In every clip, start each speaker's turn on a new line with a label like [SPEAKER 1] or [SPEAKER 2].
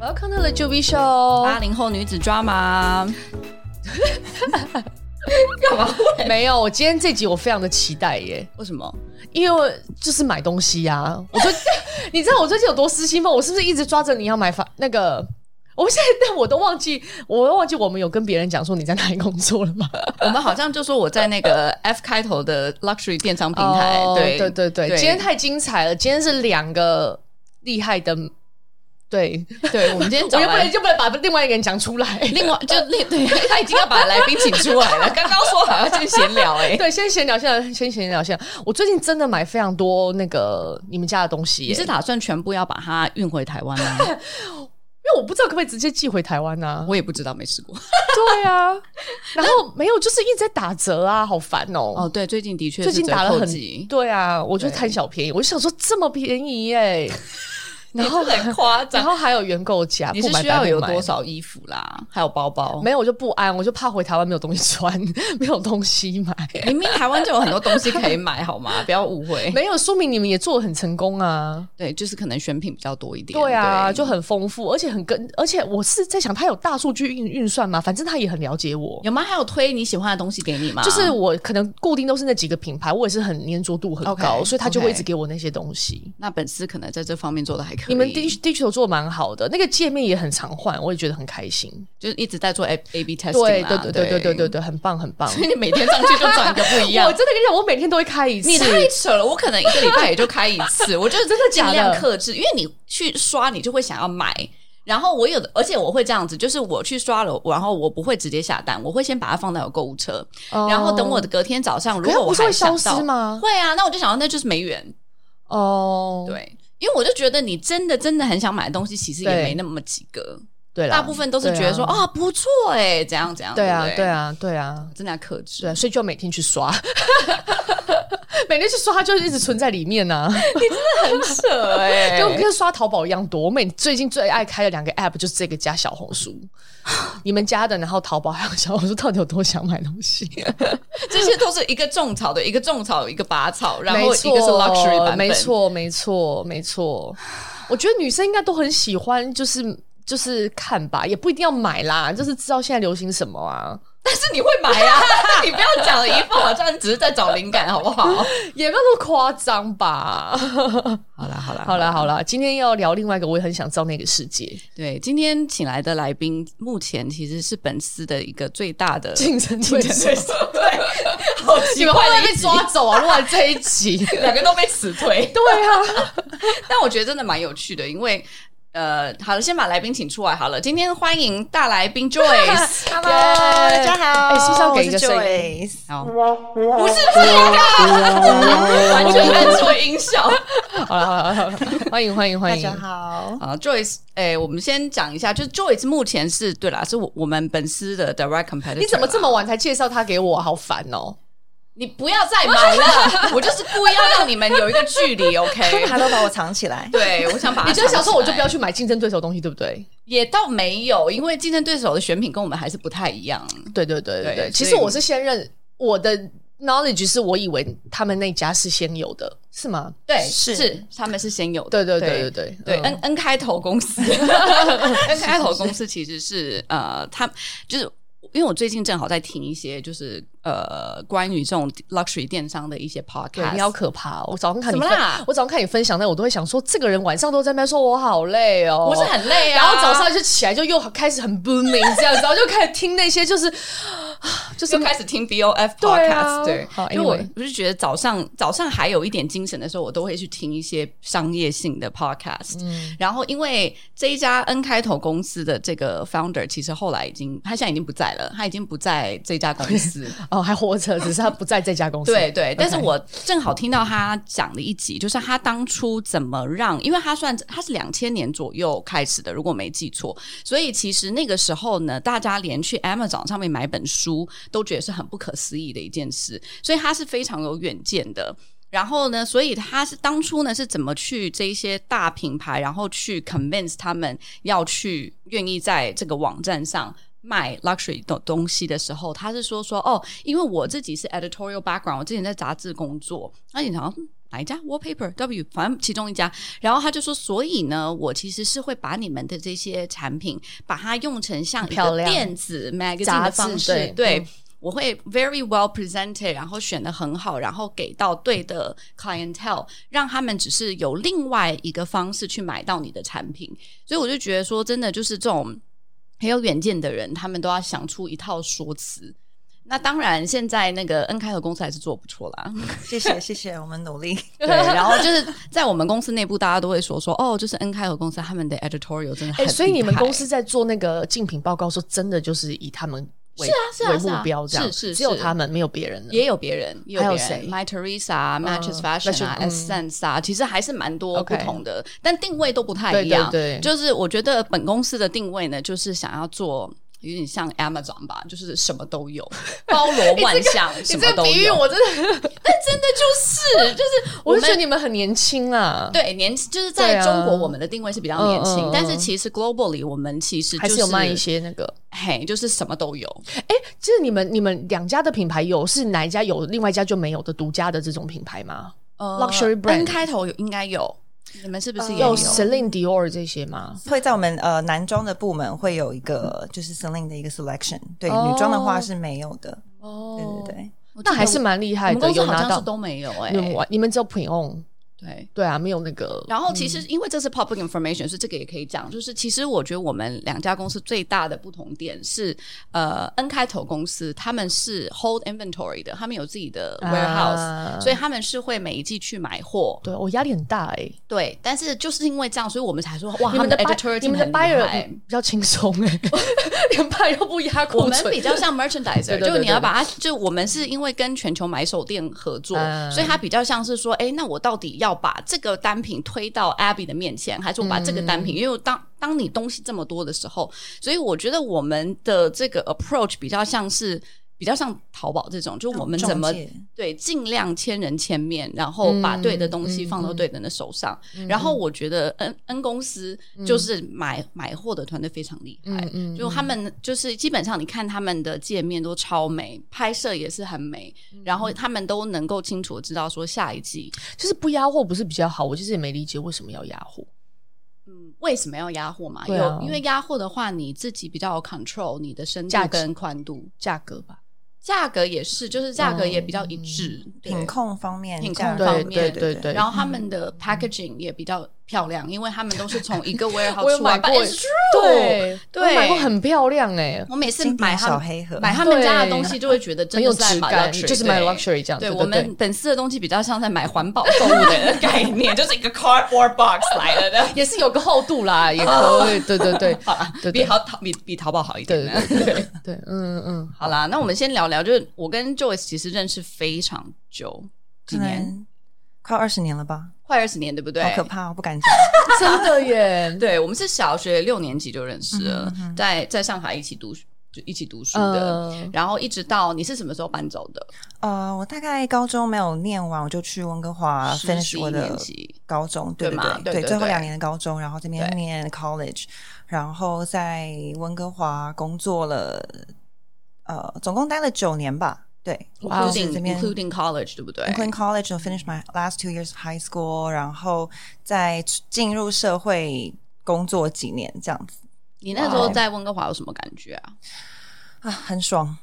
[SPEAKER 1] Welcome to the Juby Show。
[SPEAKER 2] 八零后女子 drama，
[SPEAKER 1] 没有，我今天这集我非常的期待耶，
[SPEAKER 2] 为什么？
[SPEAKER 1] 因为就是买东西呀、我最， 你知道我最近有多私心吗？我是不是一直抓着你要买房那个？ 我们现在但我都忘记，我都忘记我们有跟别人讲说你在哪里工作了吗？
[SPEAKER 2] 我们好像就说我在那 个 F 开头的 luxury 电 商平台，
[SPEAKER 1] 哦
[SPEAKER 2] 对
[SPEAKER 1] 对对对，今天太精彩了，今天是两个厉害的，对，
[SPEAKER 2] 对，我们今天
[SPEAKER 1] 我
[SPEAKER 2] 找
[SPEAKER 1] 又不能
[SPEAKER 2] 来
[SPEAKER 1] 就不能把另外一个人讲出 来。
[SPEAKER 2] 另外就另对，他已经要把来宾请出来 了，刚刚说好要先闲聊哎、
[SPEAKER 1] 对，先闲聊一下，先闲聊一下。我最近真的买非常多那个你们家的东西耶，
[SPEAKER 2] 你是打算全部要把它运回台湾 吗？
[SPEAKER 1] 因为我不知道可不可以直接寄回台湾啊？
[SPEAKER 2] 我也不知道，没试过。
[SPEAKER 1] 对 啊，然后没有，就是一直在打折啊，好烦哦、
[SPEAKER 2] 哦，对，最近的确
[SPEAKER 1] 最近打了很
[SPEAKER 2] 急，
[SPEAKER 1] 对啊，我就
[SPEAKER 2] 对
[SPEAKER 1] 贪小便宜，我就想说这么便宜耶、 然后
[SPEAKER 2] 很夸
[SPEAKER 1] 然。后还有原购价，
[SPEAKER 2] 你
[SPEAKER 1] 不
[SPEAKER 2] 是
[SPEAKER 1] 买
[SPEAKER 2] 需要
[SPEAKER 1] 白不
[SPEAKER 2] 有
[SPEAKER 1] 买
[SPEAKER 2] 多？少衣服啦，还有包包？
[SPEAKER 1] 没有，我就不安，我 就怕回台湾没有东西穿，没有东西 买。
[SPEAKER 2] 明明台湾就有很多东西可以买，好吗？不要误会。
[SPEAKER 1] 没有，说明你们也做的很成功啊！
[SPEAKER 2] 对，就是可能选品比较多一点。
[SPEAKER 1] 对啊，就很丰富，而且很跟，而且我是在想，他有大数据运运算嘛，反正他也很了解我。
[SPEAKER 2] 有吗？还有推你喜欢的东西给你吗？
[SPEAKER 1] 就是我可能固定都是那几个品牌，我也是很粘着度很高
[SPEAKER 2] OK，
[SPEAKER 1] 所以他就会一直
[SPEAKER 2] OK
[SPEAKER 1] 给我那些东西。
[SPEAKER 2] 那粉丝可能在这方面做的还可以。
[SPEAKER 1] 你们 D Digital 做的蛮好的，那个界面也很常换，我也觉得很开心。
[SPEAKER 2] 就是一直在做 A A B testing
[SPEAKER 1] 对
[SPEAKER 2] 啦
[SPEAKER 1] 对对对对对对
[SPEAKER 2] 对。
[SPEAKER 1] 对，很棒很 棒。
[SPEAKER 2] 所以你每天上去就长一个不一样
[SPEAKER 1] 我。真的跟你讲，我每天都会开一次。
[SPEAKER 2] 你太扯了，我可能一个礼拜也就开一次， 我就是真的
[SPEAKER 1] 假
[SPEAKER 2] 尽
[SPEAKER 1] 的
[SPEAKER 2] 量克制，因为你去刷，你就会想要买。然后我有的，而且我会这样子，就是我去刷了，然后我不会直接下单，我会先把它放在我购物车，
[SPEAKER 1] 哦
[SPEAKER 2] 然后等我的隔天早上，如
[SPEAKER 1] 可它
[SPEAKER 2] 果
[SPEAKER 1] 不
[SPEAKER 2] 我
[SPEAKER 1] 是
[SPEAKER 2] 还
[SPEAKER 1] 会消
[SPEAKER 2] 想
[SPEAKER 1] 失
[SPEAKER 2] 到，
[SPEAKER 1] 吗？
[SPEAKER 2] 会啊，那我就想到那就是没缘，
[SPEAKER 1] 哦，
[SPEAKER 2] 对，因为我就觉得你真的真的很想买的东西，其实也
[SPEAKER 1] 对
[SPEAKER 2] 没那么几个，
[SPEAKER 1] 对啦
[SPEAKER 2] 大部分都是觉得说啊不错哎、怎样怎样，
[SPEAKER 1] 对啊
[SPEAKER 2] 对不
[SPEAKER 1] 对，啊对啊
[SPEAKER 2] 真的要克制。
[SPEAKER 1] 对啊，所以就要每天去刷， 每天去刷，它就一直存在里面呐、啊，
[SPEAKER 2] 很扯哎、
[SPEAKER 1] 跟跟刷淘宝一样多。我每最近最爱开的两个 App 就是这个加小红 书，你们家的，然后淘宝还有小红书，到底有多想买东 西？
[SPEAKER 2] 这些都是一个种草的，一个种草，一个拔草，然后
[SPEAKER 1] 没
[SPEAKER 2] 一
[SPEAKER 1] 错，
[SPEAKER 2] 个是 luxury 版本，
[SPEAKER 1] 没。错，没错，没错。我觉得女生应该都很喜欢，就是就是看吧，也不一定要买啦，就是知道现在流行什么啊，
[SPEAKER 2] 但是你会买啊，你不要讲了一副好像只是在找灵感，好不好？
[SPEAKER 1] 也没有那么夸张 吧。
[SPEAKER 2] 好啦，好啦，
[SPEAKER 1] 好啦好啦，今天要聊另外一个，我也很想知道那个世界
[SPEAKER 2] 对，今天请来的来宾，目前其实是本司的一个最大 的
[SPEAKER 1] 竞争对手。
[SPEAKER 2] 对，好
[SPEAKER 1] 你
[SPEAKER 2] 奇
[SPEAKER 1] 们会
[SPEAKER 2] 怪
[SPEAKER 1] 不
[SPEAKER 2] 的
[SPEAKER 1] 会被抓走啊？录完这一集，
[SPEAKER 2] 一集，两个都被辞退。
[SPEAKER 1] 对啊，
[SPEAKER 2] 但我觉得真的蛮有趣的，因为呃，好了，先把来宾请出来好了。今天欢迎大来宾 Joyce，
[SPEAKER 3] Hello，大家好，
[SPEAKER 1] 哎是不是要给一
[SPEAKER 3] 我
[SPEAKER 1] 个
[SPEAKER 3] 是
[SPEAKER 1] 声音哦
[SPEAKER 3] Joyce？
[SPEAKER 2] 好不是这个，完全按错音效。
[SPEAKER 1] 好了好了好了，欢迎欢迎
[SPEAKER 3] 大
[SPEAKER 1] 欢迎
[SPEAKER 3] 家，好，
[SPEAKER 2] 啊，Joyce，哎、我们先讲一下，就是 Joyce 目前是对啦，是我我们本司的 direct competitor 啦。
[SPEAKER 1] 你怎么这么晚才介绍他给我？好烦哦！
[SPEAKER 2] 你不要再忙了， 我就是故意要让你们有一个距 离，OK？。
[SPEAKER 3] 他都把我藏起来
[SPEAKER 2] 对，我想把它
[SPEAKER 1] 你就是想说我就不要
[SPEAKER 2] 藏起来，
[SPEAKER 1] 去买竞争对手的东西，对不对？
[SPEAKER 2] 也倒没有，因为竞争对手的选品跟我们还是不太一样。
[SPEAKER 1] 对对对对对，
[SPEAKER 2] 对
[SPEAKER 1] 其实
[SPEAKER 2] 所以
[SPEAKER 1] 我是先认我的 knowledge 是我以为他们那家是先有的，是吗？
[SPEAKER 2] 对，
[SPEAKER 3] 是
[SPEAKER 2] 是，他们是先有的，
[SPEAKER 1] 对对对对
[SPEAKER 2] 对
[SPEAKER 1] 对
[SPEAKER 2] 对
[SPEAKER 1] 嗯
[SPEAKER 2] ，N N 开头 公司，N 开头公司其实是呃，他就是。因为我最近正好在听一些，就是呃，关于这种 luxury 电商的一些
[SPEAKER 1] 对
[SPEAKER 2] podcast，
[SPEAKER 1] 你好可怕、哦！我早上看你
[SPEAKER 2] 怎么
[SPEAKER 1] 分
[SPEAKER 2] 啦
[SPEAKER 1] 我早上看你分享那，我都会想说，这个人晚上都在那边说我好累哦，
[SPEAKER 2] 我是很累
[SPEAKER 1] 然
[SPEAKER 2] 啊。
[SPEAKER 1] 后早上就起来就又开始很 booming 这样子，然后就开始听那些就是，啊就是
[SPEAKER 2] 就开始听 B O F
[SPEAKER 1] 对啊
[SPEAKER 2] podcast，对
[SPEAKER 1] 好
[SPEAKER 2] 因为我
[SPEAKER 1] anyway
[SPEAKER 2] 我是觉得早上早上还有一点精神的时候，我都会去听一些商业性的 podcast。然
[SPEAKER 1] 嗯
[SPEAKER 2] 后因为这一家 N 开头公司的这个 founder，其实后来已经他现在已经不在了，他已经不在这家公司。
[SPEAKER 1] 哦还活着，只是他不在这家公司。
[SPEAKER 2] 对对，但是我正好听到他讲的一集，就是他当初怎么让，因为他算他是两千年左右开始的，如果没记错，所以其实那个时候呢，大家连去 Amazon 上面买本书都觉得是很不可思议的一件事，所以他是非常有远见的。然后呢，所以他是当初呢是怎么去这一些大品牌，然后去 convince 他们要去愿意在这个网站上。卖 luxury 的东西的时候，他是说说哦，因为我自己是 editorial background，我之前在杂志工作，那你想说嗯哪一家 Wallpaper W，反正其中一家。然后他就说，所以呢，我其实是会把你们的这些产品，把它用成像一
[SPEAKER 3] 漂
[SPEAKER 2] 个
[SPEAKER 3] 亮
[SPEAKER 2] 电子 magazine
[SPEAKER 1] 杂
[SPEAKER 2] 的
[SPEAKER 1] 志
[SPEAKER 2] 方
[SPEAKER 1] 是
[SPEAKER 2] 式，对。
[SPEAKER 1] 嗯
[SPEAKER 2] 我会 very well presented，然后选的很好，然后给到对的 clientele，让他们只是有另外一个方式去买到你的产品。所以我就觉得说，真的就是这种很有远见的人，他们都要想出一套说辞。那当然，现在那个 N 开头公司还是做不错 啦。
[SPEAKER 3] 谢谢谢谢，我们努力。
[SPEAKER 2] 对，然后就是在我们公司内部，大家都会说说哦，就是 N 开头公司他们的 editorial 真的
[SPEAKER 1] 哎、
[SPEAKER 2] 很、
[SPEAKER 1] 所以你们公司在做那个竞品报告，说真的就是以他们为
[SPEAKER 2] 是啊是啊
[SPEAKER 1] 为
[SPEAKER 2] 是啊
[SPEAKER 1] 目标这样，
[SPEAKER 2] 是是
[SPEAKER 1] 只有
[SPEAKER 2] 是
[SPEAKER 1] 他们没有别人了。
[SPEAKER 2] 也有别人，也
[SPEAKER 1] 还有
[SPEAKER 2] 别人
[SPEAKER 1] 谁嗯
[SPEAKER 2] ？My Teresa 啊、Matches Fashion 啊、
[SPEAKER 1] Matches-
[SPEAKER 2] Essence 啊，其实还是蛮多
[SPEAKER 1] 嗯 OK
[SPEAKER 2] 不同的，但定位都不太
[SPEAKER 1] 对
[SPEAKER 2] 一样。
[SPEAKER 1] 对对
[SPEAKER 2] 就是我觉得本公司的定位呢，就是想要做。有点像 Amazon 吧，就是什么 都有，包罗万象，什么都有。
[SPEAKER 1] 真的，
[SPEAKER 2] 真的就是就 是，
[SPEAKER 1] 我
[SPEAKER 2] 们
[SPEAKER 1] 就觉得你们很年轻啊，
[SPEAKER 2] 对年就
[SPEAKER 1] 对
[SPEAKER 2] 是在
[SPEAKER 1] 啊
[SPEAKER 2] 中国，我们的定位是比较年
[SPEAKER 1] 嗯嗯
[SPEAKER 2] 轻
[SPEAKER 1] 嗯，
[SPEAKER 2] 但是其实 globally 我们其实
[SPEAKER 1] 还
[SPEAKER 2] 就是
[SPEAKER 1] 有卖一些那个。
[SPEAKER 2] 嘿，就是什么都有。
[SPEAKER 1] 哎、就是你们你们两家的品牌有是哪一家有，另外一家就没有的独家的这种品牌吗？
[SPEAKER 2] 呃
[SPEAKER 1] Luxury brand
[SPEAKER 2] N 开头有应该有，你们是不是也
[SPEAKER 3] 有
[SPEAKER 1] 有
[SPEAKER 2] 有？
[SPEAKER 1] Celine Dior 这些吗？
[SPEAKER 3] 会在我们呃男装的部门会有一个就是 Celine 的一个 selection，对，
[SPEAKER 1] 哦
[SPEAKER 3] 女装的话是没有的。对
[SPEAKER 1] 哦
[SPEAKER 3] 对对，
[SPEAKER 2] 我记
[SPEAKER 1] 那
[SPEAKER 2] 得
[SPEAKER 1] 还是蛮厉害
[SPEAKER 2] 我们
[SPEAKER 1] 的，
[SPEAKER 2] 公司
[SPEAKER 1] 有
[SPEAKER 2] 好
[SPEAKER 1] 拿
[SPEAKER 2] 像
[SPEAKER 1] 到
[SPEAKER 2] 是。都没有哎、
[SPEAKER 1] 你们玩你们只有 p r i o n
[SPEAKER 2] 对。
[SPEAKER 1] 对啊，没有那个。
[SPEAKER 2] 然后
[SPEAKER 1] 嗯
[SPEAKER 2] 其实因为这是 public information，所以这个也可以讲。就是其实我觉得我们两家公司最大的不同点是，呃，N 开头公司他们是 hold inventory 的，他们有自己的 warehouse，、
[SPEAKER 1] 啊
[SPEAKER 2] 所以他们是会每一季去买货。
[SPEAKER 1] 对我压力很大哎、
[SPEAKER 2] 对，但是就是因为这样，所以我们哎才说哇，
[SPEAKER 1] 你
[SPEAKER 2] 他
[SPEAKER 1] 们的
[SPEAKER 2] 的
[SPEAKER 1] buy-
[SPEAKER 2] editor
[SPEAKER 1] 你们的
[SPEAKER 2] 很厉
[SPEAKER 1] buyer
[SPEAKER 2] 害。
[SPEAKER 1] 比较轻松 哎，连 buyer 都不压
[SPEAKER 2] 我
[SPEAKER 1] 库
[SPEAKER 2] 们
[SPEAKER 1] 存，
[SPEAKER 2] 比较
[SPEAKER 1] 对
[SPEAKER 2] 像
[SPEAKER 1] 对
[SPEAKER 2] merchandiser，
[SPEAKER 1] 对
[SPEAKER 2] 就是你要把它，就我们是因为跟全球买手店合作，
[SPEAKER 1] 嗯
[SPEAKER 2] 所以它比较像是说，哎，那我到底要把这个单品推到 Abby 的面前，还是我把这个单
[SPEAKER 1] 嗯
[SPEAKER 2] 品？因为当当你东西这么多的时候，所以我觉得我们的这个 approach 比较像是。比较像淘宝这种，就我
[SPEAKER 1] 啊
[SPEAKER 2] 们怎么
[SPEAKER 3] 中介
[SPEAKER 2] 对尽量千人千面，然后把对的东
[SPEAKER 1] 嗯
[SPEAKER 2] 西放到对的人的手上。然后我觉得 N N 公司就是买、买货的团队非常厉害，
[SPEAKER 1] 嗯
[SPEAKER 2] 就他们就是基本上，你看他们的界面都超美，拍摄也是很美，
[SPEAKER 1] 嗯
[SPEAKER 2] 然后他们都能够清楚地知道说下一季，
[SPEAKER 1] 就是不压货不是比较好？我其实也没理解为什么要压货。
[SPEAKER 2] 嗯，为什么要压货嘛？
[SPEAKER 1] 对啊
[SPEAKER 2] 有因为压货的话，你自己比较有 control 你的深度
[SPEAKER 1] 价值
[SPEAKER 2] 跟宽度，
[SPEAKER 1] 价格吧，嗯
[SPEAKER 2] 价格也是，就是价格也比较一致，对
[SPEAKER 3] 品控方面，
[SPEAKER 2] 品
[SPEAKER 3] 这样
[SPEAKER 2] 控方
[SPEAKER 3] 对
[SPEAKER 2] 面
[SPEAKER 3] 对
[SPEAKER 1] 对
[SPEAKER 3] 对
[SPEAKER 1] 对
[SPEAKER 2] 然后他们的 packaging 也比较漂亮，因为他们都是从一 个
[SPEAKER 1] 我
[SPEAKER 2] warehouse
[SPEAKER 1] 有
[SPEAKER 2] 出
[SPEAKER 1] 买
[SPEAKER 2] 来，
[SPEAKER 1] 过
[SPEAKER 2] But it's true
[SPEAKER 1] 对
[SPEAKER 2] 对
[SPEAKER 1] 我买过很漂亮哎、
[SPEAKER 2] 我每次
[SPEAKER 3] 经典
[SPEAKER 2] 买他
[SPEAKER 3] 小
[SPEAKER 2] 们
[SPEAKER 3] 黑盒
[SPEAKER 2] 买他们家
[SPEAKER 1] 对
[SPEAKER 2] 的东西，就会觉得真
[SPEAKER 1] 很
[SPEAKER 2] 的
[SPEAKER 1] 有
[SPEAKER 2] 是在
[SPEAKER 1] 质
[SPEAKER 2] 买
[SPEAKER 1] 感，
[SPEAKER 2] luxury，
[SPEAKER 1] 就是买
[SPEAKER 2] 对
[SPEAKER 1] luxury 这样。对
[SPEAKER 2] 对
[SPEAKER 1] 对
[SPEAKER 2] 我们本司的东西比较像在买环保购物的 概念，就是一个 cardboard box 来了的。
[SPEAKER 1] 也是有个厚度 啦，也可以。对对对，
[SPEAKER 2] 好啦
[SPEAKER 1] 对，对
[SPEAKER 2] 比淘淘比比淘宝好一点
[SPEAKER 1] 对
[SPEAKER 2] 呢。
[SPEAKER 1] 对对对，嗯嗯，
[SPEAKER 2] 好啦，那我们先聊聊，就是我跟 Joyce 其实认识非常久，几
[SPEAKER 3] 可
[SPEAKER 2] 年，
[SPEAKER 3] 能快二十年了吧，
[SPEAKER 2] 快二十年，对不对？
[SPEAKER 3] 好可怕，我不敢讲。
[SPEAKER 1] 真的 耶。
[SPEAKER 2] 对，我们是小学六年级就认识
[SPEAKER 3] 嗯
[SPEAKER 2] 了，在在上海一起读就一起读书的，
[SPEAKER 1] 嗯，
[SPEAKER 2] 然后一直到你是什么时候搬走的？
[SPEAKER 3] 呃，我大概高中没有念完，我就去温哥华
[SPEAKER 2] 十
[SPEAKER 3] finish 我
[SPEAKER 2] 一年
[SPEAKER 3] 的
[SPEAKER 2] 级。
[SPEAKER 3] 高中，
[SPEAKER 2] 对
[SPEAKER 3] 对
[SPEAKER 2] 嘛
[SPEAKER 3] 对
[SPEAKER 2] 对对
[SPEAKER 3] 最后
[SPEAKER 2] 对
[SPEAKER 3] 两年的高中，然后这边
[SPEAKER 2] 对
[SPEAKER 3] 念 college，然后在温哥华工作了，呃，总共待了九年吧。对
[SPEAKER 1] Wow
[SPEAKER 3] 就是
[SPEAKER 2] including
[SPEAKER 3] 这边
[SPEAKER 2] 哦 including college 对不对
[SPEAKER 3] Brooklyn College 我 finish my last two years of high school，然后再进入社会工作几年这样子
[SPEAKER 2] 你那时
[SPEAKER 3] 哦
[SPEAKER 2] 候在温哥华有什么感觉啊？
[SPEAKER 3] 啊，很爽，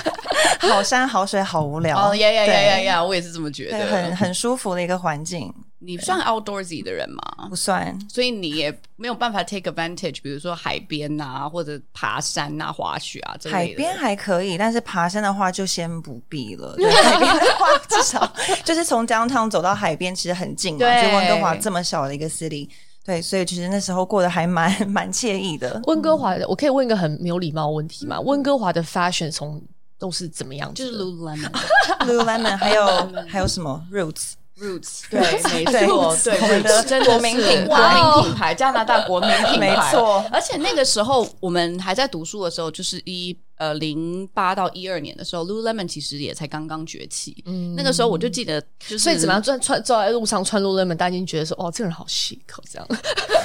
[SPEAKER 3] 好山好水好无聊
[SPEAKER 2] 哦，呀呀呀
[SPEAKER 3] 对
[SPEAKER 2] 呀呀，我也是这么觉
[SPEAKER 3] 对，很
[SPEAKER 2] 得。
[SPEAKER 3] 很舒服的一个环境，
[SPEAKER 2] 你算 outdoorsy 的人吗？
[SPEAKER 3] 不算
[SPEAKER 2] 所以你也没有办法 take advantage，比如说海边呐，或者爬山呐、滑雪啊之类的。
[SPEAKER 3] 海边还可以，但是爬山的话就先不必了。对，海边的话至少 就是从 downtown 走到海边，其实很近嘛。
[SPEAKER 2] 对
[SPEAKER 3] 就温哥华这么小的一个 city，对，所以其实那时候过得还蛮 蛮惬意的。
[SPEAKER 1] 温哥华的，我可以问一个很没有礼貌的问题吗？温哥华的 fashion 从都是怎么样子
[SPEAKER 2] 就
[SPEAKER 1] 的？
[SPEAKER 2] 是 Lululemon
[SPEAKER 3] Lululemon 还有还有什么 Roots？
[SPEAKER 2] Roots，
[SPEAKER 3] 对
[SPEAKER 2] 没
[SPEAKER 3] 对
[SPEAKER 2] 错， 对，
[SPEAKER 3] 我们的
[SPEAKER 2] Roots 真的
[SPEAKER 3] 国民
[SPEAKER 2] 是
[SPEAKER 3] 品牌哦
[SPEAKER 2] 国民品牌，加拿大国民品牌，
[SPEAKER 3] 没错
[SPEAKER 2] 而且那个时候我们还在读书的时候，就是一呃零八到一二年的时候，Lululemon 其实也才刚刚崛起。
[SPEAKER 1] 嗯
[SPEAKER 2] 那个时候我就记得，就是
[SPEAKER 1] 所以怎么样穿穿走在路上穿 Lululemon，大家已经觉得说哦，这个人好chic 哦这样。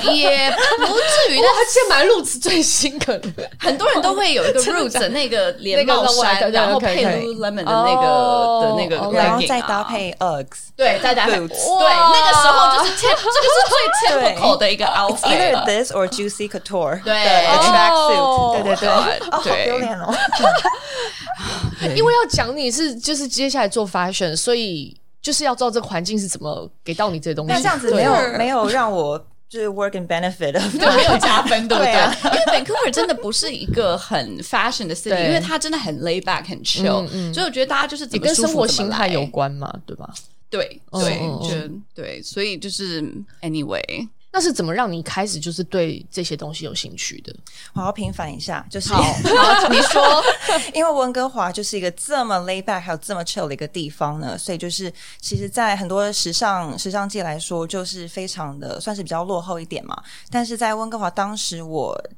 [SPEAKER 2] 也不至于，
[SPEAKER 1] 因为他现在买入职最新可能
[SPEAKER 2] 但很多人都会有 一个 Roots 的那个连帽
[SPEAKER 1] 那个
[SPEAKER 2] 衫，
[SPEAKER 1] 对对对
[SPEAKER 2] 然后配
[SPEAKER 1] 可以可以
[SPEAKER 2] Lululemon 的那个
[SPEAKER 1] 哦
[SPEAKER 2] 的那个 legging 啊，
[SPEAKER 3] 然后再搭配 Uggs，
[SPEAKER 2] 对，再搭配
[SPEAKER 3] Boots
[SPEAKER 2] 对，那个时候就是 temp- 这个是最 typical 的一个 outfit
[SPEAKER 3] either
[SPEAKER 2] 了。
[SPEAKER 3] this or juicy couture
[SPEAKER 2] 对 Oh
[SPEAKER 3] 的 tracksuit，
[SPEAKER 1] 哦
[SPEAKER 3] 对对对，
[SPEAKER 2] God，
[SPEAKER 3] 哦，好
[SPEAKER 2] 对
[SPEAKER 3] 丢 脸哦。
[SPEAKER 1] 因为要讲你是就是接下来做 fashion，所以就是要知道这个环境是怎么给到你这些东西。
[SPEAKER 3] 那这样子
[SPEAKER 1] 对
[SPEAKER 3] 没有
[SPEAKER 2] 对
[SPEAKER 3] 没有让我就是 work and benefit of
[SPEAKER 2] 就没有加分，对不对？
[SPEAKER 3] 对啊
[SPEAKER 2] 因为 Vancouver 真的不是一个很 fashion 的 city，
[SPEAKER 1] 对
[SPEAKER 2] 因为它真的很 lay back、很 chill，、所以我觉得大家就是怎
[SPEAKER 1] 也
[SPEAKER 2] 么
[SPEAKER 1] 跟
[SPEAKER 2] 舒服
[SPEAKER 1] 生活
[SPEAKER 2] 怎
[SPEAKER 1] 形
[SPEAKER 2] 么
[SPEAKER 1] 态
[SPEAKER 2] 来
[SPEAKER 1] 有。关嘛，对吧？
[SPEAKER 2] 对
[SPEAKER 1] 嗯
[SPEAKER 2] 对，
[SPEAKER 1] 嗯嗯
[SPEAKER 2] 就对，所以就是 anyway，
[SPEAKER 1] 那是怎么让你开始就是对这些东西有兴趣的？
[SPEAKER 3] 我要平反一下，就是
[SPEAKER 2] 好，你说
[SPEAKER 3] 因为温哥华就是一个这么 lay back 还有这么 chill 的一个地方呢，所以就是其实，在很多时尚时尚界来说，就是非常的算是比较落后一点嘛。但是在温哥华，当时我。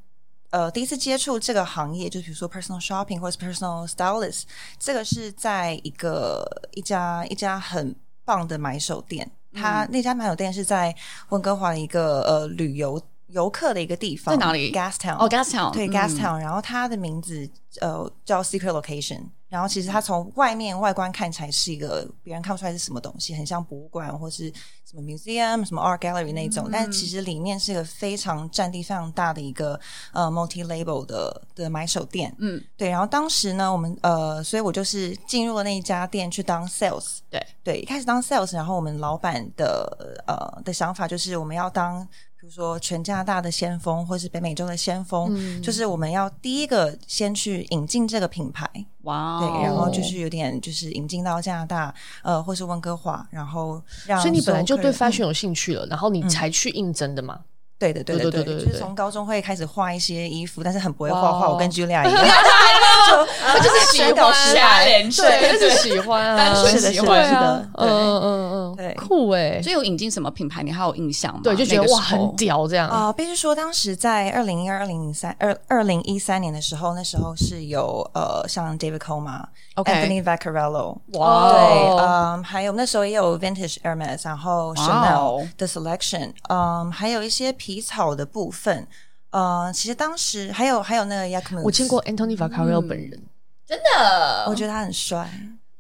[SPEAKER 3] 呃，第一次接触这个行业，就比如说 personal shopping 或者是 personal stylist，这个是在一个一家一家很棒的买手店，它、
[SPEAKER 2] 嗯
[SPEAKER 3] 那家买手店是在温哥华的一个呃旅游游客的一个地方，
[SPEAKER 2] 在哪里
[SPEAKER 3] ？Gastown
[SPEAKER 2] 哦，Gas Town，
[SPEAKER 3] 对
[SPEAKER 2] 嗯
[SPEAKER 3] Gas Town，、然后它的名字呃叫 Secret Location，然后其实它从外面外观看起来是一个别人看不出来是什么东西，很像博物馆或是什么 museum、什么 art gallery 那种，但
[SPEAKER 2] 嗯
[SPEAKER 3] 其实里面是一个非常占地非常大的一个呃 multi label 的的买手店。
[SPEAKER 2] 嗯，
[SPEAKER 3] 对，然后当时呢，我们呃，所以我就是进入了那一家店去当 sales。
[SPEAKER 2] 对
[SPEAKER 3] 对，一开始当 sales，然后我们老板的呃的想法就是我们要当，比如说全加拿大的先锋，或是北美洲的先锋，
[SPEAKER 1] 嗯
[SPEAKER 3] 就是我们要第一个先去引进这个品牌。
[SPEAKER 2] 哇
[SPEAKER 3] 对，
[SPEAKER 2] 哦，
[SPEAKER 3] 然后就是有点就是引进到加拿大，呃，或是温哥华，然后让
[SPEAKER 1] 所以啊你本来就对
[SPEAKER 3] 发
[SPEAKER 1] fashion 有兴趣了，然后你才去应征的嘛？
[SPEAKER 3] 对的，对
[SPEAKER 1] 对
[SPEAKER 3] 的，
[SPEAKER 1] 对
[SPEAKER 3] 对
[SPEAKER 1] 对对
[SPEAKER 3] 就是
[SPEAKER 1] 对
[SPEAKER 3] 从高中会开始画一些衣服，但是很不会画画。
[SPEAKER 1] 哇哦
[SPEAKER 3] 我跟 Julia 一样， 就
[SPEAKER 1] 他就是
[SPEAKER 3] 水搞
[SPEAKER 2] 喜欢
[SPEAKER 3] 时代，
[SPEAKER 2] 人
[SPEAKER 1] 对，
[SPEAKER 2] 对
[SPEAKER 1] 就是喜欢啊，
[SPEAKER 2] 单纯
[SPEAKER 3] 是的
[SPEAKER 2] 喜
[SPEAKER 3] 是
[SPEAKER 1] 对
[SPEAKER 3] 的
[SPEAKER 2] 欢
[SPEAKER 3] 是
[SPEAKER 1] 啊
[SPEAKER 3] 的，
[SPEAKER 1] 嗯
[SPEAKER 3] 对
[SPEAKER 1] 嗯嗯嗯，
[SPEAKER 3] 对
[SPEAKER 1] 酷哎，
[SPEAKER 2] 所以有引进什么品牌，你还有印象吗？
[SPEAKER 1] 对，就觉
[SPEAKER 2] 那
[SPEAKER 1] 得
[SPEAKER 2] 个
[SPEAKER 1] 哇
[SPEAKER 2] 时候
[SPEAKER 1] 很屌这样，
[SPEAKER 3] 啊、必须说，当时在二零一二、二零零三、二二零一三年的时候，那时候是有呃，像 David Coma、
[SPEAKER 2] OK
[SPEAKER 3] Anthony Vaccarello，
[SPEAKER 1] 哇
[SPEAKER 3] 对，
[SPEAKER 1] 哦，
[SPEAKER 3] 嗯，还有那时候也有 Vintage Hermes，然后
[SPEAKER 2] 哇
[SPEAKER 3] Chanel
[SPEAKER 2] 哦
[SPEAKER 3] 的 Selection，嗯，还有一些皮草的部分，呃，其实当时还有还有那个 Yakumo，
[SPEAKER 1] 我见，过 Anthony Vaccarello 本
[SPEAKER 3] 嗯
[SPEAKER 1] 人，
[SPEAKER 2] 真的，
[SPEAKER 3] 我觉得他很帅，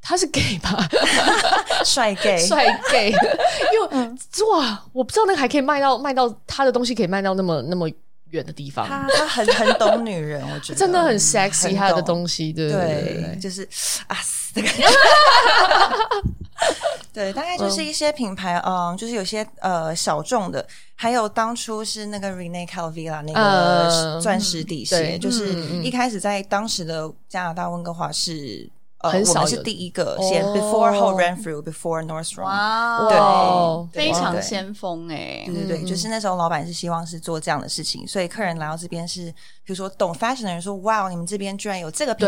[SPEAKER 1] 他是 gay 吧？
[SPEAKER 3] 帅 gay，
[SPEAKER 1] 帅 gay，因
[SPEAKER 3] 嗯
[SPEAKER 1] 为哇，我不知道那个还可以卖到卖到他的东西可以卖到那么那么远的地方，
[SPEAKER 3] 他他很很懂女人，我觉得嗯
[SPEAKER 1] 真的很 sexy 他的
[SPEAKER 3] 懂
[SPEAKER 1] 东西，对
[SPEAKER 3] 对，
[SPEAKER 1] 对
[SPEAKER 3] 就是 啊死的感 觉。对，大概就是一些品牌，嗯，就是有些呃小众的，还有当初是那个 Rene Calvilla 那
[SPEAKER 1] 呃
[SPEAKER 3] 个钻石底鞋，
[SPEAKER 1] 对
[SPEAKER 3] 就是
[SPEAKER 1] 嗯嗯
[SPEAKER 3] 一开始在当时的加拿大温哥华是。呃，
[SPEAKER 1] 很
[SPEAKER 3] 我
[SPEAKER 1] 少有
[SPEAKER 3] 们是第一个先
[SPEAKER 1] 哦
[SPEAKER 3] before 后 Renfrew before Nordstrom，
[SPEAKER 2] 哇
[SPEAKER 1] 对
[SPEAKER 2] 哦
[SPEAKER 1] 哇
[SPEAKER 3] 对
[SPEAKER 2] 非常
[SPEAKER 3] 对
[SPEAKER 2] 先锋哎
[SPEAKER 3] 对，对对，就是那时候老板是希望是做这样的事情，所以客人来到这边是，比如说懂 fashion 的人说，哇，哦你们这边居然有这个品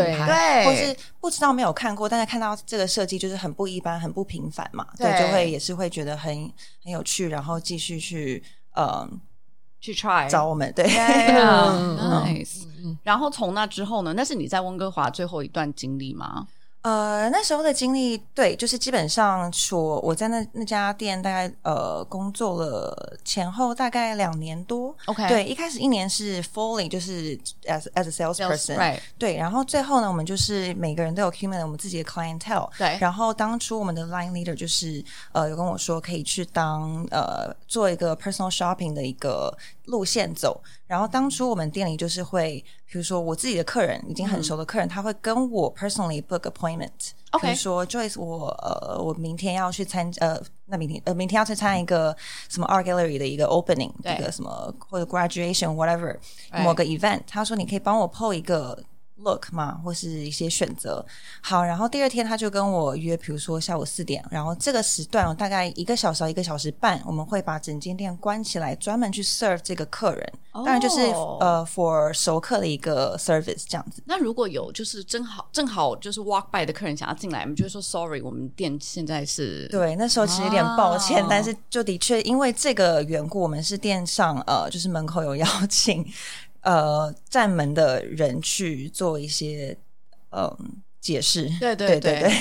[SPEAKER 2] 对对
[SPEAKER 3] 牌，或是不知道没有看过，但是看到这个设计就是很不一般、很不平凡嘛，对，
[SPEAKER 2] 对
[SPEAKER 3] 就会也是会觉得很很有趣，然后继续去嗯
[SPEAKER 2] 去 try
[SPEAKER 3] 找我们，对，啊
[SPEAKER 1] 嗯
[SPEAKER 2] ，nice。然后从那之后呢？那是你在温哥华最后一段经历吗？
[SPEAKER 3] 呃，那时候的经历，对，就是基本上说我在那那家店大概呃工作了前后大概两年多
[SPEAKER 2] OK
[SPEAKER 3] 对，一开始一年是 fully 就是 as as a salesperson，
[SPEAKER 2] right
[SPEAKER 3] 对，然后最后呢，我们就是每个人都有 c u m u l a t e 我们自己的 clientele，
[SPEAKER 2] 对
[SPEAKER 3] 然后当初我们的 line leader 就是呃有跟我说可以去当呃做一个 personal shopping 的一个路线走，然后当初我们店里就是会，比如说我自己的客人已经很
[SPEAKER 2] 嗯
[SPEAKER 3] 熟的客人，他会跟我 personally book appointment。
[SPEAKER 2] OK
[SPEAKER 3] 比如说 Joyce，我呃，我明天要去参呃，那明天呃，明天要去参加一个什么 Art Gallery 的一个 opening，
[SPEAKER 2] 对
[SPEAKER 3] 一个什么或者 graduation whatever
[SPEAKER 2] Right
[SPEAKER 3] 某个 event，他说你可以帮我 PO 一个 look 嘛，或是一些选择。好，然后第二天他就跟我约，比如说下午四点，然后这个时段大概一个小时到一个小时半，我们会把整间店关起来，专门去 serve 这个客人。当然就是
[SPEAKER 2] 哦
[SPEAKER 3] 呃 for 熟客的一个 service 这样子。
[SPEAKER 2] 那如果有就是正好正好就是 walk by 的客人想要进来，我们就会说 sorry，我们店现在是
[SPEAKER 3] 对，那时候其实有点抱歉，
[SPEAKER 2] 哦
[SPEAKER 3] 但 是就的确因为这个缘故，我们是店上呃，就是门口有邀请。呃站门的人去做一些嗯解释。
[SPEAKER 2] 对对
[SPEAKER 3] 对
[SPEAKER 2] 对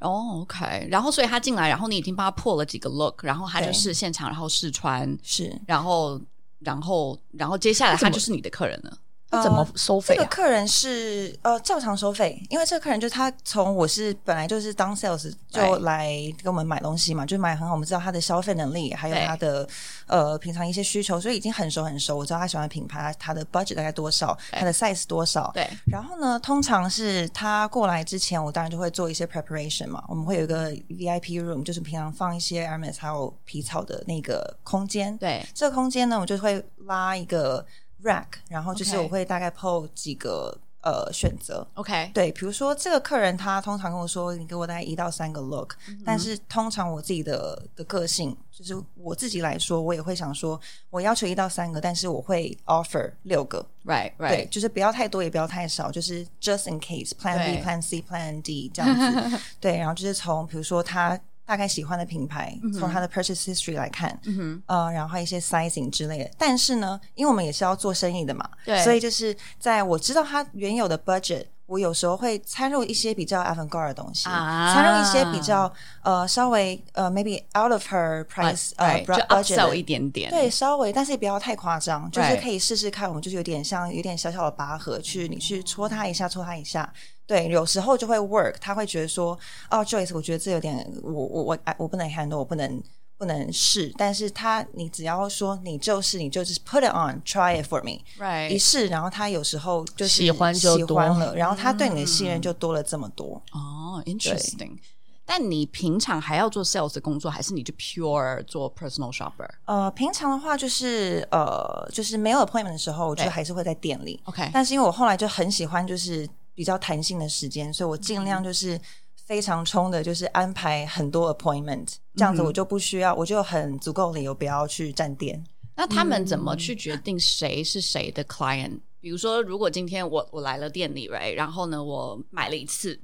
[SPEAKER 2] 哦，OK，然后所以他进来，然后你已经帮他破了几个 look，然后他就
[SPEAKER 3] 对
[SPEAKER 2] 是现场，然后试穿，
[SPEAKER 3] 是。
[SPEAKER 2] 然后然后然后接下来
[SPEAKER 1] 怎
[SPEAKER 2] 他
[SPEAKER 1] 么
[SPEAKER 2] 就是你的客人了。
[SPEAKER 1] 那怎么
[SPEAKER 3] 呃
[SPEAKER 1] 收费
[SPEAKER 3] 这个
[SPEAKER 1] 啊？
[SPEAKER 3] 客人是呃照常收费，因为这个客人就是他从我是本来就是当 sales 就
[SPEAKER 2] Right
[SPEAKER 3] 来跟我们买东西嘛，就是买很好，我们知道他的消费能力，还有
[SPEAKER 2] 对
[SPEAKER 3] 他的呃平常一些需求，所以已经很熟很熟，我知道他喜欢的品牌，他的 budget 大概多少，
[SPEAKER 2] 对
[SPEAKER 3] 他的 size 多少，
[SPEAKER 2] 对，
[SPEAKER 3] 然后呢，通常是他过来之前，我当然就会做一些 preparation 嘛。我们会有一个 VIP room，就是平常放一些 Hermes 还有皮草的那个空间。，
[SPEAKER 2] 对，
[SPEAKER 3] 这个空间呢，我就会拉一个 rack，然后就是
[SPEAKER 2] OK
[SPEAKER 3] 我会大概 PO 几个呃选择。
[SPEAKER 2] OK，
[SPEAKER 3] 对，比如说这个客人他通常跟我说，你给我大概一到三个 look，、但
[SPEAKER 2] 嗯
[SPEAKER 3] 是通常我自己的的个性，就是我自己来说，我也会想说，我要求一到三个，但是我会 offer 六个。
[SPEAKER 2] ，Right
[SPEAKER 3] 对，
[SPEAKER 2] Right，
[SPEAKER 3] 就是不要太多，也不要太少，就是 just in case plan B
[SPEAKER 2] 对
[SPEAKER 3] plan C plan D 这 样子。对，然后就是从比如说他大概喜欢的品牌，从他的 purchase history 来看，
[SPEAKER 2] 嗯
[SPEAKER 3] 呃，然后还有一些 sizing 之类的。但是呢，因为我们也是要做生意的嘛，
[SPEAKER 2] 对
[SPEAKER 3] 所以就是在我知道他原有的 budget。我有时候会掺入一些比较 avant-garde 的东西，
[SPEAKER 2] 啊
[SPEAKER 3] 掺入一些比较呃稍微呃 maybe out of
[SPEAKER 2] 哼
[SPEAKER 3] her price 呃
[SPEAKER 2] ，Right，就
[SPEAKER 3] bra- budget 的
[SPEAKER 2] upsell 一点点，
[SPEAKER 3] 对，稍微，但是也不要太夸张，就是
[SPEAKER 2] Right
[SPEAKER 3] 可以试试看。我们就是有点像，有点小小的拔河，去你去戳它一下，戳它一下。对，有时候就会 work，他会觉得说，哦，Joyce，我觉得这有点，我我我哎我不能 handle，我不能不能试。但是他，你只要说你就是你就是 put it on，try it for me，一
[SPEAKER 2] ，Right，
[SPEAKER 3] 试，然后他有时候就是
[SPEAKER 1] 喜欢就
[SPEAKER 3] 喜
[SPEAKER 1] 多嗯
[SPEAKER 3] 欢了，然后他对你的信任就多了这么多。
[SPEAKER 2] 哦，Interesting。但你平常还要做 sales 的工作，还是你就 pure 做 personal shopper？OK，、
[SPEAKER 3] 呃，平常的话就是呃，就是没有 appointment 的时候，我就
[SPEAKER 2] 对
[SPEAKER 3] 还是会在店里。但是因为我后来就很喜欢就是比较弹性的时间，所以我尽量就是非常冲的，就是安排很多 appointment，这样子我就不需要，我就有很足够理由不要去站店。
[SPEAKER 2] 那他们怎么去决定谁是谁的 client？、比如说，如果今天我我来了店里，right，然后呢，我买了一次，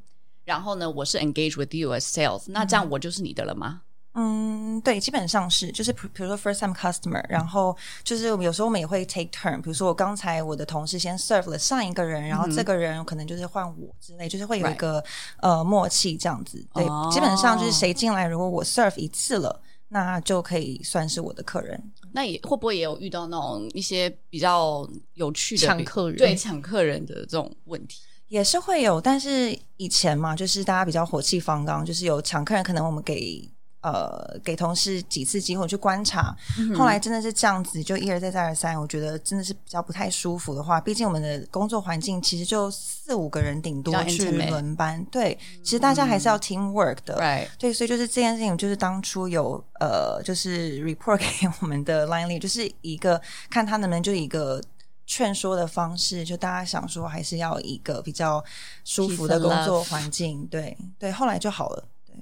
[SPEAKER 2] 然后呢，我是 engage with you as sales，那这样我就是你的了吗？
[SPEAKER 3] 嗯，对，基本上是，就是比比如说 first time customer，然后就是我们有时候我们也会 take turn，比如说我刚才我的同事先 serve 了上一个人，然后这个人可能就是换我之类，就是会有一个呃默契这样子。对
[SPEAKER 2] 哦，
[SPEAKER 3] 基本上就是谁进来，如果我 serve 一次了，那就可以算是我的客人。
[SPEAKER 2] 那也会不会也有遇到那种一些比较有趣的
[SPEAKER 1] 抢客人
[SPEAKER 2] 对抢客人的这种问题？
[SPEAKER 3] 也是会有，但是以前嘛，就是大家比较火气方刚，就是有抢客人，可能我们给呃给同事几次机会去观察，
[SPEAKER 2] 嗯
[SPEAKER 3] 后来真的是这样子，就一而再再而三，我觉得真的是比较不太舒服的话，毕竟我们的工作环境其实就四五个人顶多
[SPEAKER 2] 比较
[SPEAKER 3] 去
[SPEAKER 2] intimate 嗯
[SPEAKER 3] 轮班，对，其实大家还是要 team work 的，
[SPEAKER 2] ，right，
[SPEAKER 3] 对，所以就是这件事情，就是当初有呃，就是 report 给我们的 line lead，就是一个看他能不能就一个劝说的方式，就大家想说还是要一个比较舒服的
[SPEAKER 2] Peace and
[SPEAKER 3] 工 作环境，对对，后来就好了。对，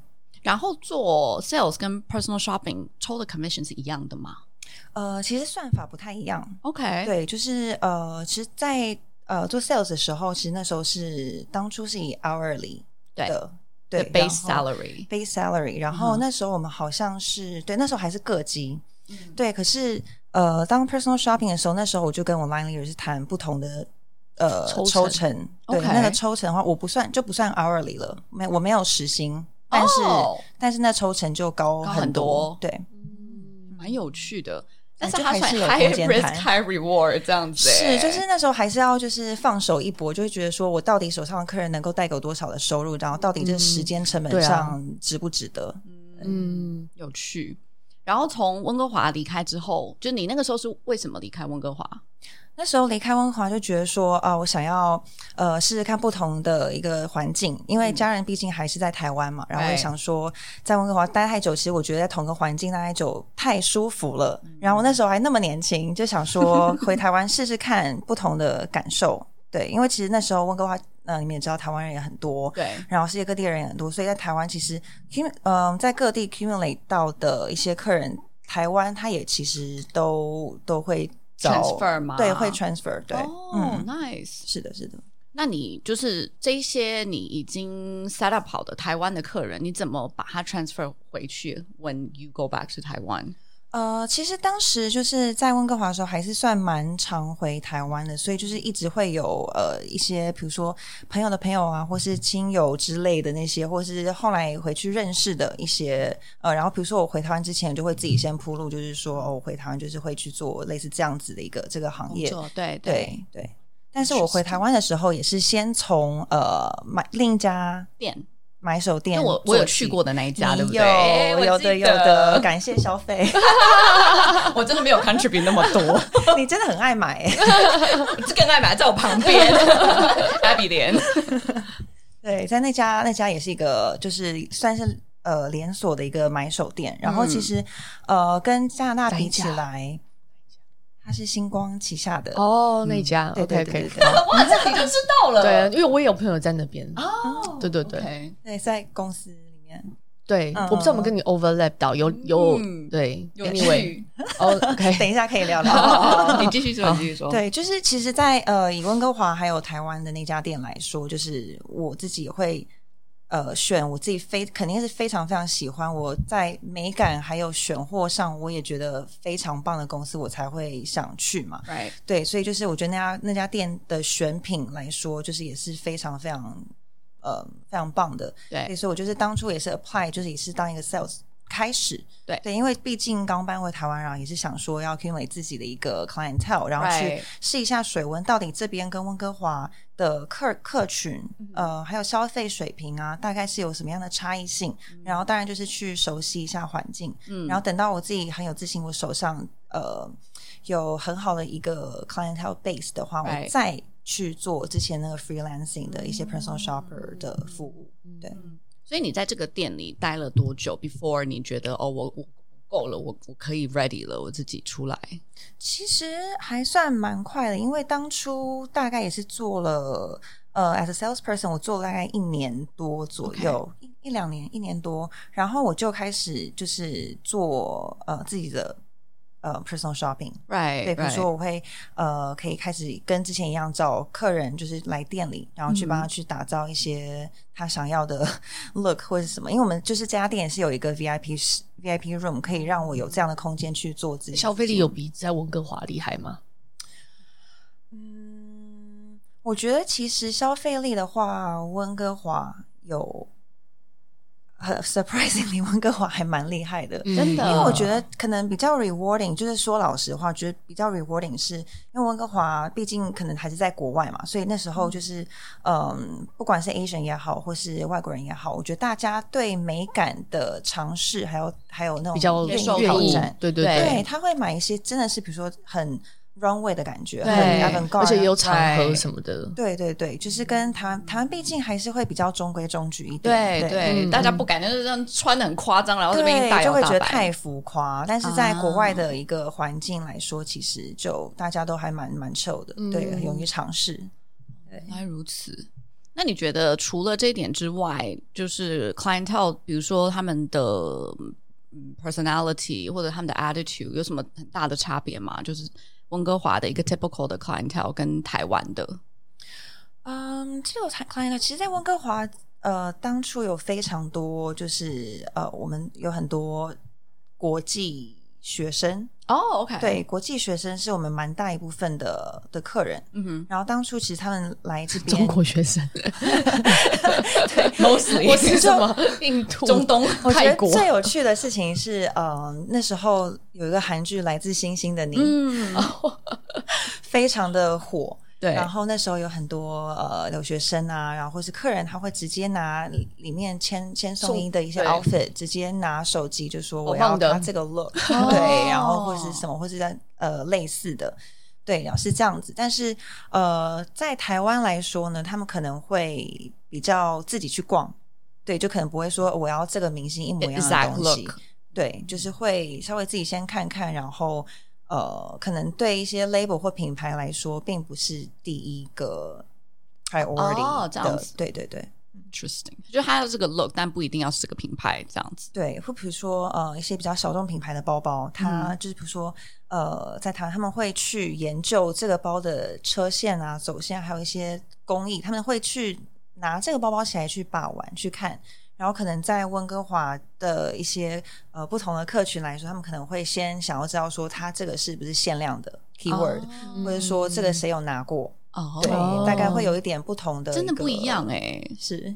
[SPEAKER 2] 然后做 sales 跟 personal shopping 抽的 commission 是一样的吗
[SPEAKER 3] 呃，其实算法不太一样，
[SPEAKER 2] ？OK，
[SPEAKER 3] 对，就是呃，其实在，呃做 sales 的时候，其实那时候是当初是以 hourly
[SPEAKER 2] 对
[SPEAKER 3] 的
[SPEAKER 2] 对
[SPEAKER 3] 对
[SPEAKER 2] ，base
[SPEAKER 3] 然后
[SPEAKER 2] salary，
[SPEAKER 3] base salary，然后那时候我们好像是、对，那时候还是个机，对，可是呃，当 personal shopping 的时候，那时候我就跟我 line leader 是谈不同的呃
[SPEAKER 1] 抽
[SPEAKER 3] 抽
[SPEAKER 1] 成
[SPEAKER 3] 成，对
[SPEAKER 2] OK
[SPEAKER 3] 那个抽成的话，我不算就不算 hourly 了，没我没有时薪，但是、
[SPEAKER 2] 哦
[SPEAKER 3] 但是那抽成就高
[SPEAKER 2] 高
[SPEAKER 3] 很
[SPEAKER 2] 很多
[SPEAKER 3] 对，
[SPEAKER 2] 蛮有趣的。但
[SPEAKER 3] 哎
[SPEAKER 2] 是
[SPEAKER 3] 就
[SPEAKER 2] 它
[SPEAKER 3] 还
[SPEAKER 2] 算
[SPEAKER 3] 是有
[SPEAKER 2] high
[SPEAKER 3] 空间
[SPEAKER 2] risk
[SPEAKER 3] 谈
[SPEAKER 2] high reward 这样子、
[SPEAKER 3] 是
[SPEAKER 2] 欸，
[SPEAKER 3] 就是那时候还是要就是放手一搏，就会觉得说我到底手上的客人能够带给我多少的收入，然后到底这时间成
[SPEAKER 1] 对
[SPEAKER 3] 本
[SPEAKER 1] 啊
[SPEAKER 3] 上值不值得？
[SPEAKER 1] 嗯，
[SPEAKER 2] 有趣。然后从温哥华离开之后，就你那个时候是为什么离开温哥华？
[SPEAKER 3] 那时候离开温哥华就觉得说啊，我想要呃试试看不同的一个环境，因为家人毕竟还是在台湾嘛，然后我也想说在温哥华待太久，其实我觉得在同个环境待太久太舒服了。然后我那时候还那么年轻，就想说回台湾试试看不同的感受。对，因为其实那时候温哥华，呃，你们也知道台湾人也很多，
[SPEAKER 2] 对
[SPEAKER 3] 然后世界各地的人也很多，所以在台湾其实 cum 嗯、在各地 cumulate 到的一些客人，台湾他也其实都都会找
[SPEAKER 2] Transfer 吗
[SPEAKER 3] 对，会 transfer，对，
[SPEAKER 2] 哦、
[SPEAKER 3] 嗯，
[SPEAKER 2] n i c e
[SPEAKER 3] 是的，是的。
[SPEAKER 2] 那你就是这些你已经 set up 好的台湾的客人，你怎么把它 transfer 回去？When you go back to 台湾
[SPEAKER 3] 呃，其实当时就是在温哥华的时候，还是算蛮常回台湾的，所以就是一直会有呃一些，比如说朋友的朋友啊，或是亲友之类的那些，或是后来回去认识的一些呃，然后比如说我回台湾之前，就会自己先铺路，就是说哦，我回台湾就是会去做类似这样子的一个这个行
[SPEAKER 2] 工
[SPEAKER 3] 业，
[SPEAKER 2] 作，对对，
[SPEAKER 3] 对对。但是我回台湾的时候，也是先从呃买另一家
[SPEAKER 2] 店，
[SPEAKER 3] 买手店
[SPEAKER 2] 就
[SPEAKER 3] 做起，
[SPEAKER 2] 我我有去过的那一家，
[SPEAKER 3] 你
[SPEAKER 2] 对不
[SPEAKER 3] 有
[SPEAKER 2] 对？我
[SPEAKER 3] 有
[SPEAKER 2] 记
[SPEAKER 3] 的有的， 感谢消费。
[SPEAKER 2] 我真的没有 contribute 那么多，
[SPEAKER 3] 你真的很爱买、欸，
[SPEAKER 2] 这更爱买在我旁 边，阿比莲，
[SPEAKER 3] 对，在那家那家也是一个，就是算是呃连锁的一个买手店，然后其
[SPEAKER 2] 嗯
[SPEAKER 3] 实、呃跟加拿大比起来，它是星光旗下的，
[SPEAKER 1] 哦，那家
[SPEAKER 3] 对
[SPEAKER 1] OK
[SPEAKER 3] 对对
[SPEAKER 1] OK，
[SPEAKER 3] 对对，
[SPEAKER 2] 哇，这你就知道了，
[SPEAKER 1] 对，啊因为我也有朋友在那边，
[SPEAKER 2] 哦，
[SPEAKER 1] 对对对
[SPEAKER 2] OK
[SPEAKER 3] 对，在公司里面，
[SPEAKER 1] 对，
[SPEAKER 3] 嗯
[SPEAKER 1] 我不知道我们跟你 overlap 到有有
[SPEAKER 2] 嗯
[SPEAKER 1] 对
[SPEAKER 2] 有
[SPEAKER 1] ，anyway，
[SPEAKER 2] 趣，
[SPEAKER 1] 哦 OK，
[SPEAKER 3] 等一下可以聊 聊。
[SPEAKER 2] 哦你继续说，你继续说，
[SPEAKER 3] 对，就是其实在，呃，以温哥华还有台湾的那家店来说，就是我自己也会呃选我自己非肯定是非常非常喜欢，我在美感还有选货上，我也觉得非常棒的公司，我才会想去嘛。
[SPEAKER 2] ，right，
[SPEAKER 3] 对，所以就是我觉得那家那家店的选品来说，就是也是非常非常呃非常棒的。对，
[SPEAKER 2] 对
[SPEAKER 3] 所以我就是当初也是 apply，就是也是当一个 sales 开始。
[SPEAKER 2] 对
[SPEAKER 3] 对，因为毕竟刚搬回台湾，然啊后也是想说要 accumulate 自己的一个 clientele，然后去
[SPEAKER 2] Right
[SPEAKER 3] 试一下水温，到底这边跟温哥华的客客群，
[SPEAKER 2] 嗯
[SPEAKER 3] 呃，还有消费水平啊，大概是有什么样的差异性。然后当然就是去熟悉一下环境，
[SPEAKER 2] 嗯
[SPEAKER 3] 然后等到我自己很有自信，我手上呃有很好的一个 clientele base 的话，我
[SPEAKER 2] Right 嗯
[SPEAKER 3] 再去做之前那个 freelancing 的一些 personal shopper 的服务。对，
[SPEAKER 2] 所以你在这个店里待了多久？Before 你觉得哦，我我够了，我我可以 ready 了，我自己出来。
[SPEAKER 3] 其实还算蛮快的，因为当初大概也是做了呃，as a salesperson，我做了大概一年多左右一一两年，一年多，然后我就开始就是做呃自己的呃 personal shopping。
[SPEAKER 2] Right，
[SPEAKER 3] 对，比如说我会呃，可以开始跟之前一样找客人，就是来店里，然后去帮他去打造一些他想要的 look 或者什么。因为我们就是这家店也是有一个 VIP 室 VIP room，可以让我有这样的空间去做自己。
[SPEAKER 1] 消费力有比在温哥华厉害吗？
[SPEAKER 3] 嗯，我觉得其实消费力的话，温哥华有 很 surprisingly，温哥华还蛮厉害
[SPEAKER 1] 嗯
[SPEAKER 3] 的。
[SPEAKER 2] 真的
[SPEAKER 3] 嗯因为我觉得可能比较 rewarding，就是说老实话，觉得比较 rewarding 是因为温哥华毕竟可能还是在国外嘛，所以那时候就是嗯，不管是 Asian 也好，或是外国人也好，我觉得大家对美感的尝试，还有还有那种
[SPEAKER 1] 比较
[SPEAKER 3] 愿
[SPEAKER 1] 愿
[SPEAKER 3] 意
[SPEAKER 2] 受
[SPEAKER 3] 挑
[SPEAKER 1] 意
[SPEAKER 3] 战，，
[SPEAKER 1] 对对
[SPEAKER 2] 对
[SPEAKER 3] 对，他会买一些真的是比如说很 runway 的感觉，
[SPEAKER 2] 对
[SPEAKER 3] 很 avant
[SPEAKER 1] 而且也有场合
[SPEAKER 2] 对
[SPEAKER 1] 什么的，
[SPEAKER 3] 对对对，就是跟台湾台湾毕竟还是会比较中规中矩一
[SPEAKER 2] 对
[SPEAKER 3] 点，对
[SPEAKER 2] 对，
[SPEAKER 1] 嗯
[SPEAKER 2] 大家不敢就是这样穿的很夸张，然后这边一大
[SPEAKER 3] 就
[SPEAKER 2] 摇
[SPEAKER 3] 会觉
[SPEAKER 2] 大
[SPEAKER 3] 得
[SPEAKER 2] 摆。
[SPEAKER 3] 太浮夸。但是在国外的一个环境来说，其实就大家都还蛮蛮 chill 的，对，很勇于尝试。
[SPEAKER 2] 原来如此。那你觉得除了这一点之外，就是 clientele，比如说他们的嗯 personality 或者他们的 attitude 有什么很大的差别吗？就是温哥华的一个 typical 的 clientele 跟台湾的，
[SPEAKER 3] 嗯，这个才 client，其实，在温哥华，呃，当初有非常多，就是呃，我们有很多国际学生，
[SPEAKER 2] 哦，OK，，
[SPEAKER 3] 对，国际学生是我们蛮大一部分的的客人。
[SPEAKER 2] 嗯哼
[SPEAKER 3] 然后当初其实他们来这边
[SPEAKER 1] 中，国学生，
[SPEAKER 2] ，mostly
[SPEAKER 1] 我是什么印度、
[SPEAKER 2] 中东，
[SPEAKER 3] 我觉
[SPEAKER 1] 泰
[SPEAKER 3] 得
[SPEAKER 1] 国
[SPEAKER 3] 最有趣的事情是，呃，那时候有一个韩剧《来自星星的你》
[SPEAKER 2] 嗯，
[SPEAKER 3] 非常的火。
[SPEAKER 1] 嗯
[SPEAKER 2] 对，
[SPEAKER 3] 然后那时候有很多呃留学生啊，然后或是客人，他会直接拿里里面签签送一的一些
[SPEAKER 1] 送
[SPEAKER 3] outfit，直接拿手机就说我
[SPEAKER 1] 我
[SPEAKER 3] 要
[SPEAKER 1] 忘的
[SPEAKER 3] 他这个 look，
[SPEAKER 2] 哦
[SPEAKER 3] 对，然后或是什么，或是在呃类似的，对，然后是这样子。但是呃，在台湾来说呢，他们可能会比较自己去逛，对，就可能不会说我要这个明星一模一样
[SPEAKER 2] Exact
[SPEAKER 3] 的东西
[SPEAKER 2] look
[SPEAKER 3] 对，就是会稍微自己先看看，然后呃，可能对一些 label 或品牌来说，并不是第一个 priority
[SPEAKER 2] 哦这样
[SPEAKER 3] 的
[SPEAKER 2] 子
[SPEAKER 3] 对对对
[SPEAKER 2] interesting，就它要这个 look，但不一定要是这个品牌这样子。
[SPEAKER 3] 对，或比如说呃一些比较小众品牌的包包，
[SPEAKER 2] 嗯
[SPEAKER 3] 它就是比如说呃在台湾他们会去研究这个包的车线啊、走线，还有一些工艺，他们会去拿这个包包起来去把玩去看。然然后可能在温哥华的一些呃不同的客群来说，他们可能会先想要知道说它这个是不是限量的 keyword，、
[SPEAKER 1] 嗯
[SPEAKER 3] 或者说这个谁有拿过，
[SPEAKER 2] 哦，
[SPEAKER 3] 对，大概会有一点不同的，
[SPEAKER 2] 真的不一样，哎、
[SPEAKER 3] 是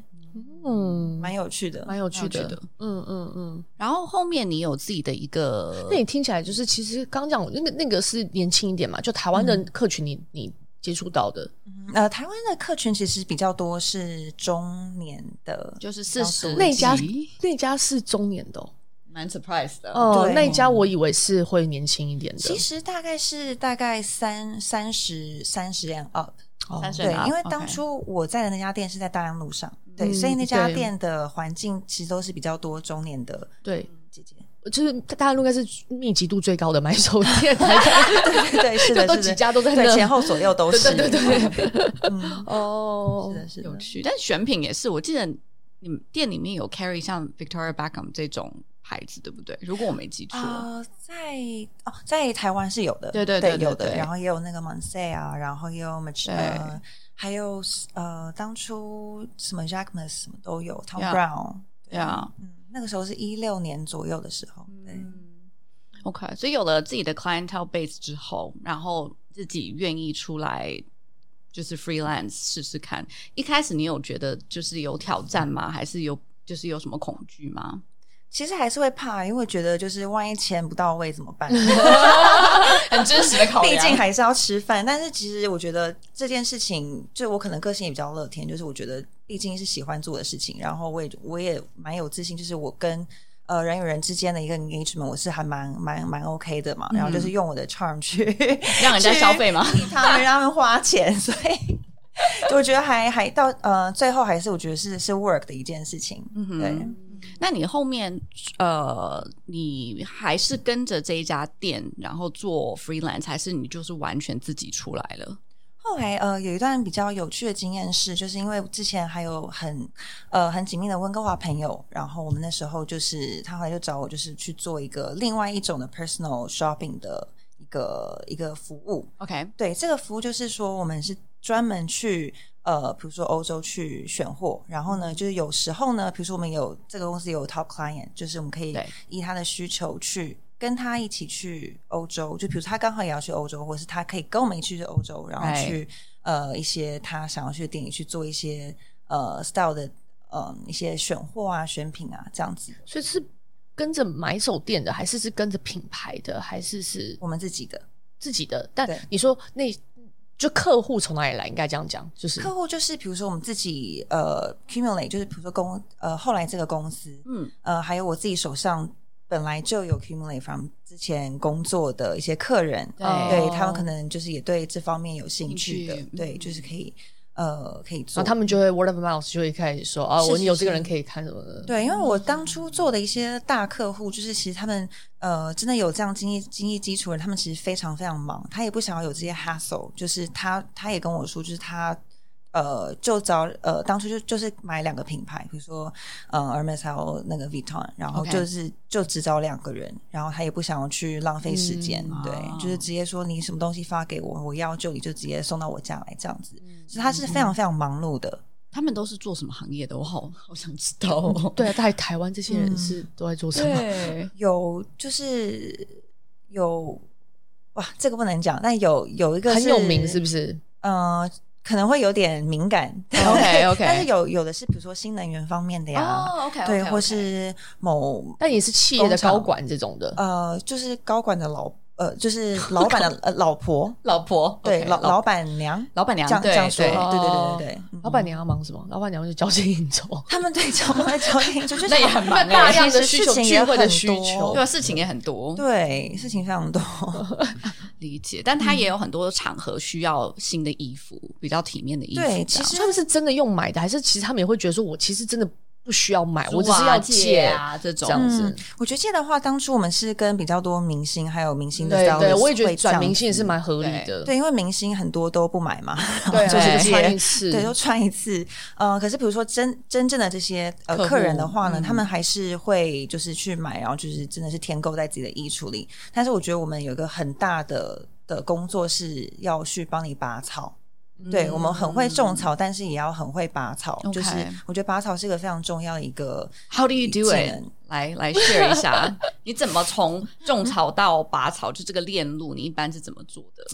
[SPEAKER 1] 嗯，
[SPEAKER 3] 蛮有趣的，
[SPEAKER 1] 蛮有趣
[SPEAKER 2] 蛮
[SPEAKER 1] 的
[SPEAKER 2] 有趣的，
[SPEAKER 1] 嗯嗯嗯。
[SPEAKER 2] 然后后面你有自己的一个
[SPEAKER 1] 那你听起来就是，其实刚讲那个那个是年轻一点嘛，就台湾的客群你，你接触到的，
[SPEAKER 3] 呃，台湾的客群其实比较多是中年的，
[SPEAKER 2] 就是四十
[SPEAKER 1] 那家那家是中年的哦，
[SPEAKER 2] 蛮 surprise 的
[SPEAKER 1] 哦、
[SPEAKER 3] 对
[SPEAKER 1] 那一家我以为是会年轻一点的，
[SPEAKER 3] 其实大概是大概三三十三十 and up。
[SPEAKER 1] 哦
[SPEAKER 2] 三十
[SPEAKER 3] 对
[SPEAKER 2] and，up，
[SPEAKER 3] 因为
[SPEAKER 2] OK
[SPEAKER 3] 当初我在的那家店是在大安路上，对，
[SPEAKER 1] 嗯
[SPEAKER 3] 所以那家
[SPEAKER 1] 对
[SPEAKER 3] 店的环境其实都是比较多中年的
[SPEAKER 1] 对，
[SPEAKER 3] 姐姐。
[SPEAKER 1] 就是大陆应该是密集度最高的买手店，
[SPEAKER 3] 对对对，是
[SPEAKER 1] 就
[SPEAKER 3] 的，
[SPEAKER 1] 都
[SPEAKER 3] 是
[SPEAKER 1] 几
[SPEAKER 3] 的
[SPEAKER 1] 家都在
[SPEAKER 3] 对
[SPEAKER 1] 那，
[SPEAKER 3] 前后左右都 是。
[SPEAKER 1] 对对对
[SPEAKER 3] 对，嗯，
[SPEAKER 1] 哦
[SPEAKER 3] 是，的，是
[SPEAKER 2] 有
[SPEAKER 3] 的。
[SPEAKER 2] 趣，但选品也是，我记得你们店里面有 carry 像 Victoria Beckham 这种牌子，对不对？如果我没记错，
[SPEAKER 3] 啊、在哦，在台湾是有的，
[SPEAKER 2] 对对
[SPEAKER 3] 对
[SPEAKER 2] 对对
[SPEAKER 3] 有的。
[SPEAKER 2] 对
[SPEAKER 3] 然后也有那个 Monse 啊，然后也有 Mach，
[SPEAKER 2] 对
[SPEAKER 3] 呃，还有呃，当初什么 Jackman 什么都有，Tom
[SPEAKER 2] Yeah
[SPEAKER 3] Brown，
[SPEAKER 2] 对啊，
[SPEAKER 3] 嗯，那个时候是一六年左右的时候，对。
[SPEAKER 2] 嗯，OK，所以有了自己的 clientele base 之后，然后自己愿意出来就是 freelance 试试看。一开始你有觉得就是有挑战吗？还是有就是有什么恐惧吗？
[SPEAKER 3] 其实还是会怕，因为觉得就是万一钱不到位怎么办？
[SPEAKER 2] 很真实的考
[SPEAKER 3] 毕竟还是要吃饭。但是其实我觉得这件事情，就我可能个性也比较乐天，就是我觉得毕竟是喜欢做的事情，然后我也我也蛮有自信，就是我跟。呃，人与人之间的一个 engagement，我是还蛮蛮蛮 OK 的
[SPEAKER 2] 嗯
[SPEAKER 3] 嘛，然后就是用我的 charm 去
[SPEAKER 2] 让人家消费吗？
[SPEAKER 3] 替他们让他们花钱，所以 我觉得还还到呃最后还是我觉得是是 work 的一件事情，
[SPEAKER 2] 嗯哼
[SPEAKER 3] 对，
[SPEAKER 2] 那你后面呃，你还是跟着这一家店，然后做 freelance，还是你就是完全自己出来了？
[SPEAKER 3] 后来呃，有一段比较有趣的经验是，就是因为之前还有很呃很紧密的温哥华朋友，然后我们那时候就是他后来就找我，就是去做一个另外一种的 personal shopping 的一个一个服务。
[SPEAKER 2] OK，
[SPEAKER 3] 对，这个服务就是说，我们是专门去呃，比如说欧洲去选货，然后呢，就是有时候呢，比如说我们有这个公司有 top client，就是我们可以
[SPEAKER 2] 对
[SPEAKER 3] 依他的需求去跟他一起去欧洲，就比如他刚好也要去欧洲，或是他可以跟我们一起去欧洲，然后
[SPEAKER 2] Right
[SPEAKER 3] 去呃一些他想要去的电影去做一些呃 style 的呃一些选货啊、选品啊这样子，
[SPEAKER 1] 所以是跟着买手店的，还是是跟着品牌的，还是是
[SPEAKER 3] 我们自己的。
[SPEAKER 1] 自己的？但
[SPEAKER 3] 对
[SPEAKER 1] 你说那就客户从哪里来？应该这样讲，就是
[SPEAKER 3] 客户就是比如说我们自己呃 accumulate，就是比如说公呃后来这个公司，
[SPEAKER 2] 嗯，
[SPEAKER 3] 呃还有我自己手上本来就有 accumulate from 之前工作的一些客人，
[SPEAKER 2] 对
[SPEAKER 3] 对他们可能就是也对这方面有兴趣的，
[SPEAKER 2] 兴趣
[SPEAKER 3] 对，
[SPEAKER 2] 嗯
[SPEAKER 3] 就是可以呃可以做
[SPEAKER 1] 然后他。们就会 word of mouth 就会开始说啊，
[SPEAKER 3] 是
[SPEAKER 1] 我
[SPEAKER 3] 是
[SPEAKER 1] 有这个
[SPEAKER 3] 是
[SPEAKER 1] 人可以看什么的。
[SPEAKER 3] 对，因为我当初做的一些大客户，就是其实他们呃真的有这样经济经济基础的人，他们其实非常非常忙，他也不想要有这些 hassle。就是他他也跟我说，就是他呃就找呃当初就就是买两个品牌，比如说呃 Hermes 还有那个 Vuitton，然后
[SPEAKER 2] OK
[SPEAKER 3] 就是就只找两个人，然后他也不想要去浪费时间，
[SPEAKER 1] 嗯
[SPEAKER 3] 对，
[SPEAKER 2] 哦
[SPEAKER 3] 就是直接说你什么东西发给我，我要就你就直接送到我家来这样子，
[SPEAKER 1] 嗯
[SPEAKER 3] 所以他是非常非常忙碌的。
[SPEAKER 2] 他们都是做什么行业的？我好好想知道哦。
[SPEAKER 1] 对啊，在台湾这些人是都在做什
[SPEAKER 3] 嗯
[SPEAKER 1] 么？
[SPEAKER 2] 对，
[SPEAKER 3] 有就是有哇，这个不能讲，但有有一个
[SPEAKER 1] 很有名，是
[SPEAKER 3] 是
[SPEAKER 1] 不是？
[SPEAKER 3] 呃，可能会有点敏感。
[SPEAKER 2] OK，OK
[SPEAKER 3] 但是有有的是，比如说新能源方面的呀，
[SPEAKER 2] 哦，OK，
[SPEAKER 3] 对，或是某
[SPEAKER 1] 但也是企业的
[SPEAKER 3] 工厂
[SPEAKER 1] 高管这种的，
[SPEAKER 3] 呃，就是高管的老呃，就是老板的呃老婆，
[SPEAKER 2] 老婆，
[SPEAKER 3] 对，
[SPEAKER 2] OK，
[SPEAKER 3] 老老板娘，
[SPEAKER 2] 老板娘
[SPEAKER 3] 这样
[SPEAKER 2] 对
[SPEAKER 3] 这样说，
[SPEAKER 2] 对
[SPEAKER 3] 对对
[SPEAKER 1] 哦
[SPEAKER 3] 对对对，嗯
[SPEAKER 1] 老板娘要忙什么？老板娘就交际应 酬。
[SPEAKER 3] 他们对找在找研究，就是
[SPEAKER 2] 那也很忙
[SPEAKER 1] 大
[SPEAKER 2] 哎，
[SPEAKER 1] 量的
[SPEAKER 3] 其
[SPEAKER 1] 需
[SPEAKER 3] 实
[SPEAKER 1] 求，
[SPEAKER 3] 事情
[SPEAKER 1] 聚
[SPEAKER 3] 也
[SPEAKER 1] 会的
[SPEAKER 3] 很
[SPEAKER 1] 需
[SPEAKER 3] 多
[SPEAKER 1] 求
[SPEAKER 2] 对，啊，事情也很多，
[SPEAKER 3] 对事情非常多。
[SPEAKER 2] 理解。但
[SPEAKER 3] 嗯
[SPEAKER 2] 他也有很多场合需要新的衣服，比较体面的衣服这样。
[SPEAKER 3] 对，其实
[SPEAKER 1] 他们是真的用买的，还是其实他们也会觉得说，我其实真的不需要买，我只是
[SPEAKER 2] 租
[SPEAKER 1] 要
[SPEAKER 2] 借
[SPEAKER 1] 借。
[SPEAKER 2] 啊这种
[SPEAKER 1] 这样子
[SPEAKER 3] 嗯，我觉得借的话，当初我们是跟比较多明星，还有明星的
[SPEAKER 1] 对
[SPEAKER 3] stylist
[SPEAKER 1] 对，我也觉得
[SPEAKER 3] 会这
[SPEAKER 1] 转
[SPEAKER 3] 样子
[SPEAKER 1] 明星也是蛮合理的。
[SPEAKER 3] 对，因为明星很多都不买嘛，
[SPEAKER 1] 对，
[SPEAKER 3] 就
[SPEAKER 1] 就是是
[SPEAKER 3] 借
[SPEAKER 1] 穿一次，
[SPEAKER 3] 对，就穿一次。呃，可是比如说真真正的这些呃
[SPEAKER 1] 客户嗯
[SPEAKER 3] 客人的话呢，他们还是会就是去买，然后就是真的是添购在自己的衣橱里。但是我觉得我们有一个很大的的工作是要去帮你拔草。
[SPEAKER 1] 嗯
[SPEAKER 3] 对我们很会种
[SPEAKER 2] 嗯
[SPEAKER 3] 草，但是也要很会拔草。
[SPEAKER 2] OK
[SPEAKER 3] 就是我觉得拔草是一个非常重要的一个
[SPEAKER 2] How do you do
[SPEAKER 3] 技
[SPEAKER 2] it？
[SPEAKER 3] 能
[SPEAKER 2] 来来 share 一下，你怎么从种草到拔草，就这个链路，你一般是怎么做的？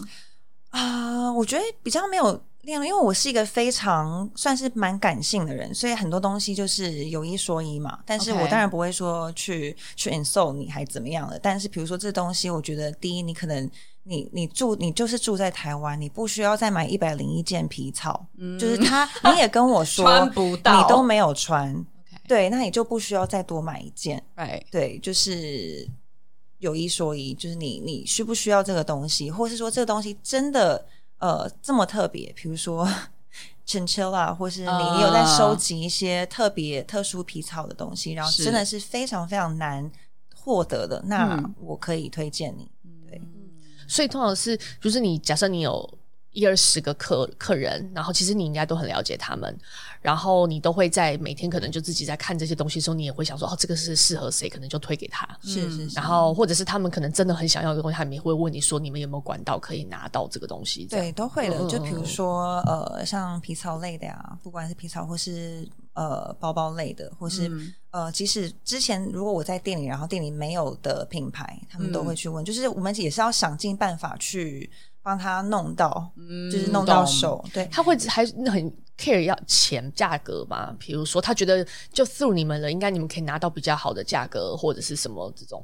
[SPEAKER 3] 啊、我觉得比较没有练，因为我是一个非常算是蛮感性的人，所以很多东西就是有一说一嘛。但是我
[SPEAKER 2] OK
[SPEAKER 3] 当然不会说去去 insult 你还怎么样的。但是比如说这东西，我觉得第一，你可能你你住你就是住在台湾，你不需要再买一百零一件皮草，就是他你也跟我说
[SPEAKER 2] 嗯 穿不到
[SPEAKER 3] 你都没有穿，
[SPEAKER 2] OK，
[SPEAKER 3] 对，那你就不需要再多买一件。
[SPEAKER 2] ，right，
[SPEAKER 3] 对，就是有一说一，就是你你需不需要这个东西，或是说这个东西真的呃这么特别，比如说 chinchilla，或是你
[SPEAKER 2] 啊
[SPEAKER 3] 你有在收集一些特别特殊皮草的东西，然后
[SPEAKER 2] 是
[SPEAKER 3] 真的是非常非常难获得的，那
[SPEAKER 2] 嗯
[SPEAKER 3] 我可以推荐你。对
[SPEAKER 1] 所以通常是，就是你假设你有一二十个客客人，然后其实你应该都很了解他们，然后你都会在每天可能就自己在看这些东西的时候，你也会想说，哦，这个是适合谁，可能就推给他。
[SPEAKER 3] 是是是，
[SPEAKER 1] 然后或者是他们可能真的很想要一个东西，他们也会问你说，你们有没有管道可以拿到这个东西？这样
[SPEAKER 3] 对，都会
[SPEAKER 1] 嗯
[SPEAKER 3] 的。
[SPEAKER 1] 嗯
[SPEAKER 3] 就比
[SPEAKER 1] 嗯
[SPEAKER 3] 如说，呃，像皮草类的呀，不管是皮草或是呃包包类的，或是、
[SPEAKER 2] 嗯
[SPEAKER 3] 呃，即使之前如果我在店里，然后店里没有的品牌，他们都会去
[SPEAKER 1] 嗯
[SPEAKER 3] 问。就是我们也是要想尽办法去帮他弄到，
[SPEAKER 1] 嗯
[SPEAKER 3] 就是弄到
[SPEAKER 2] 嗯懂
[SPEAKER 3] 手。对，
[SPEAKER 1] 他会还很 care 要钱价格吗？比如说他觉得就 through 你们了，应该你们可以拿到比较好的价格或者是什么这种。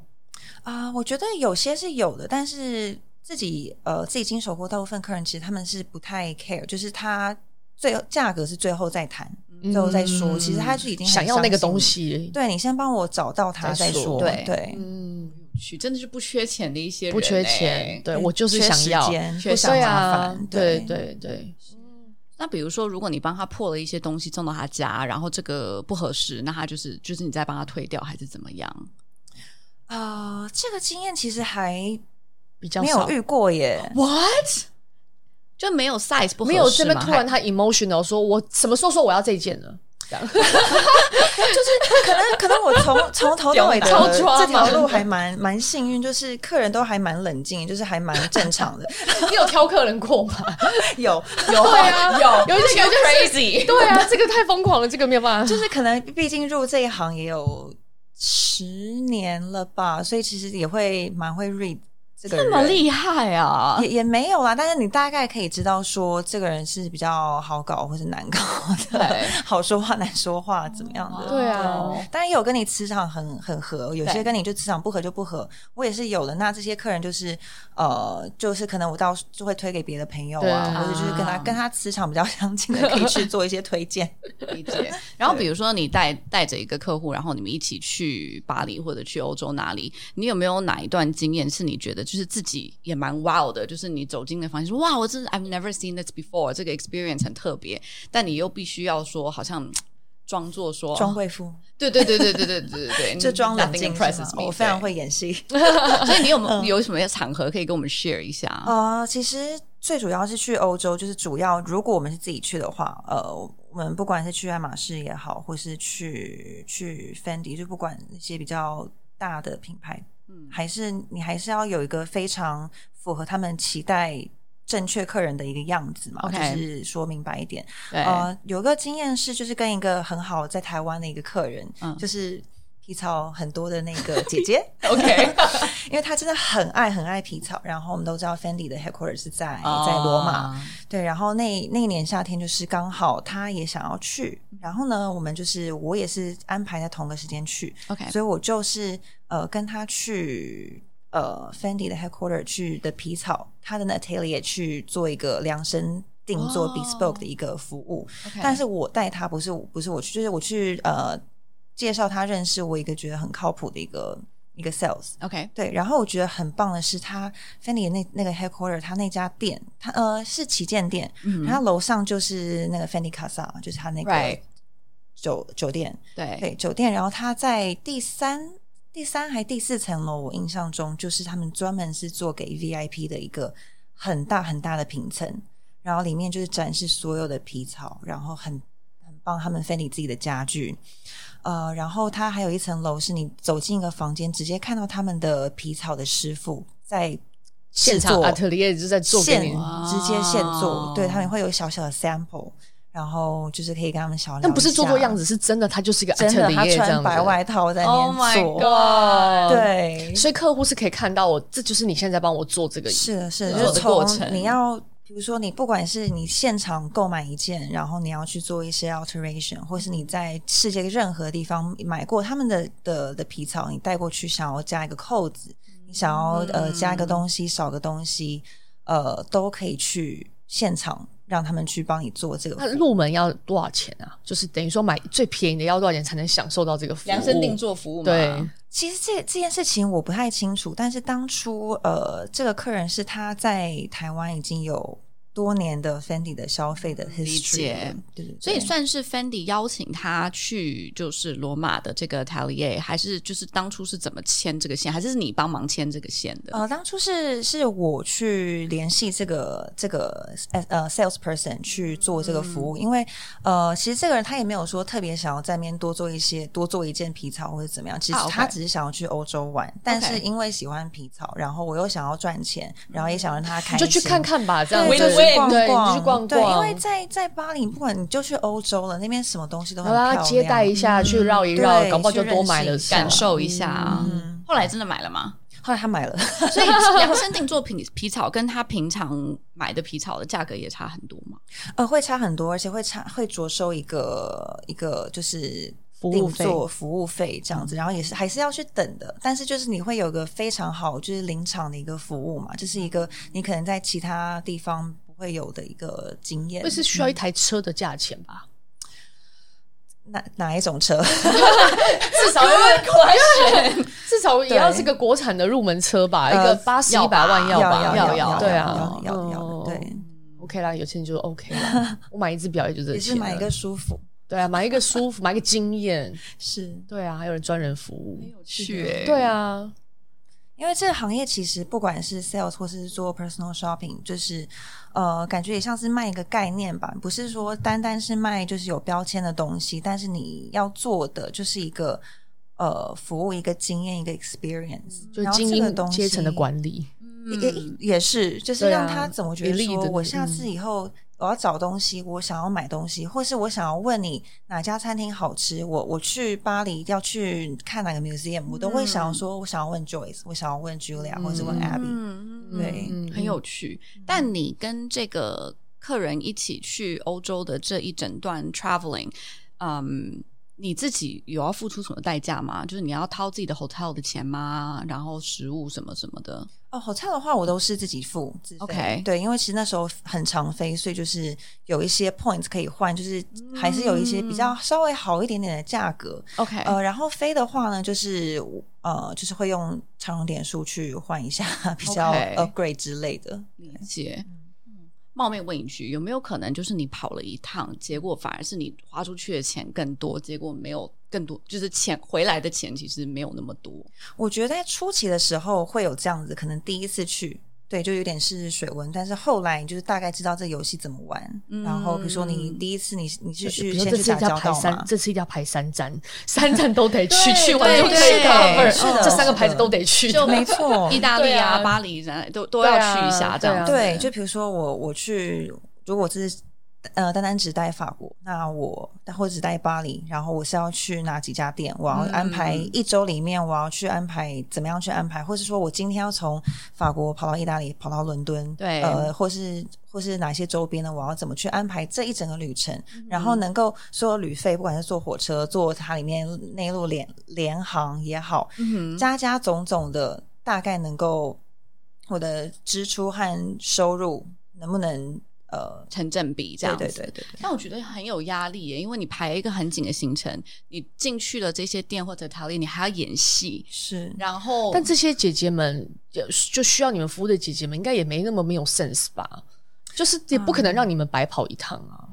[SPEAKER 3] 啊、我觉得有些是有的，但是自己呃自己经手过，大部分客人其实他们是不太 care，就是他最后价格是最后再谈，最后再说。其实他就已经很
[SPEAKER 1] 嗯想要那个
[SPEAKER 3] 相信
[SPEAKER 1] 东
[SPEAKER 3] 你
[SPEAKER 1] 西，
[SPEAKER 3] 对你先帮我找到他
[SPEAKER 1] 再
[SPEAKER 3] 再
[SPEAKER 1] 说
[SPEAKER 3] 说，
[SPEAKER 2] 对
[SPEAKER 3] 对，
[SPEAKER 1] 嗯，
[SPEAKER 2] 去真的是不缺钱的一些人、欸
[SPEAKER 1] 不缺钱，。对我就是想要，
[SPEAKER 3] 缺时间
[SPEAKER 2] 缺
[SPEAKER 3] 不
[SPEAKER 2] 时
[SPEAKER 3] 想
[SPEAKER 1] 对
[SPEAKER 2] 间
[SPEAKER 3] 麻
[SPEAKER 1] 啊
[SPEAKER 3] 烦，，
[SPEAKER 1] 对对对，
[SPEAKER 2] 那比如说，如果你帮他破了一些东西送到他家，然后这个不合适，那他就是就是你再帮他退掉，还是怎么样？
[SPEAKER 3] 啊、这个经验其实还
[SPEAKER 1] 比较
[SPEAKER 3] 没
[SPEAKER 1] 少
[SPEAKER 3] 有。遇过 耶。
[SPEAKER 2] What？就没有 size 不合适吗
[SPEAKER 1] 没有这边突然
[SPEAKER 2] 还
[SPEAKER 1] 他 emotional 说，我什么时候说我要这一件呢？这样
[SPEAKER 3] 可能可能我从从头到尾的
[SPEAKER 1] 超
[SPEAKER 3] 这
[SPEAKER 1] drama
[SPEAKER 3] 条路还蛮蛮幸运，就是客人都还蛮冷静，就是还蛮正常 的。
[SPEAKER 1] 你有挑客人过吗？
[SPEAKER 3] 有
[SPEAKER 1] 有啊， 有，有一些感觉是
[SPEAKER 2] crazy，
[SPEAKER 1] 对 啊，这个太疯狂了，这个没有办法
[SPEAKER 3] 就。是可能毕竟入这一行也有十年了吧，所以其实也会蛮会 read 这个人。
[SPEAKER 2] 这么厉害啊
[SPEAKER 3] 也！也没有啦，但是你大概可以知道说这个人是比较好搞或是难搞的
[SPEAKER 2] 对，哦
[SPEAKER 3] 好说话难说话怎么样的。
[SPEAKER 1] 对啊
[SPEAKER 3] 对，当然也有跟你磁场很很合，有
[SPEAKER 2] 对
[SPEAKER 3] 些跟你就磁场不合就不合，我也是有的。那这些客人就是呃，就是可能我到就会推给别的朋友
[SPEAKER 1] 对
[SPEAKER 3] 啊，
[SPEAKER 1] 啊
[SPEAKER 3] 或者就是跟他跟他磁场比较相近的，可以去做一些推 荐。
[SPEAKER 2] 理 解。然后比如说你带带着一个客户，然后你们一起去巴黎或者去欧洲哪里，你有没有哪一段经验是你觉得就是自己也蛮 wow 的？就是你走进那房间说哇，我真的 I've never seen this before，这个 experience 很特别，但你又必须要说好像嗯装作说哦
[SPEAKER 3] 庄贵妇
[SPEAKER 2] 对对对对对对对对对，
[SPEAKER 3] 就装冷
[SPEAKER 2] nothing
[SPEAKER 3] 静是
[SPEAKER 2] impresses
[SPEAKER 3] 吗
[SPEAKER 2] me，
[SPEAKER 3] 我非常
[SPEAKER 2] 对。
[SPEAKER 3] 会 嗯演戏。
[SPEAKER 2] 所以你有没有有什么场合可以跟我们 share 一下？
[SPEAKER 3] 呃，其实最主要是去欧洲，就是主要如果我们是自己去的话，呃，我们不管是去爱马仕也好，或是去去 Fendi，就不管那些比较大的品牌，
[SPEAKER 2] 嗯
[SPEAKER 3] 还是你还是要有一个非常符合他们期待。正确客人的一个样子嘛
[SPEAKER 2] OK
[SPEAKER 3] 就是说明白一点。
[SPEAKER 2] 对，
[SPEAKER 3] 呃，有个经验是，就是跟一个很好在台湾的一个客人，
[SPEAKER 2] 嗯
[SPEAKER 3] 就是皮草很多的那个姐姐，
[SPEAKER 2] OK，
[SPEAKER 3] 因为他真的很爱很爱皮草，然后我们都知道 Fendi 的 headquarters 是在、
[SPEAKER 2] 哦
[SPEAKER 3] 在罗马，对，然后那那一年夏天就是刚好他也想要去，然后呢，我们就是我也是安排在同个时间去，
[SPEAKER 2] OK，
[SPEAKER 3] 所以我就是呃跟他去呃 Fendi 的 headquarter 去的皮草，他的那 atelier 去做一个量身定做
[SPEAKER 2] 哦
[SPEAKER 3] bespoke 的一个服务，
[SPEAKER 2] OK
[SPEAKER 3] 但是我带他不是不是我去，就是我去呃介绍他认识我一个觉得很靠谱的一个一个 sales。
[SPEAKER 2] OK，
[SPEAKER 3] 对，然后我觉得很棒的是他 Fendi 的那那个 headquarter，他那家店，他呃是旗舰店，
[SPEAKER 2] 嗯
[SPEAKER 3] 然后楼上就是那个 Fendi Casa，就是他那个
[SPEAKER 2] Right
[SPEAKER 3] 酒酒店，
[SPEAKER 2] 对
[SPEAKER 3] 对酒店。然后他在第三第三还第四层楼，我印象中就是他们专门是做给 VIP 的一个很大很大的平层，然后里面就是展示所有的皮草，然后很很棒，他们 Fendi 自己的家具。呃，然后它还有一层楼，是你走进一个房间，直接看到他们的皮草的师傅在
[SPEAKER 1] 现
[SPEAKER 3] 制
[SPEAKER 1] 场
[SPEAKER 3] 作
[SPEAKER 1] atelier 就在做给
[SPEAKER 3] 现
[SPEAKER 1] 你，
[SPEAKER 2] 哇
[SPEAKER 3] 直接现做
[SPEAKER 2] 哦，
[SPEAKER 3] 对他们会有小小的 sample，然后就是可以跟他们小聊。
[SPEAKER 1] 但不是做做样，子，是真的，它就是一个
[SPEAKER 3] 真的
[SPEAKER 1] atelier
[SPEAKER 3] 他
[SPEAKER 1] 这样
[SPEAKER 3] 穿
[SPEAKER 1] 子
[SPEAKER 3] 白外套在那
[SPEAKER 2] Oh
[SPEAKER 3] 边
[SPEAKER 2] my
[SPEAKER 3] 做
[SPEAKER 2] god！
[SPEAKER 3] 对，
[SPEAKER 1] 所以客户是可以看到我，这就是你现在帮我做这个，
[SPEAKER 3] 是的，是的，
[SPEAKER 2] 嗯做
[SPEAKER 3] 就
[SPEAKER 2] 的
[SPEAKER 3] 是
[SPEAKER 2] 过
[SPEAKER 3] 从
[SPEAKER 2] 程
[SPEAKER 3] 你要，比如说你不管是你现场购买一件，然后你要去做一些 alteration，或是你在世界任何地方买过他们的的的皮草，你带过去想要加一个扣子，你想要呃加一个东西，少个东西，呃，都可以去现场让他们去帮你做这个服
[SPEAKER 1] 那
[SPEAKER 3] 务。
[SPEAKER 1] 入门要多少钱啊？就是等于说买最便宜的要多少钱才能享受到这个服务？
[SPEAKER 2] 量身定做服务嘛，
[SPEAKER 1] 对，
[SPEAKER 3] 其实这这件事情我不太清楚，但是当初呃，这个客人是他在台湾已经有多年的 Fendi 的消费的
[SPEAKER 2] 嗯
[SPEAKER 3] history，
[SPEAKER 2] 解
[SPEAKER 3] 了对对对，
[SPEAKER 2] 所以算是 Fendi 邀请他去，就是罗马的这个 Atelier，还是就是当初是怎么签这个线，还是你帮忙签这个线的？
[SPEAKER 3] 呃，当初是是我去联系这个这个呃呃 sales person 去做这个服
[SPEAKER 2] 嗯
[SPEAKER 3] 务，因为呃，其实这个人他也没有说特别想要在面多做一些多做一件皮草或者怎么样，其实
[SPEAKER 2] 啊，OK
[SPEAKER 3] 他只是想要去欧洲玩，但是因为喜欢皮草，然后我又想要赚钱，然后
[SPEAKER 2] 嗯
[SPEAKER 3] 也想让他开
[SPEAKER 1] 就
[SPEAKER 3] 心，
[SPEAKER 1] 去看。看吧，这样
[SPEAKER 3] 对，
[SPEAKER 1] 子
[SPEAKER 3] 就
[SPEAKER 2] Win-win，
[SPEAKER 3] 去逛
[SPEAKER 1] 对，你
[SPEAKER 3] 逛，
[SPEAKER 1] 就去逛逛，
[SPEAKER 3] 对，因为在在巴黎，不管你就去欧洲了，那边什么东西都很
[SPEAKER 1] 然
[SPEAKER 3] 漂
[SPEAKER 1] 后
[SPEAKER 3] 亮。
[SPEAKER 1] 他接待一下，去绕一绕，
[SPEAKER 3] 嗯对
[SPEAKER 1] 搞不好就
[SPEAKER 3] 去
[SPEAKER 1] 多
[SPEAKER 3] 认识
[SPEAKER 1] 买了
[SPEAKER 3] 一嗯
[SPEAKER 1] 下
[SPEAKER 2] 感受一下啊。后来真的买了吗？
[SPEAKER 3] 后来他买了，
[SPEAKER 2] 所以量身定做皮皮草跟他平常买的皮草的价格也差很多嘛？
[SPEAKER 3] 呃，会差很多，而且会差会着收一个一个就是
[SPEAKER 1] 务
[SPEAKER 3] 定
[SPEAKER 1] 费嗯
[SPEAKER 3] 做服务费这样子，然后也是还是要去等的，但是就是你会有个非常好就是临场的一个服务嘛，这、是一个你可能在其他地方不会有的一个经验
[SPEAKER 1] 会。是需要一台车的价钱 吧？
[SPEAKER 3] 哪哪一种车？
[SPEAKER 1] 至少要选， 至少也要是个国产的入门车吧，一
[SPEAKER 3] 呃
[SPEAKER 1] 个八十
[SPEAKER 2] 要
[SPEAKER 1] 一百万
[SPEAKER 2] 要
[SPEAKER 1] 吧，
[SPEAKER 3] 要
[SPEAKER 1] 要
[SPEAKER 3] 要
[SPEAKER 1] 对啊哦
[SPEAKER 3] 要，要要，对，
[SPEAKER 1] ，OK 啦，有钱就 OK 啦。我买一只表也就这
[SPEAKER 3] 也
[SPEAKER 1] 钱
[SPEAKER 3] 是
[SPEAKER 1] 了，
[SPEAKER 3] 买一个舒服，
[SPEAKER 1] 对啊，买一个舒服，买一个经验，
[SPEAKER 3] 是。
[SPEAKER 1] 对啊，还有人专人服务，
[SPEAKER 2] 有趣、欸
[SPEAKER 1] 对，啊，
[SPEAKER 3] 因为这个行业其实不管是 sales 或是做 personal shopping，就是呃，感觉也像是卖一个概念吧，不是说单单是卖就是有标签的东西，但是你要做的就是一个呃服务、一个经验、一个 experience，
[SPEAKER 1] 就
[SPEAKER 3] 然后
[SPEAKER 1] 精
[SPEAKER 3] 这个
[SPEAKER 1] 英
[SPEAKER 3] 东西
[SPEAKER 1] 阶层的管理，
[SPEAKER 3] 也也是，就是
[SPEAKER 1] 嗯对啊
[SPEAKER 3] 让他怎么觉得
[SPEAKER 1] 一例
[SPEAKER 3] 说，
[SPEAKER 1] 的嗯
[SPEAKER 3] 我下次以后我要找东西，我想要买东西，或是我想要问你哪家餐厅好吃，我我去巴黎要去看哪个 museum，我都会想
[SPEAKER 1] 嗯
[SPEAKER 3] 要说，我想要问 Joyce，我想要问 Julia，、或者问 Abby，
[SPEAKER 2] 嗯，
[SPEAKER 3] 对
[SPEAKER 1] 嗯
[SPEAKER 2] 很有趣。但你跟这个客人一起去欧洲的这一整段 traveling，嗯，你自己有要付出什么代价吗？就是你要掏自己的 hotel 的钱吗？然后食物什么什么的，
[SPEAKER 3] 哦，hotel 的话我都是自己付自费
[SPEAKER 2] OK
[SPEAKER 3] 对，因为其实那时候很常飞，所以就是有一些 points 可以换，就是还是有一
[SPEAKER 1] 嗯
[SPEAKER 3] 些比较稍微好一点点的价格。
[SPEAKER 2] OK，、
[SPEAKER 3] 呃，然后飞的话呢，就是呃，就是会用长荣点数去换一下比较
[SPEAKER 2] OK
[SPEAKER 3] upgrade 之类的。
[SPEAKER 2] 理解。嗯冒昧问一句，有没有可能就是你跑了一趟，结果反而是你花出去的钱更多，结果没有更多，就是钱回来的钱其实没有那么多。
[SPEAKER 3] 我觉得在初期的时候会有这样子，可能第一次去。对，就有点试试水温，但是后来你就是大概知道这游戏怎么玩。然后比如说
[SPEAKER 2] 嗯
[SPEAKER 3] 你第一次你你是
[SPEAKER 1] 嗯
[SPEAKER 3] 去
[SPEAKER 1] 比如说
[SPEAKER 3] 先
[SPEAKER 1] 这
[SPEAKER 3] 去
[SPEAKER 1] 次
[SPEAKER 3] 打
[SPEAKER 1] 一定要
[SPEAKER 3] 交
[SPEAKER 1] 排
[SPEAKER 3] 道
[SPEAKER 1] 三
[SPEAKER 3] 嘛，，
[SPEAKER 1] 这次一定要排三站， 三站都得去，
[SPEAKER 2] 对
[SPEAKER 1] 去完就可
[SPEAKER 2] 对
[SPEAKER 1] 以
[SPEAKER 2] 对
[SPEAKER 1] cover，
[SPEAKER 2] 是的
[SPEAKER 1] 这三个
[SPEAKER 3] 是的
[SPEAKER 1] 牌子都得去，啊
[SPEAKER 2] 就
[SPEAKER 3] 没 错，
[SPEAKER 2] 意大利啊、
[SPEAKER 1] 对啊
[SPEAKER 2] 巴黎啊，都都要去一下这样子。
[SPEAKER 3] 对，啊就比如说我我去，如果这是呃单单只待法国，那我或者只待巴黎，然后我是要去哪几家店？我要安
[SPEAKER 2] 嗯
[SPEAKER 3] 排一周里面，我要去安排怎么样去安排，或是说我今天要从法国跑到意大利，跑到伦敦，
[SPEAKER 2] 对
[SPEAKER 3] 呃，或是。或是哪些周边呢？我要怎么去安排这一整个旅程？
[SPEAKER 2] 嗯
[SPEAKER 3] 然后能够所有旅费，不管是坐火车、坐它里面内陆联联航也好，
[SPEAKER 2] 嗯
[SPEAKER 3] 家家种种的，大概能够我的支出和收入能不能呃，
[SPEAKER 2] 成正比这
[SPEAKER 3] 对
[SPEAKER 2] 样子。
[SPEAKER 3] 对对对对，
[SPEAKER 2] 但我觉得很有压力耶，因为你排一个很紧的行程，你进去了这些店或者陶丽，你还要演戏，
[SPEAKER 3] 是
[SPEAKER 2] 然后
[SPEAKER 1] 但这些姐姐们就就需要你们服务的姐姐们，应该也没那么没有 sense 吧？就是也不可能让你们白跑一趟啊，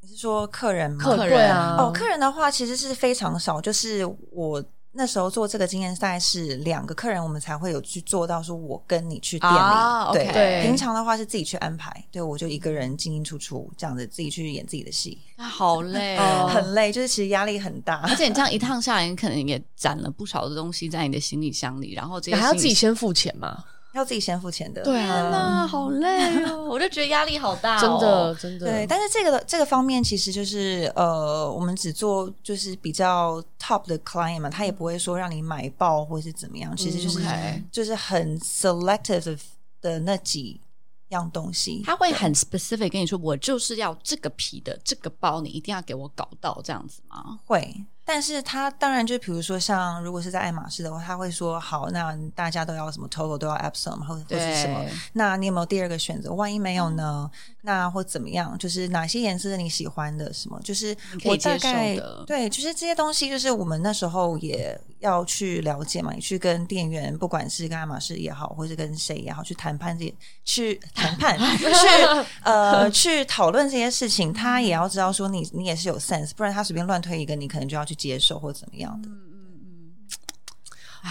[SPEAKER 3] 你是说客人吗？
[SPEAKER 2] 客人
[SPEAKER 1] 对啊，
[SPEAKER 3] 哦，客人的话其实是非常少，就是我。那时候做这个经验赛是两个客人，我们才会有去做到，说我跟你去店里。
[SPEAKER 2] 啊
[SPEAKER 3] 对
[SPEAKER 2] OK
[SPEAKER 1] 对
[SPEAKER 3] 平常的话是自己去安排，对我就一个人进进出出这样子，自己去演自己的戏，
[SPEAKER 2] 啊好累
[SPEAKER 1] 哦
[SPEAKER 2] 哦。
[SPEAKER 3] 很累，就是其实压力很大。
[SPEAKER 2] 而且你这样一趟下来，你可能也攒了不少的东西在你的行李箱里，然后这些
[SPEAKER 1] 还要
[SPEAKER 2] 行
[SPEAKER 1] 自
[SPEAKER 2] 李
[SPEAKER 1] 己先付钱嘛？
[SPEAKER 3] 要自己先付钱的。
[SPEAKER 1] 对啊，
[SPEAKER 2] 啊，好累 哦，我就觉得压力好大、哦，
[SPEAKER 1] 真的。真的，
[SPEAKER 3] 对，但是这个的这个方面其实就是呃，我们只做就是比较 top 的 client 嘛，他也不会说让你买爆或是怎么样，其实就是、
[SPEAKER 2] OK
[SPEAKER 3] 就是很 selective 的那几样东西。
[SPEAKER 2] 他会很 specific 跟你说，我就是要这个皮的这个包，你一定要给我搞到这样子吗？
[SPEAKER 3] 会，但是他当然就比如说像如果是在爱马仕的话，他会说好，那大家都要什么 Togo 都要 Epsom 或或是什么，那你有没有第二个选择？万一没有呢？
[SPEAKER 2] 嗯
[SPEAKER 3] 那或怎么样？就是哪些颜色是你喜欢的？什么？就是
[SPEAKER 2] 可以
[SPEAKER 3] 我大概
[SPEAKER 2] 接受的
[SPEAKER 3] 对，就是这些东西，就是我们那时候也要去了解嘛，你去跟店员，不管是跟爱马仕也好，或是跟谁也好，去谈判这些，去谈 判，去呃去讨论这些事情，他也要知道说你你也是有 sense，不然他随便乱推一个，你可能就要去接受或怎么样的。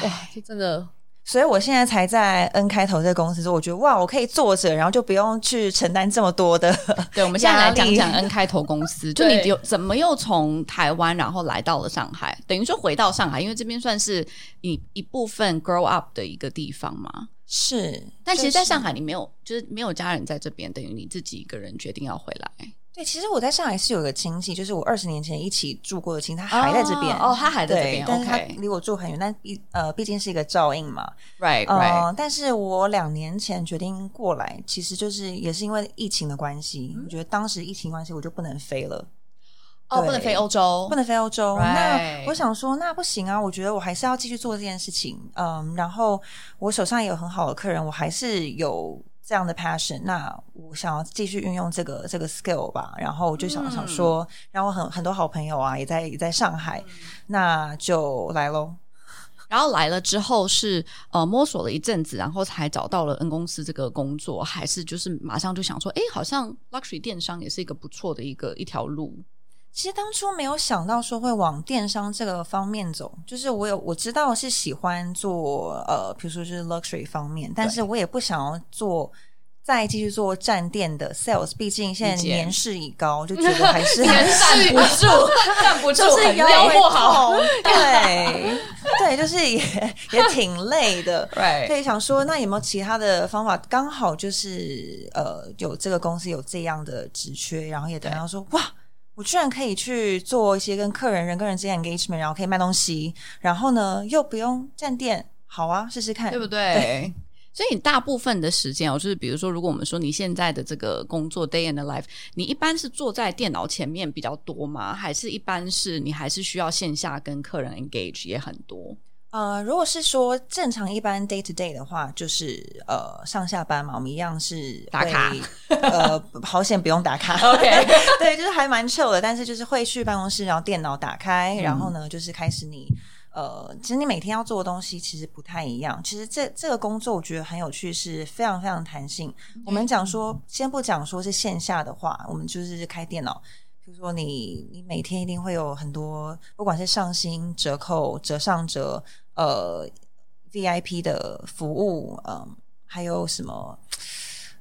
[SPEAKER 1] 哇，这真的
[SPEAKER 3] 所以我现在才在 N 开头这个公司说，我觉得哇，我可以坐着，然后就不用去承担这么 多的
[SPEAKER 2] 对，我们现在来
[SPEAKER 3] 压
[SPEAKER 2] 讲
[SPEAKER 3] 力
[SPEAKER 2] 讲 N 开头公司，就
[SPEAKER 1] 对
[SPEAKER 2] 你有怎么又从台湾然后来到了上海，等于说回到上海，因为这边算是你一部分 grow up 的一个地方嘛。
[SPEAKER 3] 是。
[SPEAKER 2] 但其实，
[SPEAKER 3] 就
[SPEAKER 2] 在
[SPEAKER 3] 是
[SPEAKER 2] 上海你没有，就是没有家人在这边，等于你自己一个人决定要回来。
[SPEAKER 3] 对，其实我在上海是有个亲戚，就是我二十年前一起住过的亲戚，他还在这边。
[SPEAKER 2] 哦，哦他还在这
[SPEAKER 3] 对
[SPEAKER 2] 边，
[SPEAKER 3] 但是他
[SPEAKER 2] OK，right，right，、
[SPEAKER 3] 离我住很远，但毕呃，毕竟是一个照应嘛。
[SPEAKER 2] Right,
[SPEAKER 3] 嗯、
[SPEAKER 2] right
[SPEAKER 3] 但是我两年前决定过来，其实就是也是因为疫情的关系，我觉得当时疫情关系我就不能飞了，
[SPEAKER 2] 哦，
[SPEAKER 3] 对
[SPEAKER 2] 不能飞欧洲，
[SPEAKER 3] 不能飞欧洲。
[SPEAKER 2] Right
[SPEAKER 3] 那我想说，那不行啊，我觉得我还是要继续做这件事情。嗯，然后我手上也有很好的客人，我还是有。这样的 passion，那我想要继续运用这个这个 skill 吧，然后我就想、
[SPEAKER 2] 嗯
[SPEAKER 3] 想说，然后我很很多好朋友啊，也在也在上海，
[SPEAKER 2] 嗯
[SPEAKER 3] 那就来喽。
[SPEAKER 2] 然后来了之后是呃摸索了一阵子，然后才找到了 N 公司这个工作，还是就是马上就想说，哎，好像 luxury 电商也是一个不错的一个一条路。
[SPEAKER 3] 其实当初没有想到说会往电商这个方面走，就是我有我知道是喜欢做呃，比如说就是 luxury 方面，但是我也不想要做再继续做站店的 sales，毕竟现
[SPEAKER 2] 理
[SPEAKER 3] 在
[SPEAKER 2] 解
[SPEAKER 3] 年事已高，就觉得还 是
[SPEAKER 2] 站不住，啊 站不住
[SPEAKER 3] 就是腰
[SPEAKER 1] 很累
[SPEAKER 3] 会
[SPEAKER 1] 不好
[SPEAKER 3] 痛，对 对，就是也也挺累的，
[SPEAKER 2] 对，
[SPEAKER 3] 对，想说那有没有其他的方法？刚好就是呃，有这个公司有这样的职缺，然后也等到说哇，我居然可以去做一些跟客人人跟人之间的 engagement，然后可以卖东西，然后呢又不用站店，好啊，试试看，
[SPEAKER 2] 对不对？所以你大部分的时间哦，就是比如说，如果我们说你现在的这个工作 day and the life，你一般是坐在电脑前面比较多吗？还是一般是你还是需要线下跟客人 engage 也很多？
[SPEAKER 3] 呃，如果是说正常一般 day to day 的话，就是呃上下班嘛，我们一样是
[SPEAKER 2] 打卡
[SPEAKER 3] 会， 呃，好险不用打卡
[SPEAKER 2] OK
[SPEAKER 3] 对，就是还蛮 chill 的，但是就是会去办公室，然后电脑打开，然后呢就是开始你。呃，其实你每天要做的东西其实不太一样。其实这这个工作我觉得很有趣，是非常非常弹性。我们讲说，先不讲说是线下的话，我们就是开电脑，比如说你你每天一定会有很多，不管是上新、折扣、折上折，呃，VIP 的服务，嗯、还有什么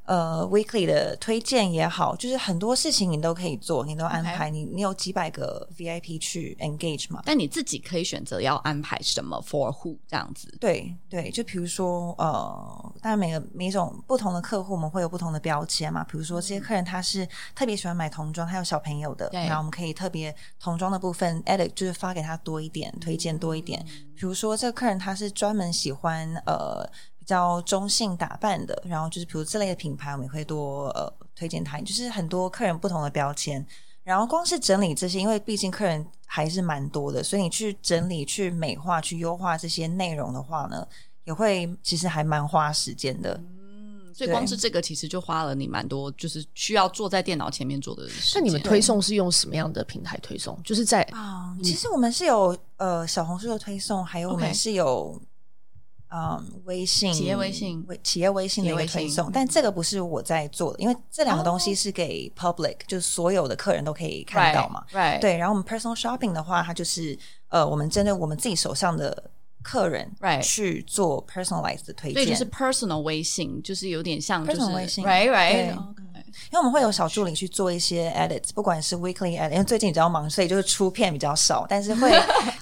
[SPEAKER 3] 呃 weekly 的推荐也好，就是很多事情你都可以做，你都安排你你有几百个 VIP 去 engage 嘛。
[SPEAKER 2] 但你自己可以选择要安排什么 for who 这样子。
[SPEAKER 3] 对对，就比如说，呃，当然每个每一种不同的客户，我们会有不同的标签嘛。比如说，这些客人他是特别喜欢买童装，他有小朋友的，
[SPEAKER 2] 对
[SPEAKER 3] 然后我们可以特别童装的部分 edit 就是发给他多一点，推荐多一点。比如说，这个客人他是专门喜欢呃比较中性打扮的，然后就是比如这类的品牌，我们也会多呃推荐他，就是很多客人不同的标签。然后光是整理这些，因为毕竟客人还是蛮多的，所以你去整理、去美化、去优化这些内容的话呢，也会其实还蛮花时间的。
[SPEAKER 2] 所以
[SPEAKER 3] 对
[SPEAKER 2] 光是这个其实就花了你蛮多，就是需要坐在电脑前面做的事情。
[SPEAKER 1] 那你们推送是用什么样的平台推送？就是在
[SPEAKER 3] 啊、其实我们是有呃小红书的推送，还有我
[SPEAKER 2] 嗯 OK
[SPEAKER 3] 们是有嗯微信
[SPEAKER 2] 企业微信
[SPEAKER 3] 微企业微信的
[SPEAKER 2] 企业
[SPEAKER 3] 一个
[SPEAKER 2] 微信哦
[SPEAKER 3] 推送，但这个不是我在做的，因为这两个东西是给 public，、就是所有的客人都可以看到嘛。
[SPEAKER 2] ？Right，
[SPEAKER 3] 对，然后我们 personal shopping 的话，它就是呃，我们针对我们自己手上的客人
[SPEAKER 2] Right
[SPEAKER 3] 去做 personalized 的推
[SPEAKER 2] 所
[SPEAKER 3] 荐，
[SPEAKER 2] 以就是 personal 微信，就是有点像就是
[SPEAKER 3] Personal 微信
[SPEAKER 2] right
[SPEAKER 3] 对
[SPEAKER 2] right，
[SPEAKER 3] 因为我们会有小助理去做一些 edits，不管是 weekly edit，因为最近比较忙，所以就是出片比 较少，但是会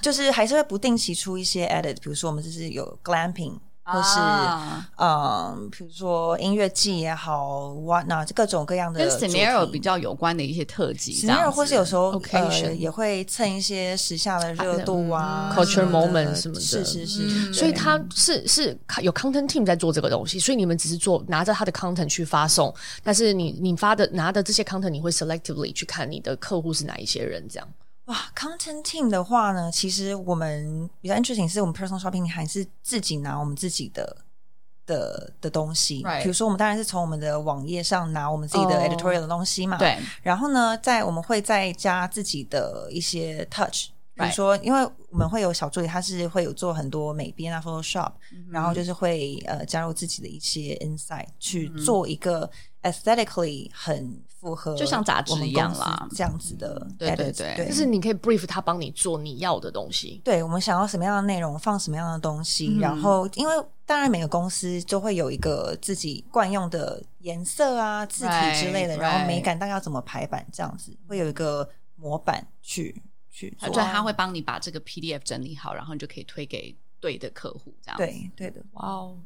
[SPEAKER 3] 就是还是会不定期出一些 edit，比如说我们就是有 glamping。或是
[SPEAKER 2] 啊
[SPEAKER 3] 嗯，比如说音乐季也好，whatnot 各种各样的
[SPEAKER 2] 跟 scenario
[SPEAKER 3] 主题
[SPEAKER 2] 比较有关的一些特技这
[SPEAKER 3] s
[SPEAKER 2] 样
[SPEAKER 3] e
[SPEAKER 2] 子，
[SPEAKER 3] 或是有时候呃
[SPEAKER 1] occasion
[SPEAKER 3] 也会蹭一些时下的热度啊
[SPEAKER 1] 嗯 culture
[SPEAKER 3] 什么的
[SPEAKER 1] moment 什么的
[SPEAKER 3] 是是是，
[SPEAKER 2] 嗯
[SPEAKER 3] 对
[SPEAKER 1] 所以它是是有 content team 在做这个东西，所以你们只是做拿着它的 content 去发送，但是你你发的拿的这些 content，你会 selectively 去看你的客户是哪一些人这样。
[SPEAKER 3] 哇，content team 的话呢，其实我们比较 interesting 是我们 personal shopping 还是自己拿我们自己的。的的东西
[SPEAKER 2] Right
[SPEAKER 3] 比如说我们当然是从我们的网页上拿我们自己的
[SPEAKER 1] 哦
[SPEAKER 3] editorial 的东西嘛，
[SPEAKER 2] 对
[SPEAKER 3] 然后呢，在我们会再加自己的一些 touch，比如
[SPEAKER 2] Right
[SPEAKER 3] 说，因为我们会有小助理，他是会有做很多美编啊 Photoshop，、然
[SPEAKER 2] 嗯
[SPEAKER 3] 后就是会呃加入自己的一些 insight 去做一个 aesthetically 很符
[SPEAKER 2] 嗯
[SPEAKER 3] 合，
[SPEAKER 2] 就像杂志一样啦嗯
[SPEAKER 3] 这样子的
[SPEAKER 2] 对
[SPEAKER 3] edit，
[SPEAKER 2] 对对
[SPEAKER 3] 对，
[SPEAKER 1] 就是你可以 brief 他帮你做你要的东西。
[SPEAKER 3] 对我们想要什么样的内容，放什么样的东西，
[SPEAKER 1] 嗯
[SPEAKER 3] 然后因为当然每个公司就会有一个自己惯用的颜色啊、字体之类的
[SPEAKER 2] Right，
[SPEAKER 3] 然后
[SPEAKER 2] right
[SPEAKER 3] 美感大概要怎么排版，这样子会有一个模板去去做。啊
[SPEAKER 2] 对，他会帮你把这个 PDF 整理好，然后你就可以推给对的客户，这样子
[SPEAKER 3] 对对的，
[SPEAKER 1] 哇哦，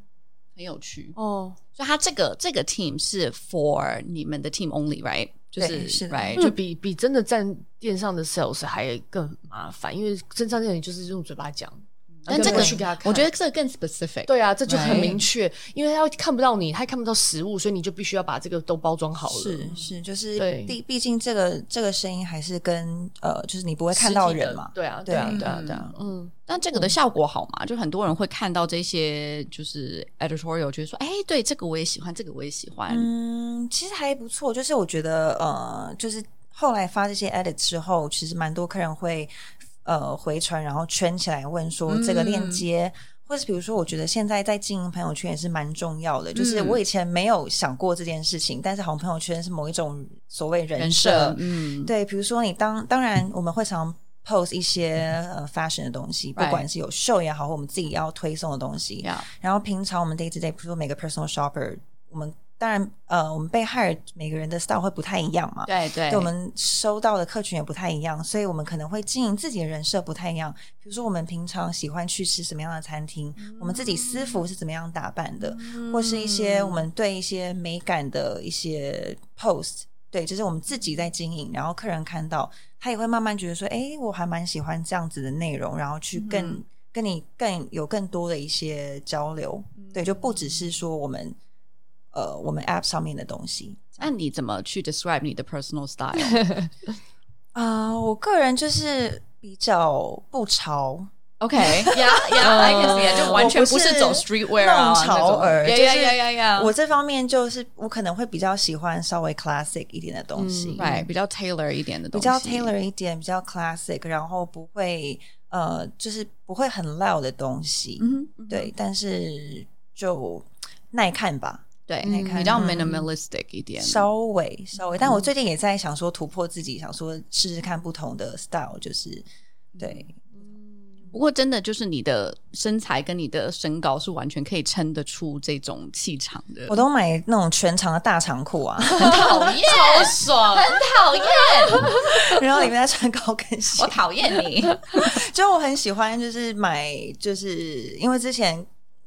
[SPEAKER 2] 很有趣。
[SPEAKER 1] 哦，
[SPEAKER 2] 所以他这个这个 team 是 for 你们的 team only，right？就是
[SPEAKER 3] 对是的嗯
[SPEAKER 2] right，
[SPEAKER 1] 就
[SPEAKER 2] 就
[SPEAKER 1] 比比真的站电上的 sales 还更麻烦，因为真上店你就是用嘴巴讲，
[SPEAKER 2] 嗯但这
[SPEAKER 1] 然后
[SPEAKER 2] 个
[SPEAKER 1] 就去给他看。
[SPEAKER 2] 我觉得这个更 specific。
[SPEAKER 1] 对啊，这就很
[SPEAKER 2] Right
[SPEAKER 1] 明确，因为他看不到你，他看不到实物，所以你就必须要把这个都包装好了。
[SPEAKER 3] 是是，就是
[SPEAKER 1] 对
[SPEAKER 3] 毕毕竟这个这个声音还是跟呃，就是你不会看到人嘛
[SPEAKER 1] 实体的，对啊，对啊，
[SPEAKER 3] 对
[SPEAKER 1] 对啊，对啊
[SPEAKER 2] 嗯，
[SPEAKER 1] 嗯，
[SPEAKER 2] 那这个的效果好吗？就很多人会看到这些，就是 editorial，觉得说，哎，对，这个我也喜欢，这个我也喜欢。
[SPEAKER 3] 嗯，其实还不错，就是我觉得呃，就是后来发这些 edit 之后，其实蛮多客人会呃回传，然后圈起来问说这个
[SPEAKER 2] 嗯
[SPEAKER 3] 链接。或是比如说，我觉得现在在经营朋友圈也是蛮重要的。就是
[SPEAKER 2] 嗯
[SPEAKER 3] 我以前没有想过这件事情，但是好像朋友圈是某一种所谓人
[SPEAKER 2] 人
[SPEAKER 3] 设，
[SPEAKER 2] 设，嗯，
[SPEAKER 3] 对，比如说你当当然我们会常 post 一些呃 fashion 的东西，不
[SPEAKER 2] Right
[SPEAKER 3] 管是有秀也好，或我们自己要推送的东西。
[SPEAKER 2] 呀，
[SPEAKER 3] 然后平常我们 day to day，比如说每个 personal shopper，我们当然呃，我们被 hire 每个人的 style 会不太一样嘛。
[SPEAKER 2] 对对，
[SPEAKER 3] 对我们收到的客群也不太一样，所以我们可能会经营自己的人设不太一样。比如说，我们平常喜欢去吃什么样的餐厅，我们自己私服是怎么样打扮的，或是一些我们对一些美感的一些 post，对，就是我们自己在经营，然后客人看到他也会慢慢觉得说，诶，我还蛮喜欢这样子的内容，然后去更、跟你更有更多的一些交流，对，就不只是说我们呃我们 app 上面的东西，
[SPEAKER 2] 那你怎么去 describe 你的 personal style？
[SPEAKER 3] 啊、我个人就是比较不潮，
[SPEAKER 2] OK，呀呀，I can see，it，就完全
[SPEAKER 3] 呃我不
[SPEAKER 2] 不
[SPEAKER 3] 是
[SPEAKER 2] 是走 streetwear 啊，
[SPEAKER 3] 弄潮儿
[SPEAKER 2] 呀
[SPEAKER 3] 就是
[SPEAKER 2] 呀呀呀呀，
[SPEAKER 3] 我这方面就是我可能会比较喜欢稍微 classic 一点的东西，
[SPEAKER 2] 嗯 right 比较 tailor 一点的
[SPEAKER 3] 嗯
[SPEAKER 2] 东
[SPEAKER 3] 比
[SPEAKER 2] 西，
[SPEAKER 3] 较 tailor 一点，比较 classic，然后不会呃，就是不会很 loud 的东西，
[SPEAKER 2] 嗯哼，
[SPEAKER 3] 对，但是就耐看吧，
[SPEAKER 2] 对
[SPEAKER 3] 嗯你，看
[SPEAKER 2] 比较 minimalistic 一点，
[SPEAKER 3] 稍微稍微。
[SPEAKER 2] 嗯
[SPEAKER 3] 但我最近也在想说突破自己，想说试试看不同的 style，就是
[SPEAKER 2] 嗯
[SPEAKER 3] 对，
[SPEAKER 2] 不过真的就是你的身材跟你的身高是完全可以撑得出这种气场的，
[SPEAKER 3] 我都买那种全长的大长 裤啊，
[SPEAKER 2] 讨厌，超爽，很讨厌，
[SPEAKER 3] 然后里面再穿高跟鞋
[SPEAKER 2] 我，讨厌你。
[SPEAKER 3] 就我很喜欢，就是买，就是因为之前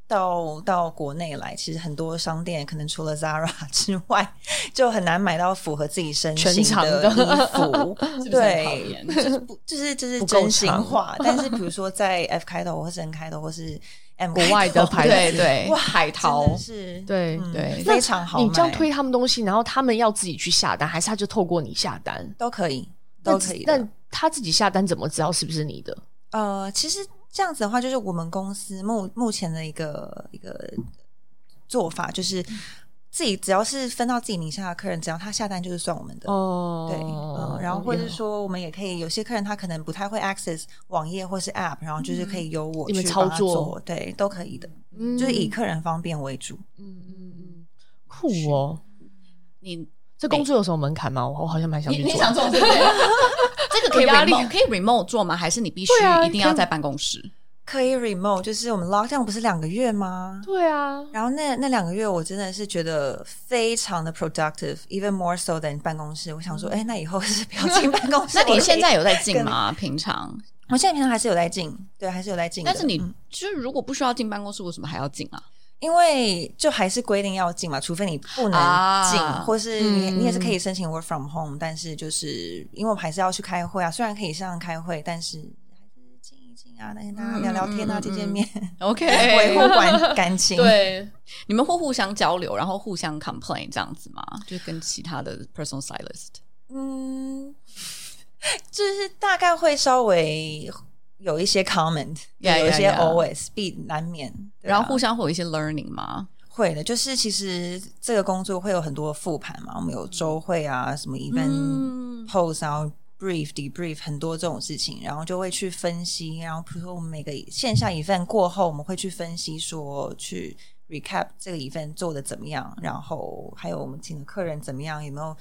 [SPEAKER 3] 到到国内来，其实很多商店可能除了 Zara 之外，就很难买到符合自己 身
[SPEAKER 1] 全
[SPEAKER 3] 形
[SPEAKER 1] 长的
[SPEAKER 3] 衣服。
[SPEAKER 2] 是不是很讨
[SPEAKER 3] 对
[SPEAKER 2] 厌，
[SPEAKER 3] 就是不就是就是
[SPEAKER 1] 不够
[SPEAKER 3] 真心
[SPEAKER 1] 长
[SPEAKER 3] 话。但是比如说 在 F 开头，或是 N 开头，或是 M
[SPEAKER 1] 国外的牌
[SPEAKER 2] 哦
[SPEAKER 3] 开头
[SPEAKER 2] 对
[SPEAKER 1] 子
[SPEAKER 2] 对，
[SPEAKER 3] 哇
[SPEAKER 2] 海
[SPEAKER 3] 真
[SPEAKER 2] 淘
[SPEAKER 3] 的是
[SPEAKER 1] 对
[SPEAKER 3] 嗯
[SPEAKER 2] 对
[SPEAKER 3] 非常好买。
[SPEAKER 1] 你这样推他们东西，然后他们要自己去下单，还是他就透过你下单？
[SPEAKER 3] 都可以，都可以的。
[SPEAKER 1] 但他自己下单怎么知道是不是你的？
[SPEAKER 3] 呃，其实这样子的话，就是我们公司目目前的一个一个做法，就是自己只要是分到自己名下的客人，只要他下单就是算我们的。
[SPEAKER 1] 哦
[SPEAKER 3] 对，嗯，然后或者说我们也可以，有些客人他可能不太会 access 网页或是 app，然后就是可以由我
[SPEAKER 1] 嗯你们
[SPEAKER 3] 去
[SPEAKER 1] 操
[SPEAKER 3] 帮他
[SPEAKER 1] 作
[SPEAKER 3] 做，对，都可以的，就是以客人方便为主。
[SPEAKER 1] 嗯嗯嗯，酷哦。
[SPEAKER 2] 你
[SPEAKER 1] 这工作有什么门槛吗？我我好像蛮想去
[SPEAKER 2] 你
[SPEAKER 1] 做
[SPEAKER 2] 你
[SPEAKER 1] 的。
[SPEAKER 2] 想做 这个？这个可以
[SPEAKER 1] 有压力
[SPEAKER 2] remote 可以 remote 做吗？还是你必须
[SPEAKER 1] 对啊
[SPEAKER 2] 一定要在办公室？
[SPEAKER 3] 可以 remote，就是我们 lockdown 不是两个月吗？
[SPEAKER 1] 对啊，
[SPEAKER 3] 然后那那两个月，我真的是觉得非常的 productive，even more so than 办公室。我想说，哎、那以后是不要进办公
[SPEAKER 2] 嗯
[SPEAKER 3] 室。
[SPEAKER 2] 那你
[SPEAKER 3] 我
[SPEAKER 2] 现在有在进
[SPEAKER 3] 跟
[SPEAKER 2] 吗？平常？
[SPEAKER 3] 我现在平常还是有在进，对，还是有在进的。
[SPEAKER 2] 但是你
[SPEAKER 3] 嗯
[SPEAKER 2] 就是如果不需要进办公室，为什么还要进啊？
[SPEAKER 3] 因为就还是规定要进嘛，除非你不能进，
[SPEAKER 2] 啊
[SPEAKER 3] 或是你、
[SPEAKER 1] 嗯
[SPEAKER 3] 你也是可以申请 work from home，但是就是因为我们还是要去开会啊，虽然可以线上开会，但是还是进一进啊，那跟大家聊聊天
[SPEAKER 2] 嗯嗯
[SPEAKER 3] 啊，
[SPEAKER 2] 嗯
[SPEAKER 3] 见见 面，
[SPEAKER 2] OK，
[SPEAKER 3] 维护 感感情。
[SPEAKER 1] 对，
[SPEAKER 2] 你们会互相交流，然后互相 complain 这样子吗？就跟其他的 personal stylist
[SPEAKER 3] 嗯， 就是大概会稍微有一些 comment，
[SPEAKER 2] Yeah,
[SPEAKER 3] 有一些
[SPEAKER 2] yeah, yeah.
[SPEAKER 3] always 必难免，对啊
[SPEAKER 2] 然后互相会有一些 learning 吗？
[SPEAKER 3] 会的，就是其实这个工作会有很多复盘嘛，我们有周会啊，什么 event、
[SPEAKER 2] 嗯
[SPEAKER 3] post，然后 brief、debrief 很多这种事情，然后就会去分析，然后比如说我们每个线下 event 过后，我们会去分析说去 recap 这个 event 做的怎么样，然后还有我们请的客人怎么样，有没有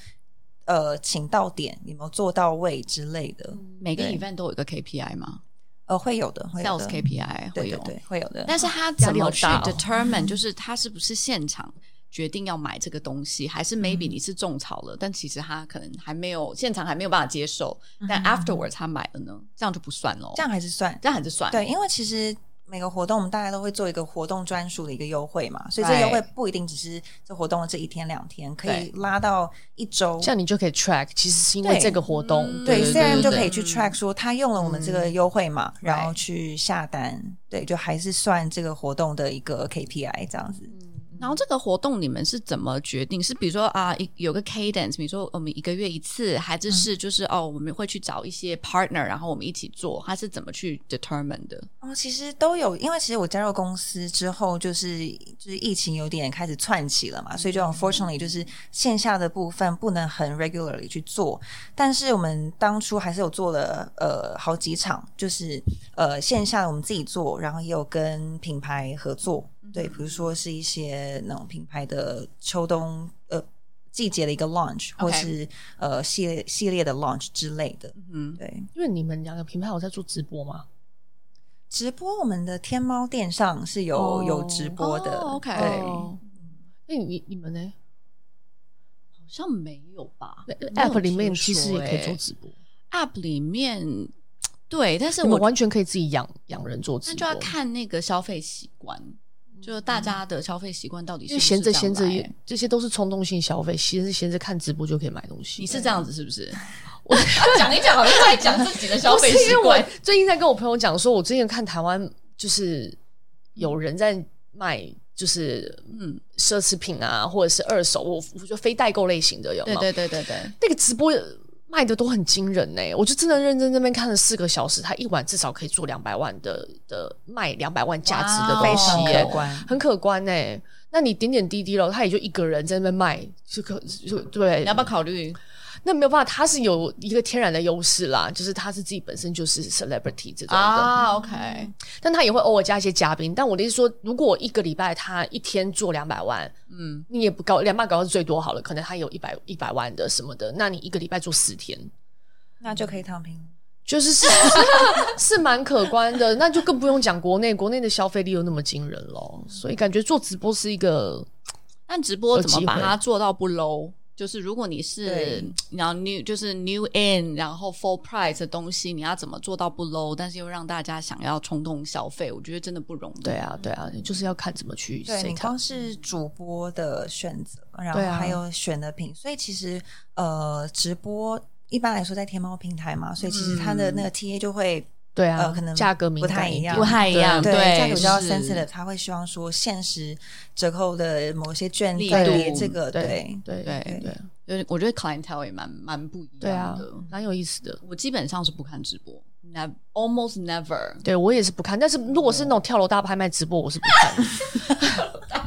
[SPEAKER 3] 呃请到点，有没有做到位之类的，
[SPEAKER 2] 每个
[SPEAKER 3] 对
[SPEAKER 2] event 都有一个 KPI 吗
[SPEAKER 3] 呃，会有的，会有
[SPEAKER 2] ？Sales
[SPEAKER 3] 的
[SPEAKER 2] KPI 会
[SPEAKER 3] 对对
[SPEAKER 2] 有，
[SPEAKER 3] 对，会有的，
[SPEAKER 2] 但是他怎么去
[SPEAKER 1] 压力好大哦
[SPEAKER 2] determine，就是他是不是现场决定要买这个东西，还是 maybe 你是种草了，但其实他可能还没有现场还没有办法接受，但 afterwards 他买了呢，嗯这样就不算喽，
[SPEAKER 3] 这样还是算
[SPEAKER 2] 这样还是算
[SPEAKER 3] 对，因为其实每个活动我们大家都会做一个活动专属的一个优惠嘛，所以这
[SPEAKER 2] Right
[SPEAKER 3] 优惠不一定只是这活动的这一天两天，可以
[SPEAKER 2] 对
[SPEAKER 3] 拉到一周。
[SPEAKER 1] 这样你就可以 track，其实是因为
[SPEAKER 3] 对
[SPEAKER 1] 这个活动，
[SPEAKER 3] 对嗯
[SPEAKER 1] 对
[SPEAKER 3] c m
[SPEAKER 1] 对
[SPEAKER 3] 就
[SPEAKER 1] 对
[SPEAKER 3] 可以去 track 说他用了我们这个优惠嘛，然后
[SPEAKER 2] Right
[SPEAKER 3] 去下单，对，就还是算这个活动的一个 KPI 这样子。
[SPEAKER 2] 然后这个活动你们是怎么决定？是比如说啊，一有个 cadence，比如说我们一个月一次，还是是就是、哦，我们会去找一些 partner，然后我们一起做，它是怎么去 determine 的？
[SPEAKER 3] 哦，其实都有，因为其实我加入公司之后，就是就是疫情有点开始窜起了嘛，所以就
[SPEAKER 2] 嗯
[SPEAKER 3] unfortunately 就是线下的部分不能很 regularly 去做，但是我们当初还是有做了呃好几场，就是呃线下我们自己做，然后也有跟品牌合作，
[SPEAKER 2] 嗯
[SPEAKER 3] 对，比如说是一些那种品牌的秋冬呃季节的一个 launch，或
[SPEAKER 2] OK
[SPEAKER 3] 是呃系列系列的 launch 之类的，
[SPEAKER 2] 嗯，
[SPEAKER 3] 对。
[SPEAKER 1] 因为你们两个品牌有在做直播吗？
[SPEAKER 3] 直播我们的天猫店上是有、
[SPEAKER 1] 哦
[SPEAKER 3] 有直播的、
[SPEAKER 2] 哦，OK
[SPEAKER 3] 对。
[SPEAKER 1] 哦那你你们呢
[SPEAKER 2] 好像没有吧
[SPEAKER 1] 那
[SPEAKER 2] 没有
[SPEAKER 1] ？App 里面
[SPEAKER 2] 听
[SPEAKER 1] 其实
[SPEAKER 2] 说
[SPEAKER 1] 也可以
[SPEAKER 2] 欸
[SPEAKER 1] 做直播，
[SPEAKER 2] App 里面，对，但是
[SPEAKER 1] 你
[SPEAKER 2] 我
[SPEAKER 1] 们完全可以自己养养人做直播，
[SPEAKER 2] 那就要看那个消费习惯，就大家的消费习惯到底
[SPEAKER 1] 因
[SPEAKER 2] 是
[SPEAKER 1] 为
[SPEAKER 2] 不
[SPEAKER 1] 闲
[SPEAKER 2] 是
[SPEAKER 1] 着
[SPEAKER 2] 这样
[SPEAKER 1] 闲着
[SPEAKER 2] 来
[SPEAKER 1] 也，这些都是冲动性消费，闲着闲着看直播就可以买东西。
[SPEAKER 2] 你是这样子是 不是？ 我讲一讲，好像在讲自己的消
[SPEAKER 1] 不是
[SPEAKER 2] 费
[SPEAKER 1] 因
[SPEAKER 2] 习
[SPEAKER 1] 为我
[SPEAKER 2] 惯。
[SPEAKER 1] 最近在跟我朋友讲说，我最近看台湾就是有人在卖，就是嗯奢侈品啊，或者是二手，我我觉得非代购类型的有没
[SPEAKER 2] 对
[SPEAKER 1] 有？
[SPEAKER 2] 对对对对，
[SPEAKER 1] 那个直播卖的都很惊人呢、我就真的认真这边看了四个小时，他一晚至少可以做两百万的的卖两百万价值的
[SPEAKER 2] 哇
[SPEAKER 1] 东
[SPEAKER 3] 非
[SPEAKER 2] 哦
[SPEAKER 1] 西
[SPEAKER 3] 常
[SPEAKER 1] 耶、
[SPEAKER 3] 可观，
[SPEAKER 1] 很可观呢、那你点点滴滴了，他也就一个人在那边卖，就可就对
[SPEAKER 2] 你要，不要考虑？
[SPEAKER 1] 那没有办法，他是有一个天然的优势啦，就是他是自己本身就是 celebrity 这种的，
[SPEAKER 2] 啊，OK，
[SPEAKER 1] 但他也会偶尔加一些嘉宾。但我的意思说，如果一个礼拜他一天做两百万，
[SPEAKER 2] 嗯，
[SPEAKER 1] 你也不高两百高是最多好了，可能他有一百一百万的什么的，那你一个礼拜做四天，
[SPEAKER 3] 那就可以躺平了。
[SPEAKER 1] 就是 是是蛮可观的，那就更不用讲国内，国内的消费力又那么惊人咯，所以感觉做直播是一个
[SPEAKER 2] 但直播怎么把
[SPEAKER 1] 有机
[SPEAKER 2] 它做到不 low？就是如果你是
[SPEAKER 3] 对
[SPEAKER 2] 然后 new 就是 new in，然后 full price 的东西，你要怎么做到不 low？但是又让大家想要冲动消费，我觉得真的不容易。
[SPEAKER 1] 对啊对啊，就是要看怎么去
[SPEAKER 3] 对你
[SPEAKER 1] set
[SPEAKER 3] 光
[SPEAKER 1] up
[SPEAKER 3] 是主播的选择，然后
[SPEAKER 1] 对啊
[SPEAKER 3] 还有选的品，所以其实呃，直播一般来说在天猫平台嘛，所以其实它的
[SPEAKER 1] 嗯
[SPEAKER 3] 那个 TA 就会
[SPEAKER 1] 对啊，
[SPEAKER 3] 呃可能
[SPEAKER 1] 价格敏
[SPEAKER 3] 不太
[SPEAKER 1] 感
[SPEAKER 3] 一
[SPEAKER 1] 点
[SPEAKER 3] 样
[SPEAKER 2] 不太一
[SPEAKER 1] 嗯
[SPEAKER 2] 样，
[SPEAKER 3] 对价格比较
[SPEAKER 2] 是
[SPEAKER 3] sensitive，他会希望说限时折扣的某些券
[SPEAKER 2] 力
[SPEAKER 3] 再
[SPEAKER 1] 度
[SPEAKER 3] 叠这个，对
[SPEAKER 1] 对对
[SPEAKER 2] 对
[SPEAKER 1] 对对
[SPEAKER 2] 就是我觉得 clientele 也蛮蛮不一
[SPEAKER 1] 对
[SPEAKER 2] 样
[SPEAKER 1] 啊
[SPEAKER 2] 的。，
[SPEAKER 1] 蛮有意思的。
[SPEAKER 2] 我基本上是不看直播，never almost never。
[SPEAKER 1] 对我也是不看，但是如果是那种跳楼大拍卖直播，我是不看的。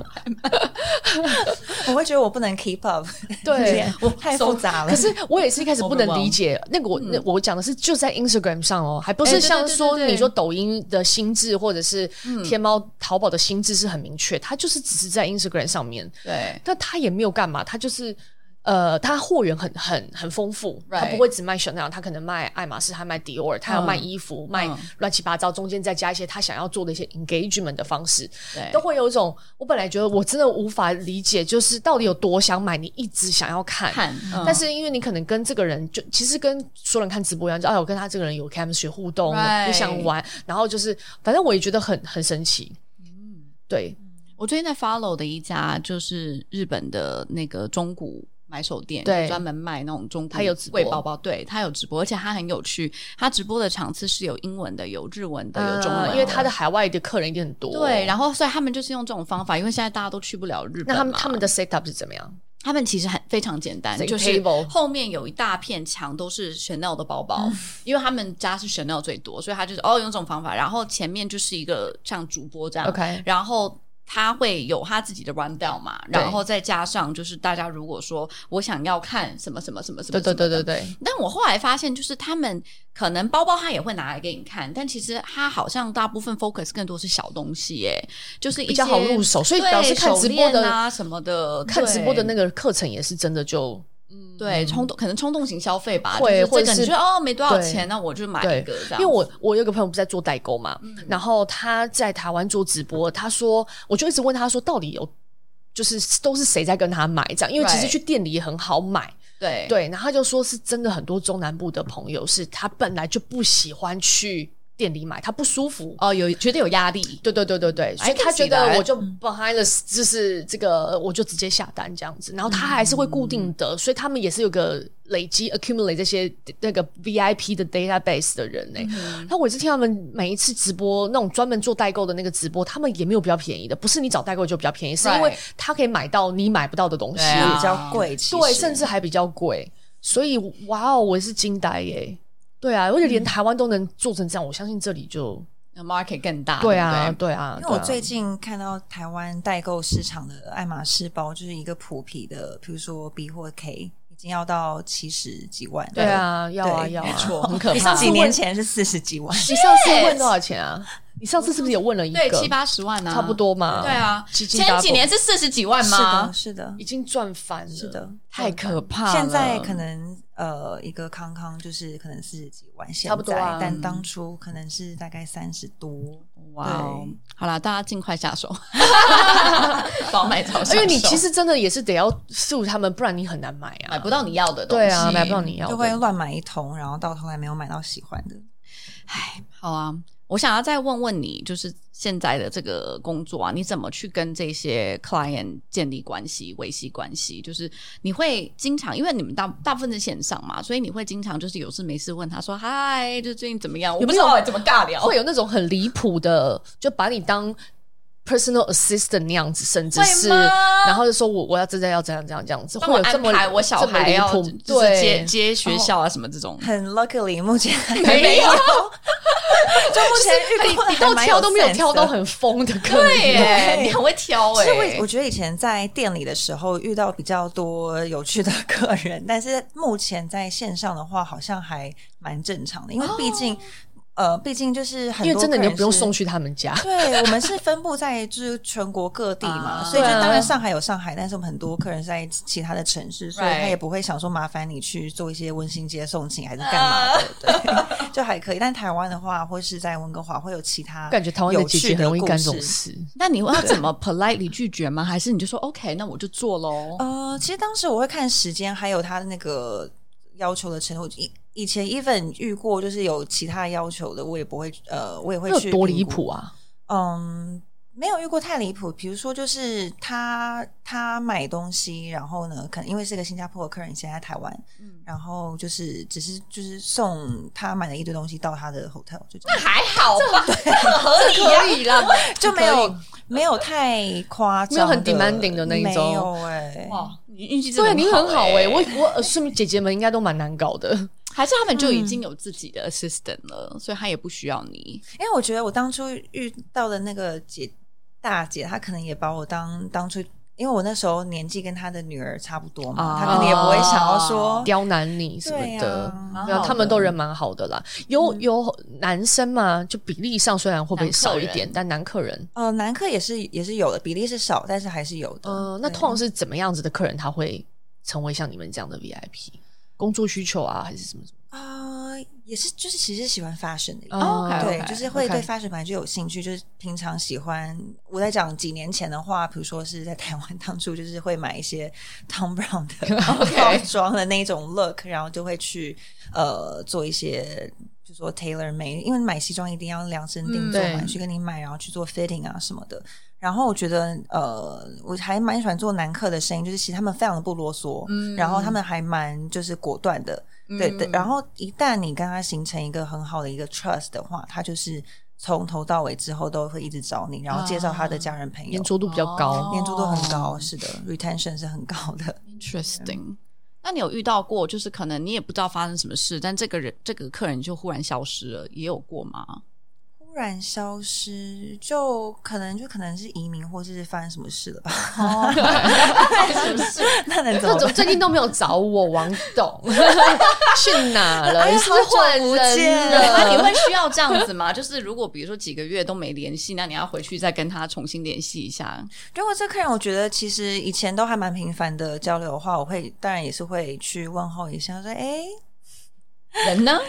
[SPEAKER 3] 我会觉得我不能 keep up，
[SPEAKER 1] 对
[SPEAKER 3] 我 太复杂了。
[SPEAKER 1] 可是我也是一开始不能理解那个我那我讲的是就在 Instagram 上哦，还不
[SPEAKER 2] 哎对
[SPEAKER 1] 是
[SPEAKER 2] 对
[SPEAKER 1] 像
[SPEAKER 2] 对
[SPEAKER 1] 说
[SPEAKER 2] 对对
[SPEAKER 1] 你说抖音的心智或者是天猫、淘宝的心智是很明确，它就是只是在 Instagram 上面，
[SPEAKER 2] 对，
[SPEAKER 1] 但它也没有干嘛，它就是呃，它货源很很很丰富，它
[SPEAKER 2] Right
[SPEAKER 1] 不会只卖 Chanel，它可能卖爱马仕，它卖 Dior，它要卖衣服，卖
[SPEAKER 2] 嗯
[SPEAKER 1] 乱七八糟，中间再加一些他想要做的一些 engagement 的方式，
[SPEAKER 2] 对
[SPEAKER 1] 都会有一种我本来觉得我真的无法理解，就是到底有多想买，你一直想要看，
[SPEAKER 2] 看，嗯
[SPEAKER 1] 但是因为你可能跟这个人就其实跟所有人看直播一样，就哎，我跟他这个人有 chemistry 互动，
[SPEAKER 2] Right
[SPEAKER 1] 你想玩，然后就是反正我也觉得很很神奇，
[SPEAKER 2] 嗯
[SPEAKER 1] 对，
[SPEAKER 2] 我最近在 follow 的一家就是日本的那个中古买手店，
[SPEAKER 1] 对
[SPEAKER 2] 就专门卖那种中古
[SPEAKER 1] 它有直播
[SPEAKER 2] 贵包包，对，它有直播，而且它很有趣，它直播的场次是有英文的，有日文的，有中文的，
[SPEAKER 1] 因为他的海外的客人一定很多，
[SPEAKER 2] 嗯对，
[SPEAKER 1] 后
[SPEAKER 2] 然后所以他们就是用这种方法，因为现在大家都去不了日本嘛，
[SPEAKER 1] 那他们他们的 set up 是怎么样？
[SPEAKER 2] 他们其实很非常简单，
[SPEAKER 1] Say
[SPEAKER 2] 就是
[SPEAKER 1] table 嗯
[SPEAKER 2] 后面有一大片墙都是 Chanel 的包包，因为他们家是 Chanel 最多，所以他就是哦用这种方法，然后前面就是一个像主播这样
[SPEAKER 1] OK
[SPEAKER 2] 然后。他会有他自己的 rundown 嘛，
[SPEAKER 1] 对
[SPEAKER 2] 然后再加上就是大家如果说我想要看什么什么什么什么，
[SPEAKER 1] 对对对
[SPEAKER 2] 什么
[SPEAKER 1] 对
[SPEAKER 2] 的
[SPEAKER 1] 对，
[SPEAKER 2] 但我后来发现，就是他们可能包包他也会拿来给你看，但其实他好像大部分 focus 更多是小东西，哎，就是一些
[SPEAKER 1] 比较好入手，所以表示
[SPEAKER 2] 对
[SPEAKER 1] 看
[SPEAKER 2] 手
[SPEAKER 1] 直播
[SPEAKER 2] 链
[SPEAKER 1] 的
[SPEAKER 2] 啊什么的，
[SPEAKER 1] 看直播的那
[SPEAKER 2] 个
[SPEAKER 1] 个课程也是真的就
[SPEAKER 2] 对冲动，可能冲动型消费吧，
[SPEAKER 1] 嗯会
[SPEAKER 2] 就是这个
[SPEAKER 1] 或者是
[SPEAKER 2] 你觉得哦没多少
[SPEAKER 1] 对
[SPEAKER 2] 钱，那我就买
[SPEAKER 1] 对
[SPEAKER 2] 一个这样子，
[SPEAKER 1] 因
[SPEAKER 2] 嗯
[SPEAKER 1] 为我我有个朋友不是在做代购嘛，然后他在台湾做直播，他说我就一直问他说到底有就是都是谁在跟他买这样，因为其实
[SPEAKER 2] Right
[SPEAKER 1] 去店里也很好买，
[SPEAKER 2] 对
[SPEAKER 1] 对，然后他就说是真的很多中南部的朋友是他本来就不喜欢去店里买，他不舒服。
[SPEAKER 2] 哦有觉得有压力，
[SPEAKER 1] 对对对对对，所以
[SPEAKER 2] can
[SPEAKER 1] 他觉
[SPEAKER 2] see that
[SPEAKER 1] 得我就 behind the，就是这个，我就直接下单这样子，然后他还是会固定的，所以他们也是有个累积 accumulate 这些那个 VIP 的 database 的人呢、
[SPEAKER 2] 嗯
[SPEAKER 1] 然后我也是听他们每一次直播那种专门做代购的那个直播，他们也没有比较便宜的，不是你找代购就比较便宜，是因为
[SPEAKER 2] Right
[SPEAKER 1] 他可以买到你买不到的东西，
[SPEAKER 2] 对啊
[SPEAKER 3] 比较贵，其实
[SPEAKER 1] 对，甚至还比较贵。所以，哇哦，我也是惊呆耶、对啊，而且连台湾都能做成这样，我相信这里就
[SPEAKER 2] 那 market 更大，
[SPEAKER 1] 对
[SPEAKER 2] 不
[SPEAKER 1] 啊，
[SPEAKER 2] 对
[SPEAKER 1] 对啊。
[SPEAKER 3] 因为我
[SPEAKER 1] 对啊
[SPEAKER 3] 最近看到台湾代购市场的爱马仕包，就是一个普皮的，比如说 B 或 K，已经要到七十几万了。
[SPEAKER 1] 对啊，要啊
[SPEAKER 3] 对
[SPEAKER 1] 要
[SPEAKER 2] 没
[SPEAKER 1] 啊。
[SPEAKER 2] 错，很可
[SPEAKER 1] 你上
[SPEAKER 2] 怕
[SPEAKER 1] 次。
[SPEAKER 3] 几年前是四十几 万，
[SPEAKER 1] 你上次问多少钱啊？你上次是不是也问了一个？
[SPEAKER 2] 对七八十万啊，
[SPEAKER 1] 差不。多嘛。
[SPEAKER 2] 对，啊，
[SPEAKER 1] 几几
[SPEAKER 2] 前
[SPEAKER 1] double
[SPEAKER 2] 几年是四十几万
[SPEAKER 3] 是
[SPEAKER 2] 吗
[SPEAKER 3] 的，？是的
[SPEAKER 1] 已，经赚翻了。
[SPEAKER 3] 是的，
[SPEAKER 2] 太可怕了！
[SPEAKER 3] 现在可能呃，一个康康就是可能四十几万，现在
[SPEAKER 1] 差不多啊嗯
[SPEAKER 3] 但当初可能是大概三十多。
[SPEAKER 2] 哇哦
[SPEAKER 3] 对，
[SPEAKER 2] 好啦，大家尽快 下手， 早买早享
[SPEAKER 1] 因为你
[SPEAKER 2] 受
[SPEAKER 1] 其实真的也是得要付他们，不然你很难买啊。
[SPEAKER 2] 啊买不到你要的东西，
[SPEAKER 1] 对啊，买不到。你要的。
[SPEAKER 3] 就会乱买一通，然后到头来没有买到喜欢的。
[SPEAKER 2] 好啊，我想要再问问你，就是现在的这个工作啊，你怎么去跟这些 client 建立关系、维系关系？就是你会经常，因为你们大大部分是线上嘛，所以你会经常就是有事没事问他说：“嗨，就最近怎么样？”我不知道怎么尬聊，
[SPEAKER 1] 会有那种很离谱的，就把你当 personal assistant 那样子，甚至
[SPEAKER 2] 会
[SPEAKER 1] 是，
[SPEAKER 2] 吗
[SPEAKER 1] 然后就说我我要真的要这样这样这样子，
[SPEAKER 2] 帮
[SPEAKER 1] 会
[SPEAKER 2] 我
[SPEAKER 1] 有这
[SPEAKER 2] 安
[SPEAKER 1] 么
[SPEAKER 2] 排我小孩要
[SPEAKER 1] 这么离
[SPEAKER 2] 就是
[SPEAKER 1] 谱，
[SPEAKER 2] 接
[SPEAKER 1] 对，哦
[SPEAKER 2] 接学校啊什么这种。
[SPEAKER 3] 很 luckily，目前还
[SPEAKER 2] 没有
[SPEAKER 3] 有， 就目前遇过
[SPEAKER 1] 哎你你到挑都没有挑到很疯的客人，
[SPEAKER 2] 对耶，你很会挑
[SPEAKER 3] 其
[SPEAKER 2] 哎、
[SPEAKER 3] 实我我觉得以前在店里的时候遇到比较多有趣的 客人，但是目前在线上的话，好像还蛮正常的，因为毕竟、呃，毕竟就是很多
[SPEAKER 1] 哦因为真的你
[SPEAKER 3] 客
[SPEAKER 1] 又
[SPEAKER 3] 人
[SPEAKER 1] 不用
[SPEAKER 3] 是
[SPEAKER 1] 送。去他们家，
[SPEAKER 3] 对我们是分布在就是全国各地
[SPEAKER 2] 啊
[SPEAKER 3] 嘛，所以就
[SPEAKER 1] 对啊
[SPEAKER 3] 当然上海有上海，但是我们很多客人是在其他的城市，所以
[SPEAKER 2] Right
[SPEAKER 3] 他也不会想说麻烦你去做一些温馨接送请还是干嘛
[SPEAKER 1] 啊
[SPEAKER 3] 的，对， 就还可以。但台湾的话，或是在温哥华会有其他
[SPEAKER 1] 感觉台湾的
[SPEAKER 3] 有
[SPEAKER 1] 姐
[SPEAKER 3] 趣
[SPEAKER 1] 姐很容易
[SPEAKER 3] 故
[SPEAKER 1] 干这种
[SPEAKER 3] 事
[SPEAKER 1] 事。
[SPEAKER 2] 那你会要怎么 politely 拒绝吗？还是你就说 OK，那我就做喽？
[SPEAKER 1] 哦
[SPEAKER 3] 呃，其实当时我会看时间，还有他的那个要求的程度。以以前 even 遇过，就是有其他要求的，我也不会，呃，我也会
[SPEAKER 1] 那
[SPEAKER 3] 去
[SPEAKER 1] 有多
[SPEAKER 3] 评
[SPEAKER 1] 离
[SPEAKER 3] 估
[SPEAKER 1] 谱啊！
[SPEAKER 3] 嗯，没有遇过太离谱。比如说，就是他他买东西，然后呢，可能因为是个新加坡的客人，现在在台湾，然后就是只是就是送他买了一堆东西到他的 hotel，就这样，
[SPEAKER 2] 还好吧，这很合理呀、可以啦。
[SPEAKER 3] 就没有没有太夸张，
[SPEAKER 1] 没有很 demanding 的那一种
[SPEAKER 3] 没有哎、
[SPEAKER 2] 哇，你运气真的
[SPEAKER 1] 哦对你很好哎、
[SPEAKER 2] 哎、
[SPEAKER 1] 我我呃说明姐姐们应该都蛮难搞的，
[SPEAKER 2] 还是他们就已经有自己的 assistant 了，所以他也不需要你。
[SPEAKER 3] 因为我觉得我当初遇到的那个姐大姐，她可能也把我当当初，因为我那时候年纪跟她的女儿差不多嘛，
[SPEAKER 2] 啊
[SPEAKER 3] 她可能也不会想要说，
[SPEAKER 1] 刁难你什么的。
[SPEAKER 3] 哦对
[SPEAKER 2] 啊
[SPEAKER 1] 没有，他们都人蛮好的啦。有有男生嘛，就比例上虽然会不会少一
[SPEAKER 2] 男客
[SPEAKER 1] 点
[SPEAKER 2] 人，
[SPEAKER 1] 但男客人，
[SPEAKER 3] 呃，男客也是也是有的，比例是少，但是还是有的。
[SPEAKER 1] 呃，那
[SPEAKER 3] 嗯对
[SPEAKER 1] 通常是怎么样子的客人他会成为像你们这样的 VIP？工作需求啊，还是什么什么？
[SPEAKER 3] 啊、也是就是其实喜欢 fashion 的人。
[SPEAKER 2] 哦，OK，OK
[SPEAKER 3] 对
[SPEAKER 2] OK，
[SPEAKER 3] 就是会对
[SPEAKER 1] OK
[SPEAKER 3] fashion 本来就有兴趣，就是平常喜欢。我在讲几年前的话，比如说是在台湾当初就是会买一些 Tom Brown 的套装的那种 look，然后就会去呃做一些。就说 tailor made，因为买西装一定要量身定做
[SPEAKER 1] 嗯
[SPEAKER 3] 嘛，
[SPEAKER 1] 对
[SPEAKER 3] 去跟你买，然后去做 fitting 啊什么的。然后我觉得，呃，我还蛮喜欢做男客的生意，就是其实他们非常的不啰嗦，
[SPEAKER 2] 嗯
[SPEAKER 3] 然后他们还蛮就是果断的，对对。然后一旦你跟他形成一个很好的一个 trust 的话，他就是从头到尾之后都会一直找你，然后介绍他的家人朋友，
[SPEAKER 1] 粘着度比较高。
[SPEAKER 3] 粘哦着度很高，是的，retention 是很高 的。
[SPEAKER 2] Interesting。那你有遇到过，就是可能你也不知道发生什么事，但这个人这个客人就忽然消失了，也有过吗？
[SPEAKER 3] 忽然消失，就可能就可能是移民，或是发生什么事了吧？哦 那能
[SPEAKER 1] 那
[SPEAKER 3] 怎么
[SPEAKER 1] 种
[SPEAKER 3] 办？
[SPEAKER 1] 最近都没有找我，王 董去哪了？
[SPEAKER 3] 哎
[SPEAKER 1] 你是不是换
[SPEAKER 3] 好久不
[SPEAKER 1] 人
[SPEAKER 3] 见
[SPEAKER 1] 了？
[SPEAKER 2] 哎 那你会需要这样子吗？就是如果比如说几个月都没联系，那你要回去再跟他重新联系一下。
[SPEAKER 3] 如果这客人，我觉得其实以前都还蛮频繁的交流的话，我会当然也是会去问候一下，说：“哎、
[SPEAKER 2] 人呢？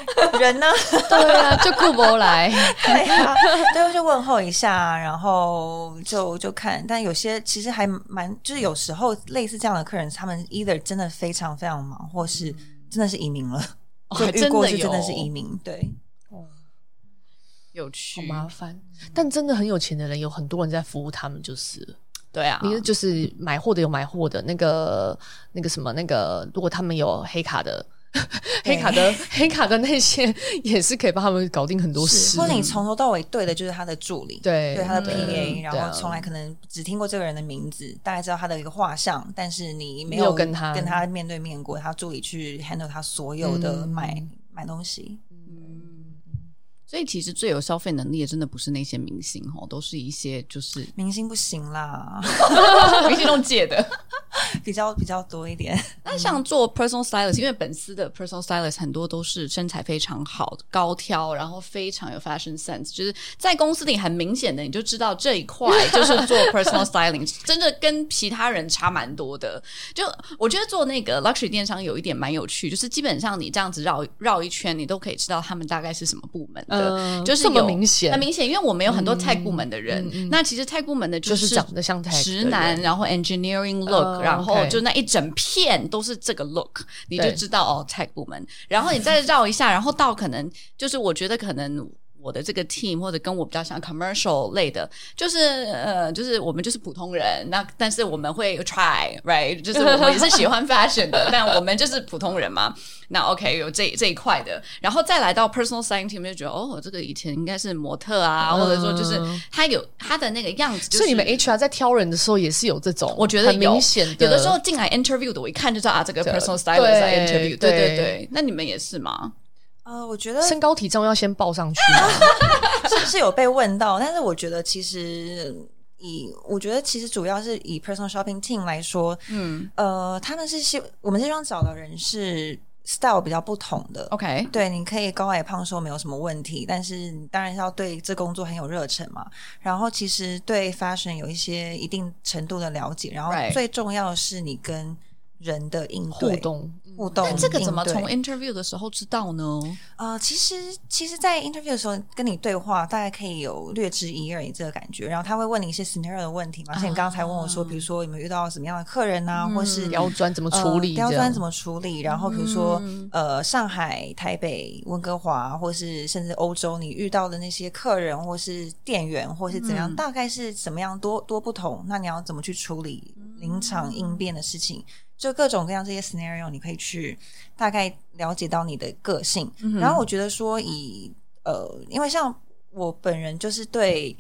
[SPEAKER 3] 人呢？
[SPEAKER 1] 对啊，就顾不来。
[SPEAKER 3] 对啊，对，就问候一下，然后就就看。但有些其实还蛮，就是有时候类似这样的客人，他们 either 真的非常非常忙，或是真的是移民了，
[SPEAKER 2] 哦
[SPEAKER 3] 就
[SPEAKER 2] 还
[SPEAKER 3] 遇
[SPEAKER 2] 真
[SPEAKER 3] 过
[SPEAKER 2] 的
[SPEAKER 3] 去真的
[SPEAKER 2] 有
[SPEAKER 3] 是移民，对。
[SPEAKER 2] 有
[SPEAKER 1] 好
[SPEAKER 2] 趣
[SPEAKER 1] 麻烦，但真的很有钱的人，有很多人在服务他们，就是了
[SPEAKER 2] 对啊，
[SPEAKER 1] 你是就是买货的有买货的，那个那个什么那个，如果他们有黑卡的。 黑卡的黑卡的那些也是可以帮他们搞定很多事，
[SPEAKER 3] 或者你从头到尾对的就是他的助理，
[SPEAKER 1] 对
[SPEAKER 3] 对他的
[SPEAKER 1] 对
[SPEAKER 3] PA，、
[SPEAKER 1] 对
[SPEAKER 3] 然
[SPEAKER 1] 啊
[SPEAKER 3] 后从来可能只听过这个人的名字，大概知道他的一个画像，但是你没
[SPEAKER 1] 没有
[SPEAKER 3] 有
[SPEAKER 1] 跟他
[SPEAKER 3] 跟他面对面过，他助理去 handle 他所有的
[SPEAKER 1] 嗯
[SPEAKER 3] 买、买东西。
[SPEAKER 2] 所以其实最有消费能力的，真的不是那些明星哦，都是一些 就是
[SPEAKER 3] 明星不行啦，
[SPEAKER 2] 明星都借的。
[SPEAKER 3] 比较比较多一点。
[SPEAKER 2] 那像做 personal stylist，因为本司的 personal stylist 很多都是身材非常好、高挑，然后非常有 fashion sense，就是在公司里很明显的，你就知道这一块就是做 personal styling，真 的跟其他人差蛮多的。就我觉得做那个 luxury 电商有一点蛮有趣，就是基本上你这样子绕绕一圈，你都可以知道他们大概是什么部门的，
[SPEAKER 1] 嗯
[SPEAKER 2] 就是
[SPEAKER 1] 这么
[SPEAKER 2] 有
[SPEAKER 1] 明显嗯
[SPEAKER 2] 很明显，因为我们有很多 tech 部门的人，那其实 tech 部门的
[SPEAKER 1] 就是是长得像太
[SPEAKER 2] 直男，然后 engineering look，、
[SPEAKER 1] 哦
[SPEAKER 2] 然后
[SPEAKER 1] OK
[SPEAKER 2] 就那一整片都是这个 look，你就
[SPEAKER 1] 对
[SPEAKER 2] 知道哦，tech 部门。然后你再绕一下，然后到可能就是我觉得可能。我的这个 team 或者跟我比较像 commercial 类的，就是呃，就是我们就是普通人，那但是我们会 try right，就是我们也是喜欢 fashion 的，但我们就是普通人嘛。那 OK 有这这一块的，然后再来到 personal styling team 就觉得哦，这个以前应该是模特啊，或者说就是他有他的那个样子、就是，
[SPEAKER 1] 嗯所以你们 HR 在挑人的时候也是有这种，
[SPEAKER 2] 我觉得
[SPEAKER 1] 很
[SPEAKER 2] 有
[SPEAKER 1] 明显
[SPEAKER 2] 有的时候进来 interview 的，我一看就知道啊，这个 personal stylist
[SPEAKER 1] 对
[SPEAKER 2] 在 interview。
[SPEAKER 1] 对
[SPEAKER 2] 对对对，那你们也是吗？
[SPEAKER 3] 呃，我觉得
[SPEAKER 1] 身高体重要先报上去，
[SPEAKER 3] 是是有被问到，但是我觉得其实以我觉得其实主要是以 personal shopping team 来说，嗯，呃，他们是希我们这双找的人是 style 比较不同的。
[SPEAKER 2] OK，
[SPEAKER 3] 对，你可以高矮胖瘦没有什么问题，但是你当然是要对这工作很有热忱嘛。然后其实对 fashion 有一些一定程度的了解，然后
[SPEAKER 2] Right
[SPEAKER 3] 最重要的是你跟人的应对
[SPEAKER 1] 互动。
[SPEAKER 3] 互动。
[SPEAKER 2] 这个怎么
[SPEAKER 3] 应对
[SPEAKER 2] 从 interview 的时候知道呢？
[SPEAKER 3] 呃，其实其实，在 interview 的时候跟你对话，大概可以有略知一二，这个感觉。然后他会问你一些 scenario 的问题嘛，像你刚才问我说，比如说有没有遇到什么样的客人啊，或是
[SPEAKER 1] 刁钻怎么处理？
[SPEAKER 3] 呃刁钻怎
[SPEAKER 1] 么？
[SPEAKER 3] 么处理？然后比如说、呃，上海、台北、温哥华，或是甚至欧洲，你遇到的那些客人，或是店员，或是怎样，大概是怎么样多多不同？那你要怎么去处理临场应变的事情？就各种各样这些 scenario，你可以去大概了解到你的个性。然后我觉得说以呃，因为像我本人就是对。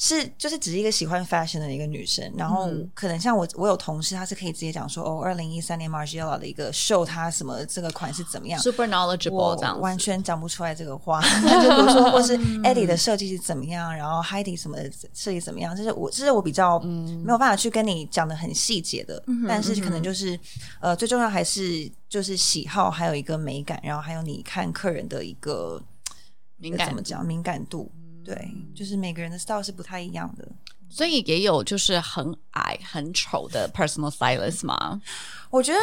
[SPEAKER 3] 是，就是只是一个喜欢 fashion 的一个女生，然后
[SPEAKER 2] 嗯
[SPEAKER 3] 可能像我，我有同事，她是可以直接讲说，哦，二零一三年 Margiela 的一个 show，她什么这个款式怎么样，
[SPEAKER 2] Super knowledgeable
[SPEAKER 3] 我
[SPEAKER 2] 这样子嗯
[SPEAKER 3] 完全讲不出来这 个话。就比如说，或是 Eddie 的设计是怎么样，然后 Heidi 什么的设计怎么样，这是我这是我比较
[SPEAKER 2] 嗯
[SPEAKER 3] 没有办法去跟你讲的很细节的，但是可能就是、呃，最重要还是就是喜好，还有一个美感，然后还有你看客人的一个
[SPEAKER 2] 敏感
[SPEAKER 3] 怎么讲敏感度。对，就是每个人的 style 是不太一样的。
[SPEAKER 2] 所以也有就是很矮很丑的 personal stylist 嘛，
[SPEAKER 3] 我觉得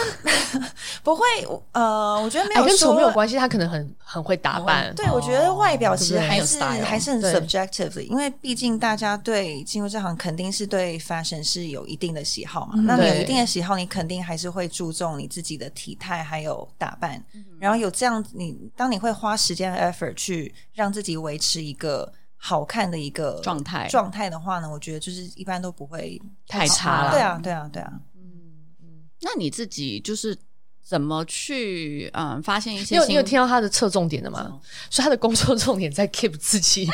[SPEAKER 3] 不会，我呃，我觉得没
[SPEAKER 1] 哎，
[SPEAKER 3] 有
[SPEAKER 1] 跟
[SPEAKER 3] 说哦
[SPEAKER 1] 丑没有关系，他可能很很会打扮。
[SPEAKER 3] 对，我觉得外表其实
[SPEAKER 2] 对不对
[SPEAKER 3] 还
[SPEAKER 2] 很
[SPEAKER 3] 是
[SPEAKER 2] 有 style
[SPEAKER 3] 还是很
[SPEAKER 1] 对
[SPEAKER 3] subjective，的因为毕竟大家对进入这行肯定是对 fashion 是有一定的喜好嘛。那你有
[SPEAKER 1] 对
[SPEAKER 3] 一定的喜好，你肯定还是会注重你自己的体态还有打扮。然后有这样，你当你会花时间和 effort 去让自己维持一个好看的一个
[SPEAKER 2] 状态
[SPEAKER 3] 状态的话呢，我觉得就是一般都不会
[SPEAKER 2] 太
[SPEAKER 1] 好
[SPEAKER 2] 差了。
[SPEAKER 3] 对啊，对啊，对啊。
[SPEAKER 2] 那你自己就是怎么去嗯发现一些
[SPEAKER 1] 你有
[SPEAKER 2] 新
[SPEAKER 1] 你有听到他的侧重点的吗？所以他的工作重点在 keep 自 己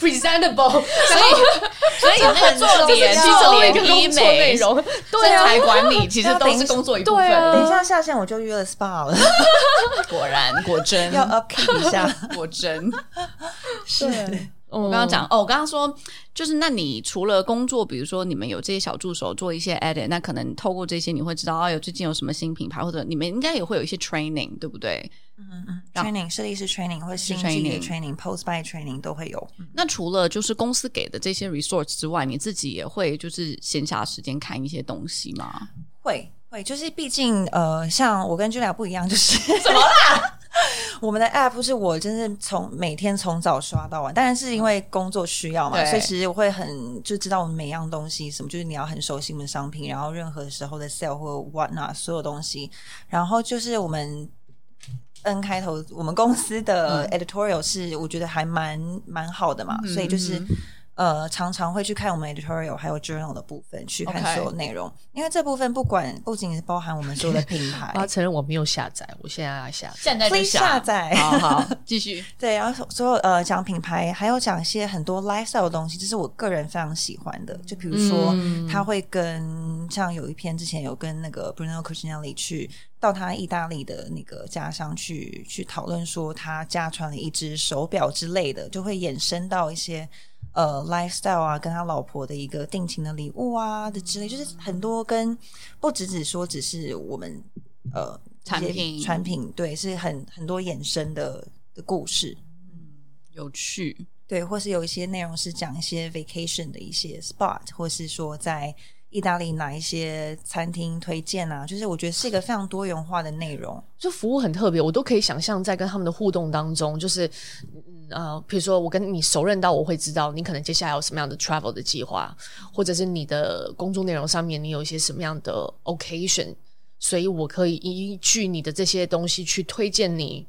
[SPEAKER 1] presentable，
[SPEAKER 2] 所以，所以那个重点
[SPEAKER 1] 这
[SPEAKER 2] 去
[SPEAKER 1] 是
[SPEAKER 2] 重
[SPEAKER 1] 做一
[SPEAKER 2] 点
[SPEAKER 1] 个
[SPEAKER 2] 医
[SPEAKER 1] 工作
[SPEAKER 2] 美
[SPEAKER 1] 内、容，对
[SPEAKER 2] 身
[SPEAKER 1] 啊，
[SPEAKER 2] 材管理，其实都是工作一部分。
[SPEAKER 1] 对啊
[SPEAKER 3] 等一下下线我就约了 SPA 了，
[SPEAKER 2] 果然 果真 啊
[SPEAKER 3] 要 upkeep 一 下。
[SPEAKER 2] 果真。
[SPEAKER 1] 对。我
[SPEAKER 2] 我刚刚讲哦，我刚刚说就是，那你除了工作，比如说你们有这些小助手做一些 edit，那可能透过这些你会知道哦，有最近有什么新品牌，或者你们应该也会有一些 training，对不对？然后
[SPEAKER 3] training 设计师 training 或者新技的
[SPEAKER 2] training
[SPEAKER 3] training、post by training 都会有。
[SPEAKER 2] 那除了就是公司给的这些 resource 之外，你自己也会就是闲暇时间看一些东西吗？
[SPEAKER 3] 会会，就是毕竟呃，像我跟 Julia 不一样，就是怎么啦？ 我们的 app 是我真是从每天从早刷到晚，当然是因为工作需要嘛，
[SPEAKER 2] 对
[SPEAKER 3] 所以其实我会很就知道我们每样东西什么，就是你要很熟悉我们的商品，然后任何时候的 sale 或 what not 所有东西，然后就是我们 N 开头，我们公司的 editorial 是我觉得还蛮蛮好的嘛，所以就是。呃，常常会去看我们 editorial 还有 journal 的部分，去看
[SPEAKER 2] OK
[SPEAKER 3] 所有内容因为这部分不管不仅是包含我们所有的品
[SPEAKER 1] 我要
[SPEAKER 3] 牌，
[SPEAKER 1] 承认我没有下载，我哦现在要下载。
[SPEAKER 2] 现在
[SPEAKER 3] Please 下载
[SPEAKER 2] 好好继续。
[SPEAKER 3] 对，然后所有呃讲品牌，还有讲一些很多 lifestyle 的东西，这是我个人非常喜欢的。就比如说，他会跟像有一篇之前有跟那个 Bruno Cucinelli 去到他意大利的那个家乡去去讨论说他家传了一只手表之类的，就会衍生到一些。呃，lifestyle 啊，跟他老婆的一个定情的礼物啊的之类，就是很多跟不只只说只是我们呃
[SPEAKER 2] 产
[SPEAKER 3] 一些
[SPEAKER 2] 品
[SPEAKER 3] 产品对，是很很多衍生的的故事。
[SPEAKER 2] 有趣，
[SPEAKER 3] 对，或是有一些内容是讲一些 vacation 的一些 spot，或是说在意大利哪一些餐厅推荐啊，就是我觉得是一个非常多元化的内容。
[SPEAKER 1] 就服务很特别，我都可以想象在跟他们的互动当中，就是嗯呃，比如说我跟你熟认到，我会知道你可能接下来有什么样的 travel 的计划，或者是你的工作内容上面你有一些什么样的 occasion，所以我可以依据你的这些东西去推荐你。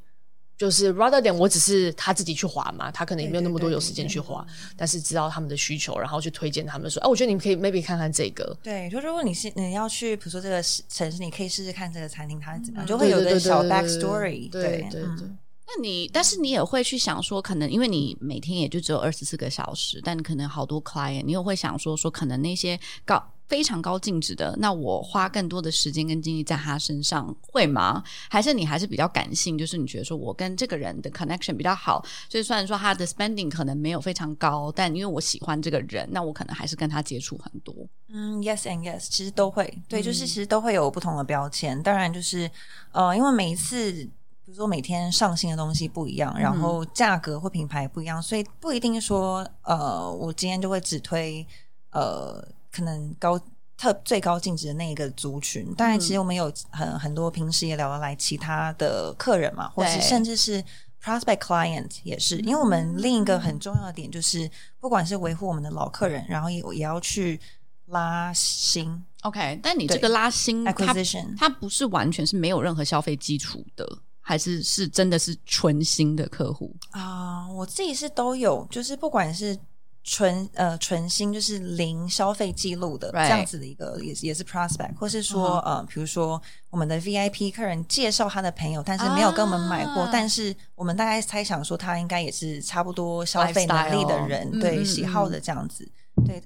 [SPEAKER 1] 就是 rather than 我只是他自己去划嘛，他可能也没有那么多
[SPEAKER 3] 对对对
[SPEAKER 1] 有时间去划，但是知道他们的需求，然后去推荐他们说，哎、我觉得你们可以 maybe 看看这个，
[SPEAKER 3] 对，就如果你是你要去，比如说这个城市，你可以试试看这个餐厅它怎么样，就会有
[SPEAKER 1] 嗯对
[SPEAKER 3] 一个
[SPEAKER 1] 对对
[SPEAKER 3] 小
[SPEAKER 1] 对
[SPEAKER 3] backstory
[SPEAKER 1] 对对对
[SPEAKER 3] 嗯
[SPEAKER 1] 对
[SPEAKER 2] 那你，但是你也会去想说，可能因为你每天也就只有二十四个小时，但你可能好多 client，你也会想说，说可能那些高非常高净值的，那我花更多的时间跟精力在他身上，会吗？还是你还是比较感性，就是你觉得说我跟这个人的 connection 比较好，所以虽然说他的 spending 可能没有非常高，但因为我喜欢这个人，那我可能还是跟他接触很多。
[SPEAKER 3] 嗯，yes and yes，其实都会，对，
[SPEAKER 1] 嗯
[SPEAKER 3] 就是其实都会有不同的标签。当然，就是呃，因为每一次，比如说每天上新的东西不一样，
[SPEAKER 1] 嗯
[SPEAKER 3] 然后价格或品牌不一样，所以不一定说呃，我今天就会只推呃，可能高特最高净值的那一个族群。当
[SPEAKER 1] 嗯
[SPEAKER 3] 然，其实我们有很很多平时也聊得来其他的客人嘛，或是
[SPEAKER 2] 对
[SPEAKER 3] 甚至是 prospect client 也是，因为我们另一个很重要的点就是，不管是维护我们的老客人，然后也也要去拉新
[SPEAKER 2] OK，但你这
[SPEAKER 3] 对
[SPEAKER 2] 个拉新，它
[SPEAKER 3] acquisition。
[SPEAKER 2] 它不是完全是没有任何消费基础的，还是是真的是纯新的客户？
[SPEAKER 3] 啊、我自己是都有，就是不管是纯呃纯新，就是零消费记录的
[SPEAKER 2] Right 嗯
[SPEAKER 3] 这样子的一个，也也是 prospect，或是说、呃，比如说我们的 VIP 客人介绍他的朋友，但是没有跟我们买过，
[SPEAKER 2] 啊
[SPEAKER 3] 但是我们大概猜想说他应该也是差不多消费能力的
[SPEAKER 2] Lifestyle
[SPEAKER 3] 人，
[SPEAKER 2] 嗯
[SPEAKER 3] 对
[SPEAKER 2] 嗯
[SPEAKER 3] 喜
[SPEAKER 2] 嗯
[SPEAKER 3] 好的这样子，对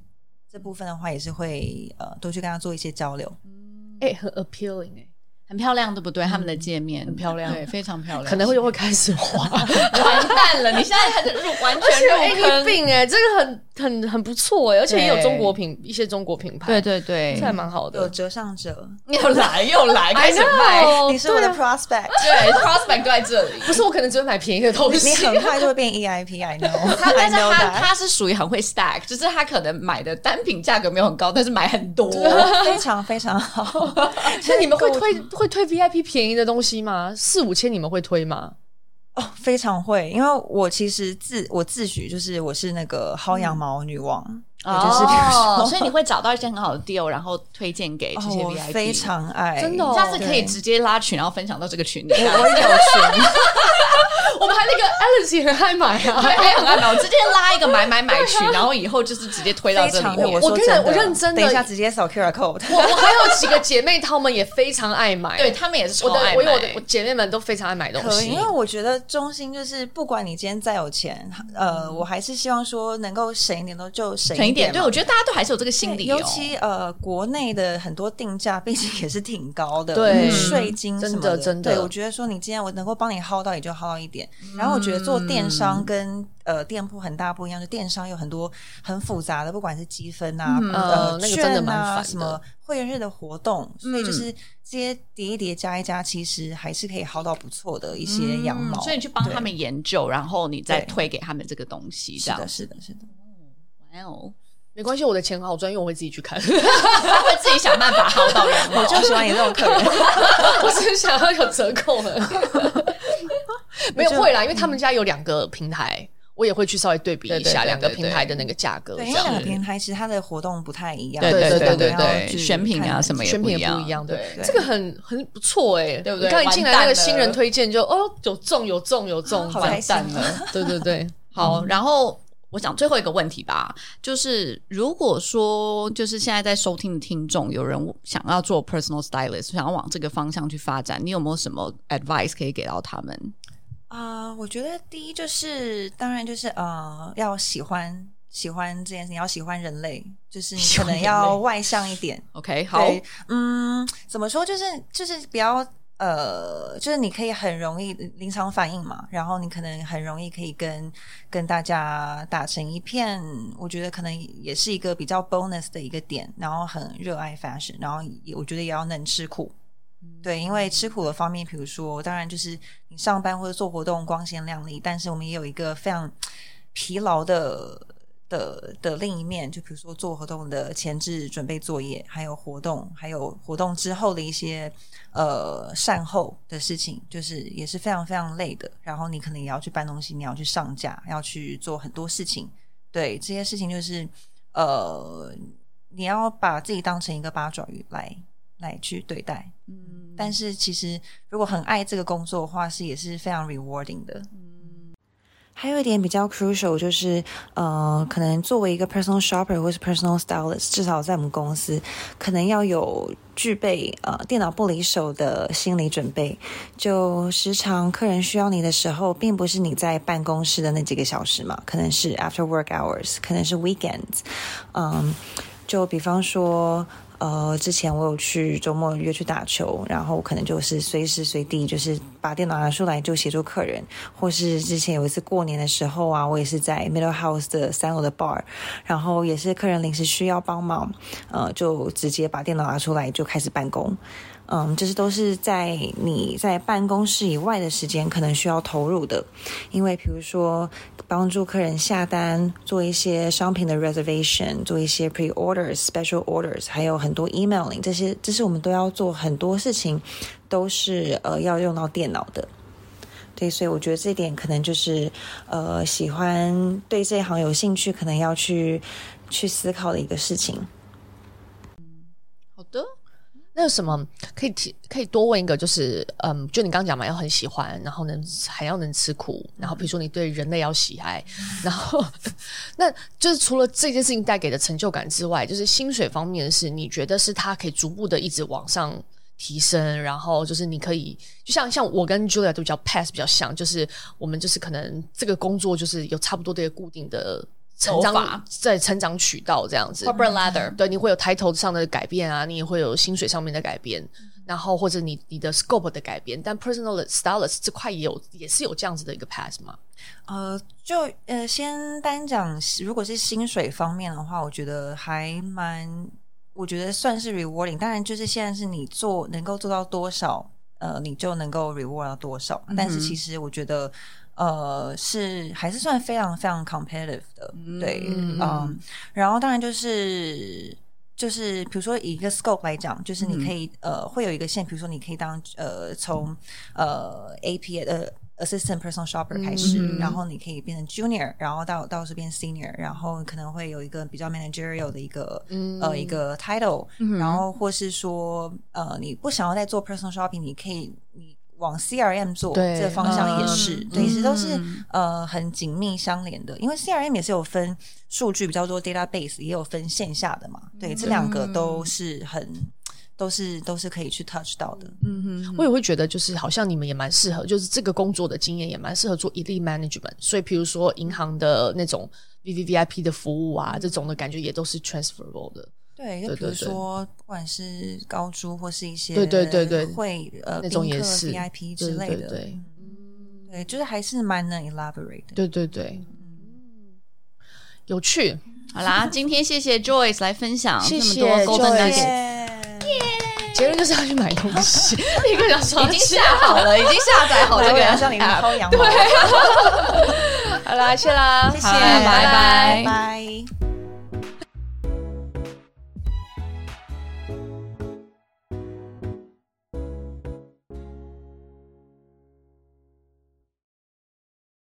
[SPEAKER 3] 这部分的话也是会呃多去跟他做一些交流。
[SPEAKER 1] 哎、很 appealing 哎、
[SPEAKER 2] 很很漂亮，对不对？他们的界面嗯很
[SPEAKER 1] 漂亮
[SPEAKER 2] 对，非常漂亮，
[SPEAKER 1] 可能会又会开始滑。
[SPEAKER 2] 完蛋了。你现在还是入完
[SPEAKER 1] 而且
[SPEAKER 2] 全
[SPEAKER 1] 哎，
[SPEAKER 2] 入坑
[SPEAKER 1] 你，病哎、这个很很很不错哎、而且也有
[SPEAKER 2] 对
[SPEAKER 1] 中国品一些中国品牌，
[SPEAKER 2] 对，对 对
[SPEAKER 1] 这，还蛮好
[SPEAKER 3] 有
[SPEAKER 1] 的。
[SPEAKER 3] 折上折，
[SPEAKER 2] 又来又来，开始
[SPEAKER 1] I know
[SPEAKER 2] 卖。
[SPEAKER 1] 哦
[SPEAKER 3] 哎你是我的
[SPEAKER 1] 对
[SPEAKER 3] prospect，
[SPEAKER 2] 对，prospect 就在这 里。
[SPEAKER 1] 不是我可能只会买便宜的东西，
[SPEAKER 3] 你很快就会变 EIP，I
[SPEAKER 2] 他
[SPEAKER 3] know，I
[SPEAKER 2] 但 是
[SPEAKER 3] know
[SPEAKER 2] 他
[SPEAKER 3] that。
[SPEAKER 2] 他是属于很会 stack，就是他可能买的单品价格没有很高，但是买很多。
[SPEAKER 3] 非常非常好，
[SPEAKER 1] 那你们会推会推 VIP 便宜的东西吗？四五千你们会推吗？
[SPEAKER 3] 哦，非常会，因为我其实自我自诩就是我是那个薅羊毛女王，也就是比如说，
[SPEAKER 2] 哦，所以你会找到一些很好的 deal，然后推荐给这
[SPEAKER 3] 哦
[SPEAKER 2] 些
[SPEAKER 3] 我
[SPEAKER 2] VIP。
[SPEAKER 3] 非常爱，
[SPEAKER 1] 真的哦
[SPEAKER 2] 下次可以
[SPEAKER 3] 对
[SPEAKER 2] 直接拉群，然后分享到这个群里。
[SPEAKER 3] 我我有群，
[SPEAKER 1] 我们还那个 Alex 也很爱买啊。
[SPEAKER 2] 对，很爱买，我直接拉一个买买买 群，然后以后就是直接推到
[SPEAKER 3] 非
[SPEAKER 2] 这里哦
[SPEAKER 3] 常
[SPEAKER 2] 面
[SPEAKER 3] 会。
[SPEAKER 1] 我
[SPEAKER 3] 说
[SPEAKER 1] 跟你
[SPEAKER 3] 真的，
[SPEAKER 1] 我认真的
[SPEAKER 3] 等一下直接扫 QR code，
[SPEAKER 1] 我我还有几个姐妹，她们也非常爱买。
[SPEAKER 2] 对，他们也是
[SPEAKER 1] 我
[SPEAKER 2] 超
[SPEAKER 1] 的
[SPEAKER 2] 爱买。
[SPEAKER 1] 我有我的我姐妹们都非常爱买东
[SPEAKER 3] 可以，
[SPEAKER 1] 西
[SPEAKER 3] 因为。我觉得中心就是，不管你今天再有钱，呃，我还是希望说能够省一点都就省
[SPEAKER 2] 省一点，
[SPEAKER 3] 点嘛，
[SPEAKER 2] 对我觉得大家都还是有这个心理哦。
[SPEAKER 3] 尤其呃，国内的很多定价毕竟也是挺高的，
[SPEAKER 1] 对
[SPEAKER 3] 嗯税金什么
[SPEAKER 1] 真的真的
[SPEAKER 3] 对，我觉得说你今天我能够帮你薅到，也就薅到一点。然后我觉得做电商跟呃店铺很大不一样，就电商有很多很复杂的，不管是积分啊、
[SPEAKER 1] 呃
[SPEAKER 3] 呃
[SPEAKER 1] 那个
[SPEAKER 3] 券
[SPEAKER 1] 真的蛮烦
[SPEAKER 3] 啊
[SPEAKER 1] 的嗯
[SPEAKER 3] 什么。会员日的活动，所以就是这些叠一叠加一加，其实还是可以薅到不错的
[SPEAKER 2] 嗯
[SPEAKER 3] 一些羊毛。
[SPEAKER 1] 嗯
[SPEAKER 2] 所以你去帮他们研究，然后你再
[SPEAKER 3] 对
[SPEAKER 2] 推给他们这个东西，这
[SPEAKER 3] 是
[SPEAKER 2] 样
[SPEAKER 3] 的，。是的，是的。
[SPEAKER 2] 哇哦，
[SPEAKER 1] 没关系，我的钱好赚，因为我会自己去看。
[SPEAKER 2] 他会自己想办法薅到羊毛。
[SPEAKER 3] 我就 喜 欢你这种客人，
[SPEAKER 1] 我只是想要有折扣了。没有会啦，因
[SPEAKER 2] 嗯
[SPEAKER 1] 为他们家有两个平台，我也会去稍微对比一下
[SPEAKER 2] 对对对对
[SPEAKER 1] 两个平台的那个价格，这
[SPEAKER 3] 对，因为两个
[SPEAKER 1] 样。
[SPEAKER 3] 平台其实它的活动不太一样，
[SPEAKER 2] 对
[SPEAKER 1] 对
[SPEAKER 2] 对
[SPEAKER 1] 对
[SPEAKER 2] 对
[SPEAKER 1] 对
[SPEAKER 2] 对
[SPEAKER 3] 所以
[SPEAKER 2] 对，
[SPEAKER 3] 要去
[SPEAKER 2] 选品啊
[SPEAKER 3] 看
[SPEAKER 2] 什么
[SPEAKER 1] 选品也不
[SPEAKER 2] 不
[SPEAKER 1] 一样，对，
[SPEAKER 3] 对
[SPEAKER 1] 这个很很不错哎，
[SPEAKER 2] 对不对
[SPEAKER 1] 你看进来
[SPEAKER 2] 完蛋
[SPEAKER 1] 那个
[SPEAKER 2] 了
[SPEAKER 1] 新人推荐就哦，有中有中有中，
[SPEAKER 3] 好
[SPEAKER 1] 完
[SPEAKER 3] 开
[SPEAKER 2] 完
[SPEAKER 3] 心
[SPEAKER 2] 蛋了。
[SPEAKER 1] 对对对，
[SPEAKER 2] 好，嗯然后。我想最后一个问题吧，就是如果说就是现在在收听的听众有人想要做 personal stylist，想要往这个方向去发展，你有没有什么 advice 可以给到他们？
[SPEAKER 3] 啊、我觉得第一就是，当然就是呃，要喜欢喜欢这件事情，要喜欢人类，就是你
[SPEAKER 2] 喜
[SPEAKER 3] 可
[SPEAKER 2] 欢人
[SPEAKER 3] 能
[SPEAKER 2] 类
[SPEAKER 3] 要外向一点。
[SPEAKER 2] OK，好，
[SPEAKER 3] 对，嗯，怎么说？就是就是比较呃，就是你可以很容易临场反应嘛，然后你可能很容易可以跟跟大家打成一片。我觉得可能也是一个比较 bonus 的一个点，然后很热爱 fashion，然后也我觉得也要能吃苦。对，因为吃苦的方面，比如说，当然就是你上班或者做活动光鲜亮丽，但是我们也有一个非常疲劳的的的另一面，就比如说做活动的前置准备作业，还有活动，还有活动之后的一些呃善后的事情，就是也是非常非常累的。然后你可能也要去搬东西，你要去上架，要去做很多事情。对，这些事情就是呃，你要把自己当成一个八爪鱼来来去对待。
[SPEAKER 2] 嗯
[SPEAKER 3] 但是其实如果很爱这个工作的话，是也是非常 rewarding 的。还有一点比较 crucial 就是，呃，可能作为一个 personal shopper 或是 personal stylist，至少在我们公司，可能要有具备呃电脑不离手的心理准备。就时常客人需要你的时候，并不是你在办公室的那几个小时嘛，可能是 after work hours，可能是 weekends，嗯，就比方说。呃，之前我有去周末约去打球，然后可能就是随时随地就是把电脑拿出来就协助客人，或是之前有一次过年的时候啊，我也是在 Middle House 的三楼的 bar，然后也是客人临时需要帮忙，呃，就直接把电脑拿出来就开始办公。嗯，这是都是在你在办公室以外的时间可能需要投入的，因为比如说帮助客人下单，做一些商品的 reservation，做一些 pre orders、special orders，还有很多 emailing，这些这是我们都要做很多事情，都是呃要用到电脑的。对，所以我觉得这点可能就是，呃，喜欢对这一行有兴趣，可能要去去思考的一个事情。
[SPEAKER 2] 好的，
[SPEAKER 1] 那有什么可以提？可以多问一个，就是嗯，就你刚刚讲嘛，要很喜欢，然后能还要能吃苦，然后比如说你对人类要喜爱，
[SPEAKER 2] 嗯
[SPEAKER 1] 然后 那就是除了这件事情带给的成就感之外，就是薪水方面的事，你觉得是它可以逐步的一直往上提升，然后就是你可以就像像我跟 Julia 都比较 pass 比较像，就是我们就是可能这个工作就是有差不多的一个固定的成
[SPEAKER 2] 走
[SPEAKER 1] 长
[SPEAKER 2] 法，
[SPEAKER 1] 在成长渠道这样子。
[SPEAKER 2] Corporate ladder
[SPEAKER 1] 对，你会有抬头上的改变啊，你也会有薪水上面的改变。然后或者你你的 scope 的改变，但 personal 的 stylist 这块也有也是有这样子的一个 pass 吗？
[SPEAKER 3] 呃，就呃，先单讲，如果是薪水方面的话，我觉得还蛮，我觉得算是 rewarding。当然，就是现在是你做能够做到多少，呃，你就能够 reward 到多少。但是其实我觉得，呃，是还是算非常非常 competitive 的，对，
[SPEAKER 1] 嗯
[SPEAKER 3] 嗯。然后当然就是。就是比如说以一个 scope 来讲，就是你可以、呃会有一个线，比如说你可以当呃从呃 AP 呃 assistant personal shopper 开始，
[SPEAKER 1] 嗯
[SPEAKER 3] 然后你可以变成 junior，然后到到这边 senior，然后可能会有一个比较 managerial 的一个、
[SPEAKER 1] 嗯
[SPEAKER 3] 呃一个 title，、然后或是说呃你不想要再做 personal shopping，你可以你往 CRM 做
[SPEAKER 1] 对
[SPEAKER 3] 这个方向也
[SPEAKER 1] 嗯
[SPEAKER 3] 是，对，其实都是呃很紧密相连的，因为 CRM 也是有分数据比较多 database，也有分线下的嘛，对，这两个
[SPEAKER 1] 嗯
[SPEAKER 3] 都是很都是都是可以去 touch 到的，
[SPEAKER 1] 我也会觉得，就是好像你们也蛮适合，就是这个工作的经验也蛮适合做一 l management。所以，比如说银行的那种 V V V I P 的服务啊，这种的感觉也都是 transferable 的。
[SPEAKER 3] 对，就
[SPEAKER 1] 对
[SPEAKER 3] 比如
[SPEAKER 1] 对对
[SPEAKER 3] 说，不管是高猪或是一些
[SPEAKER 1] 对对对对
[SPEAKER 3] 会呃
[SPEAKER 1] 那种
[SPEAKER 3] 宾
[SPEAKER 1] 也
[SPEAKER 3] 客
[SPEAKER 1] 是
[SPEAKER 3] VIP
[SPEAKER 1] 对
[SPEAKER 3] 之类
[SPEAKER 1] 对
[SPEAKER 3] 的，
[SPEAKER 1] 对
[SPEAKER 3] 嗯对，就是还是蛮能 elaborate 的。
[SPEAKER 1] 对对对，有趣，
[SPEAKER 2] 好啦，今天谢谢 Joyce 来分享
[SPEAKER 1] 谢
[SPEAKER 2] 这么
[SPEAKER 1] 谢
[SPEAKER 2] 多 Golden
[SPEAKER 1] Joyce
[SPEAKER 2] Nugget，
[SPEAKER 1] 结论就是要去买东西，一个人说
[SPEAKER 2] 已经下好了，已经下载好
[SPEAKER 3] 我
[SPEAKER 2] 这
[SPEAKER 3] 这
[SPEAKER 2] 个
[SPEAKER 3] 个人让你
[SPEAKER 2] app
[SPEAKER 3] 薅羊毛，
[SPEAKER 1] 好啦，谢啦，
[SPEAKER 3] 谢谢，
[SPEAKER 2] 好拜拜
[SPEAKER 3] 拜。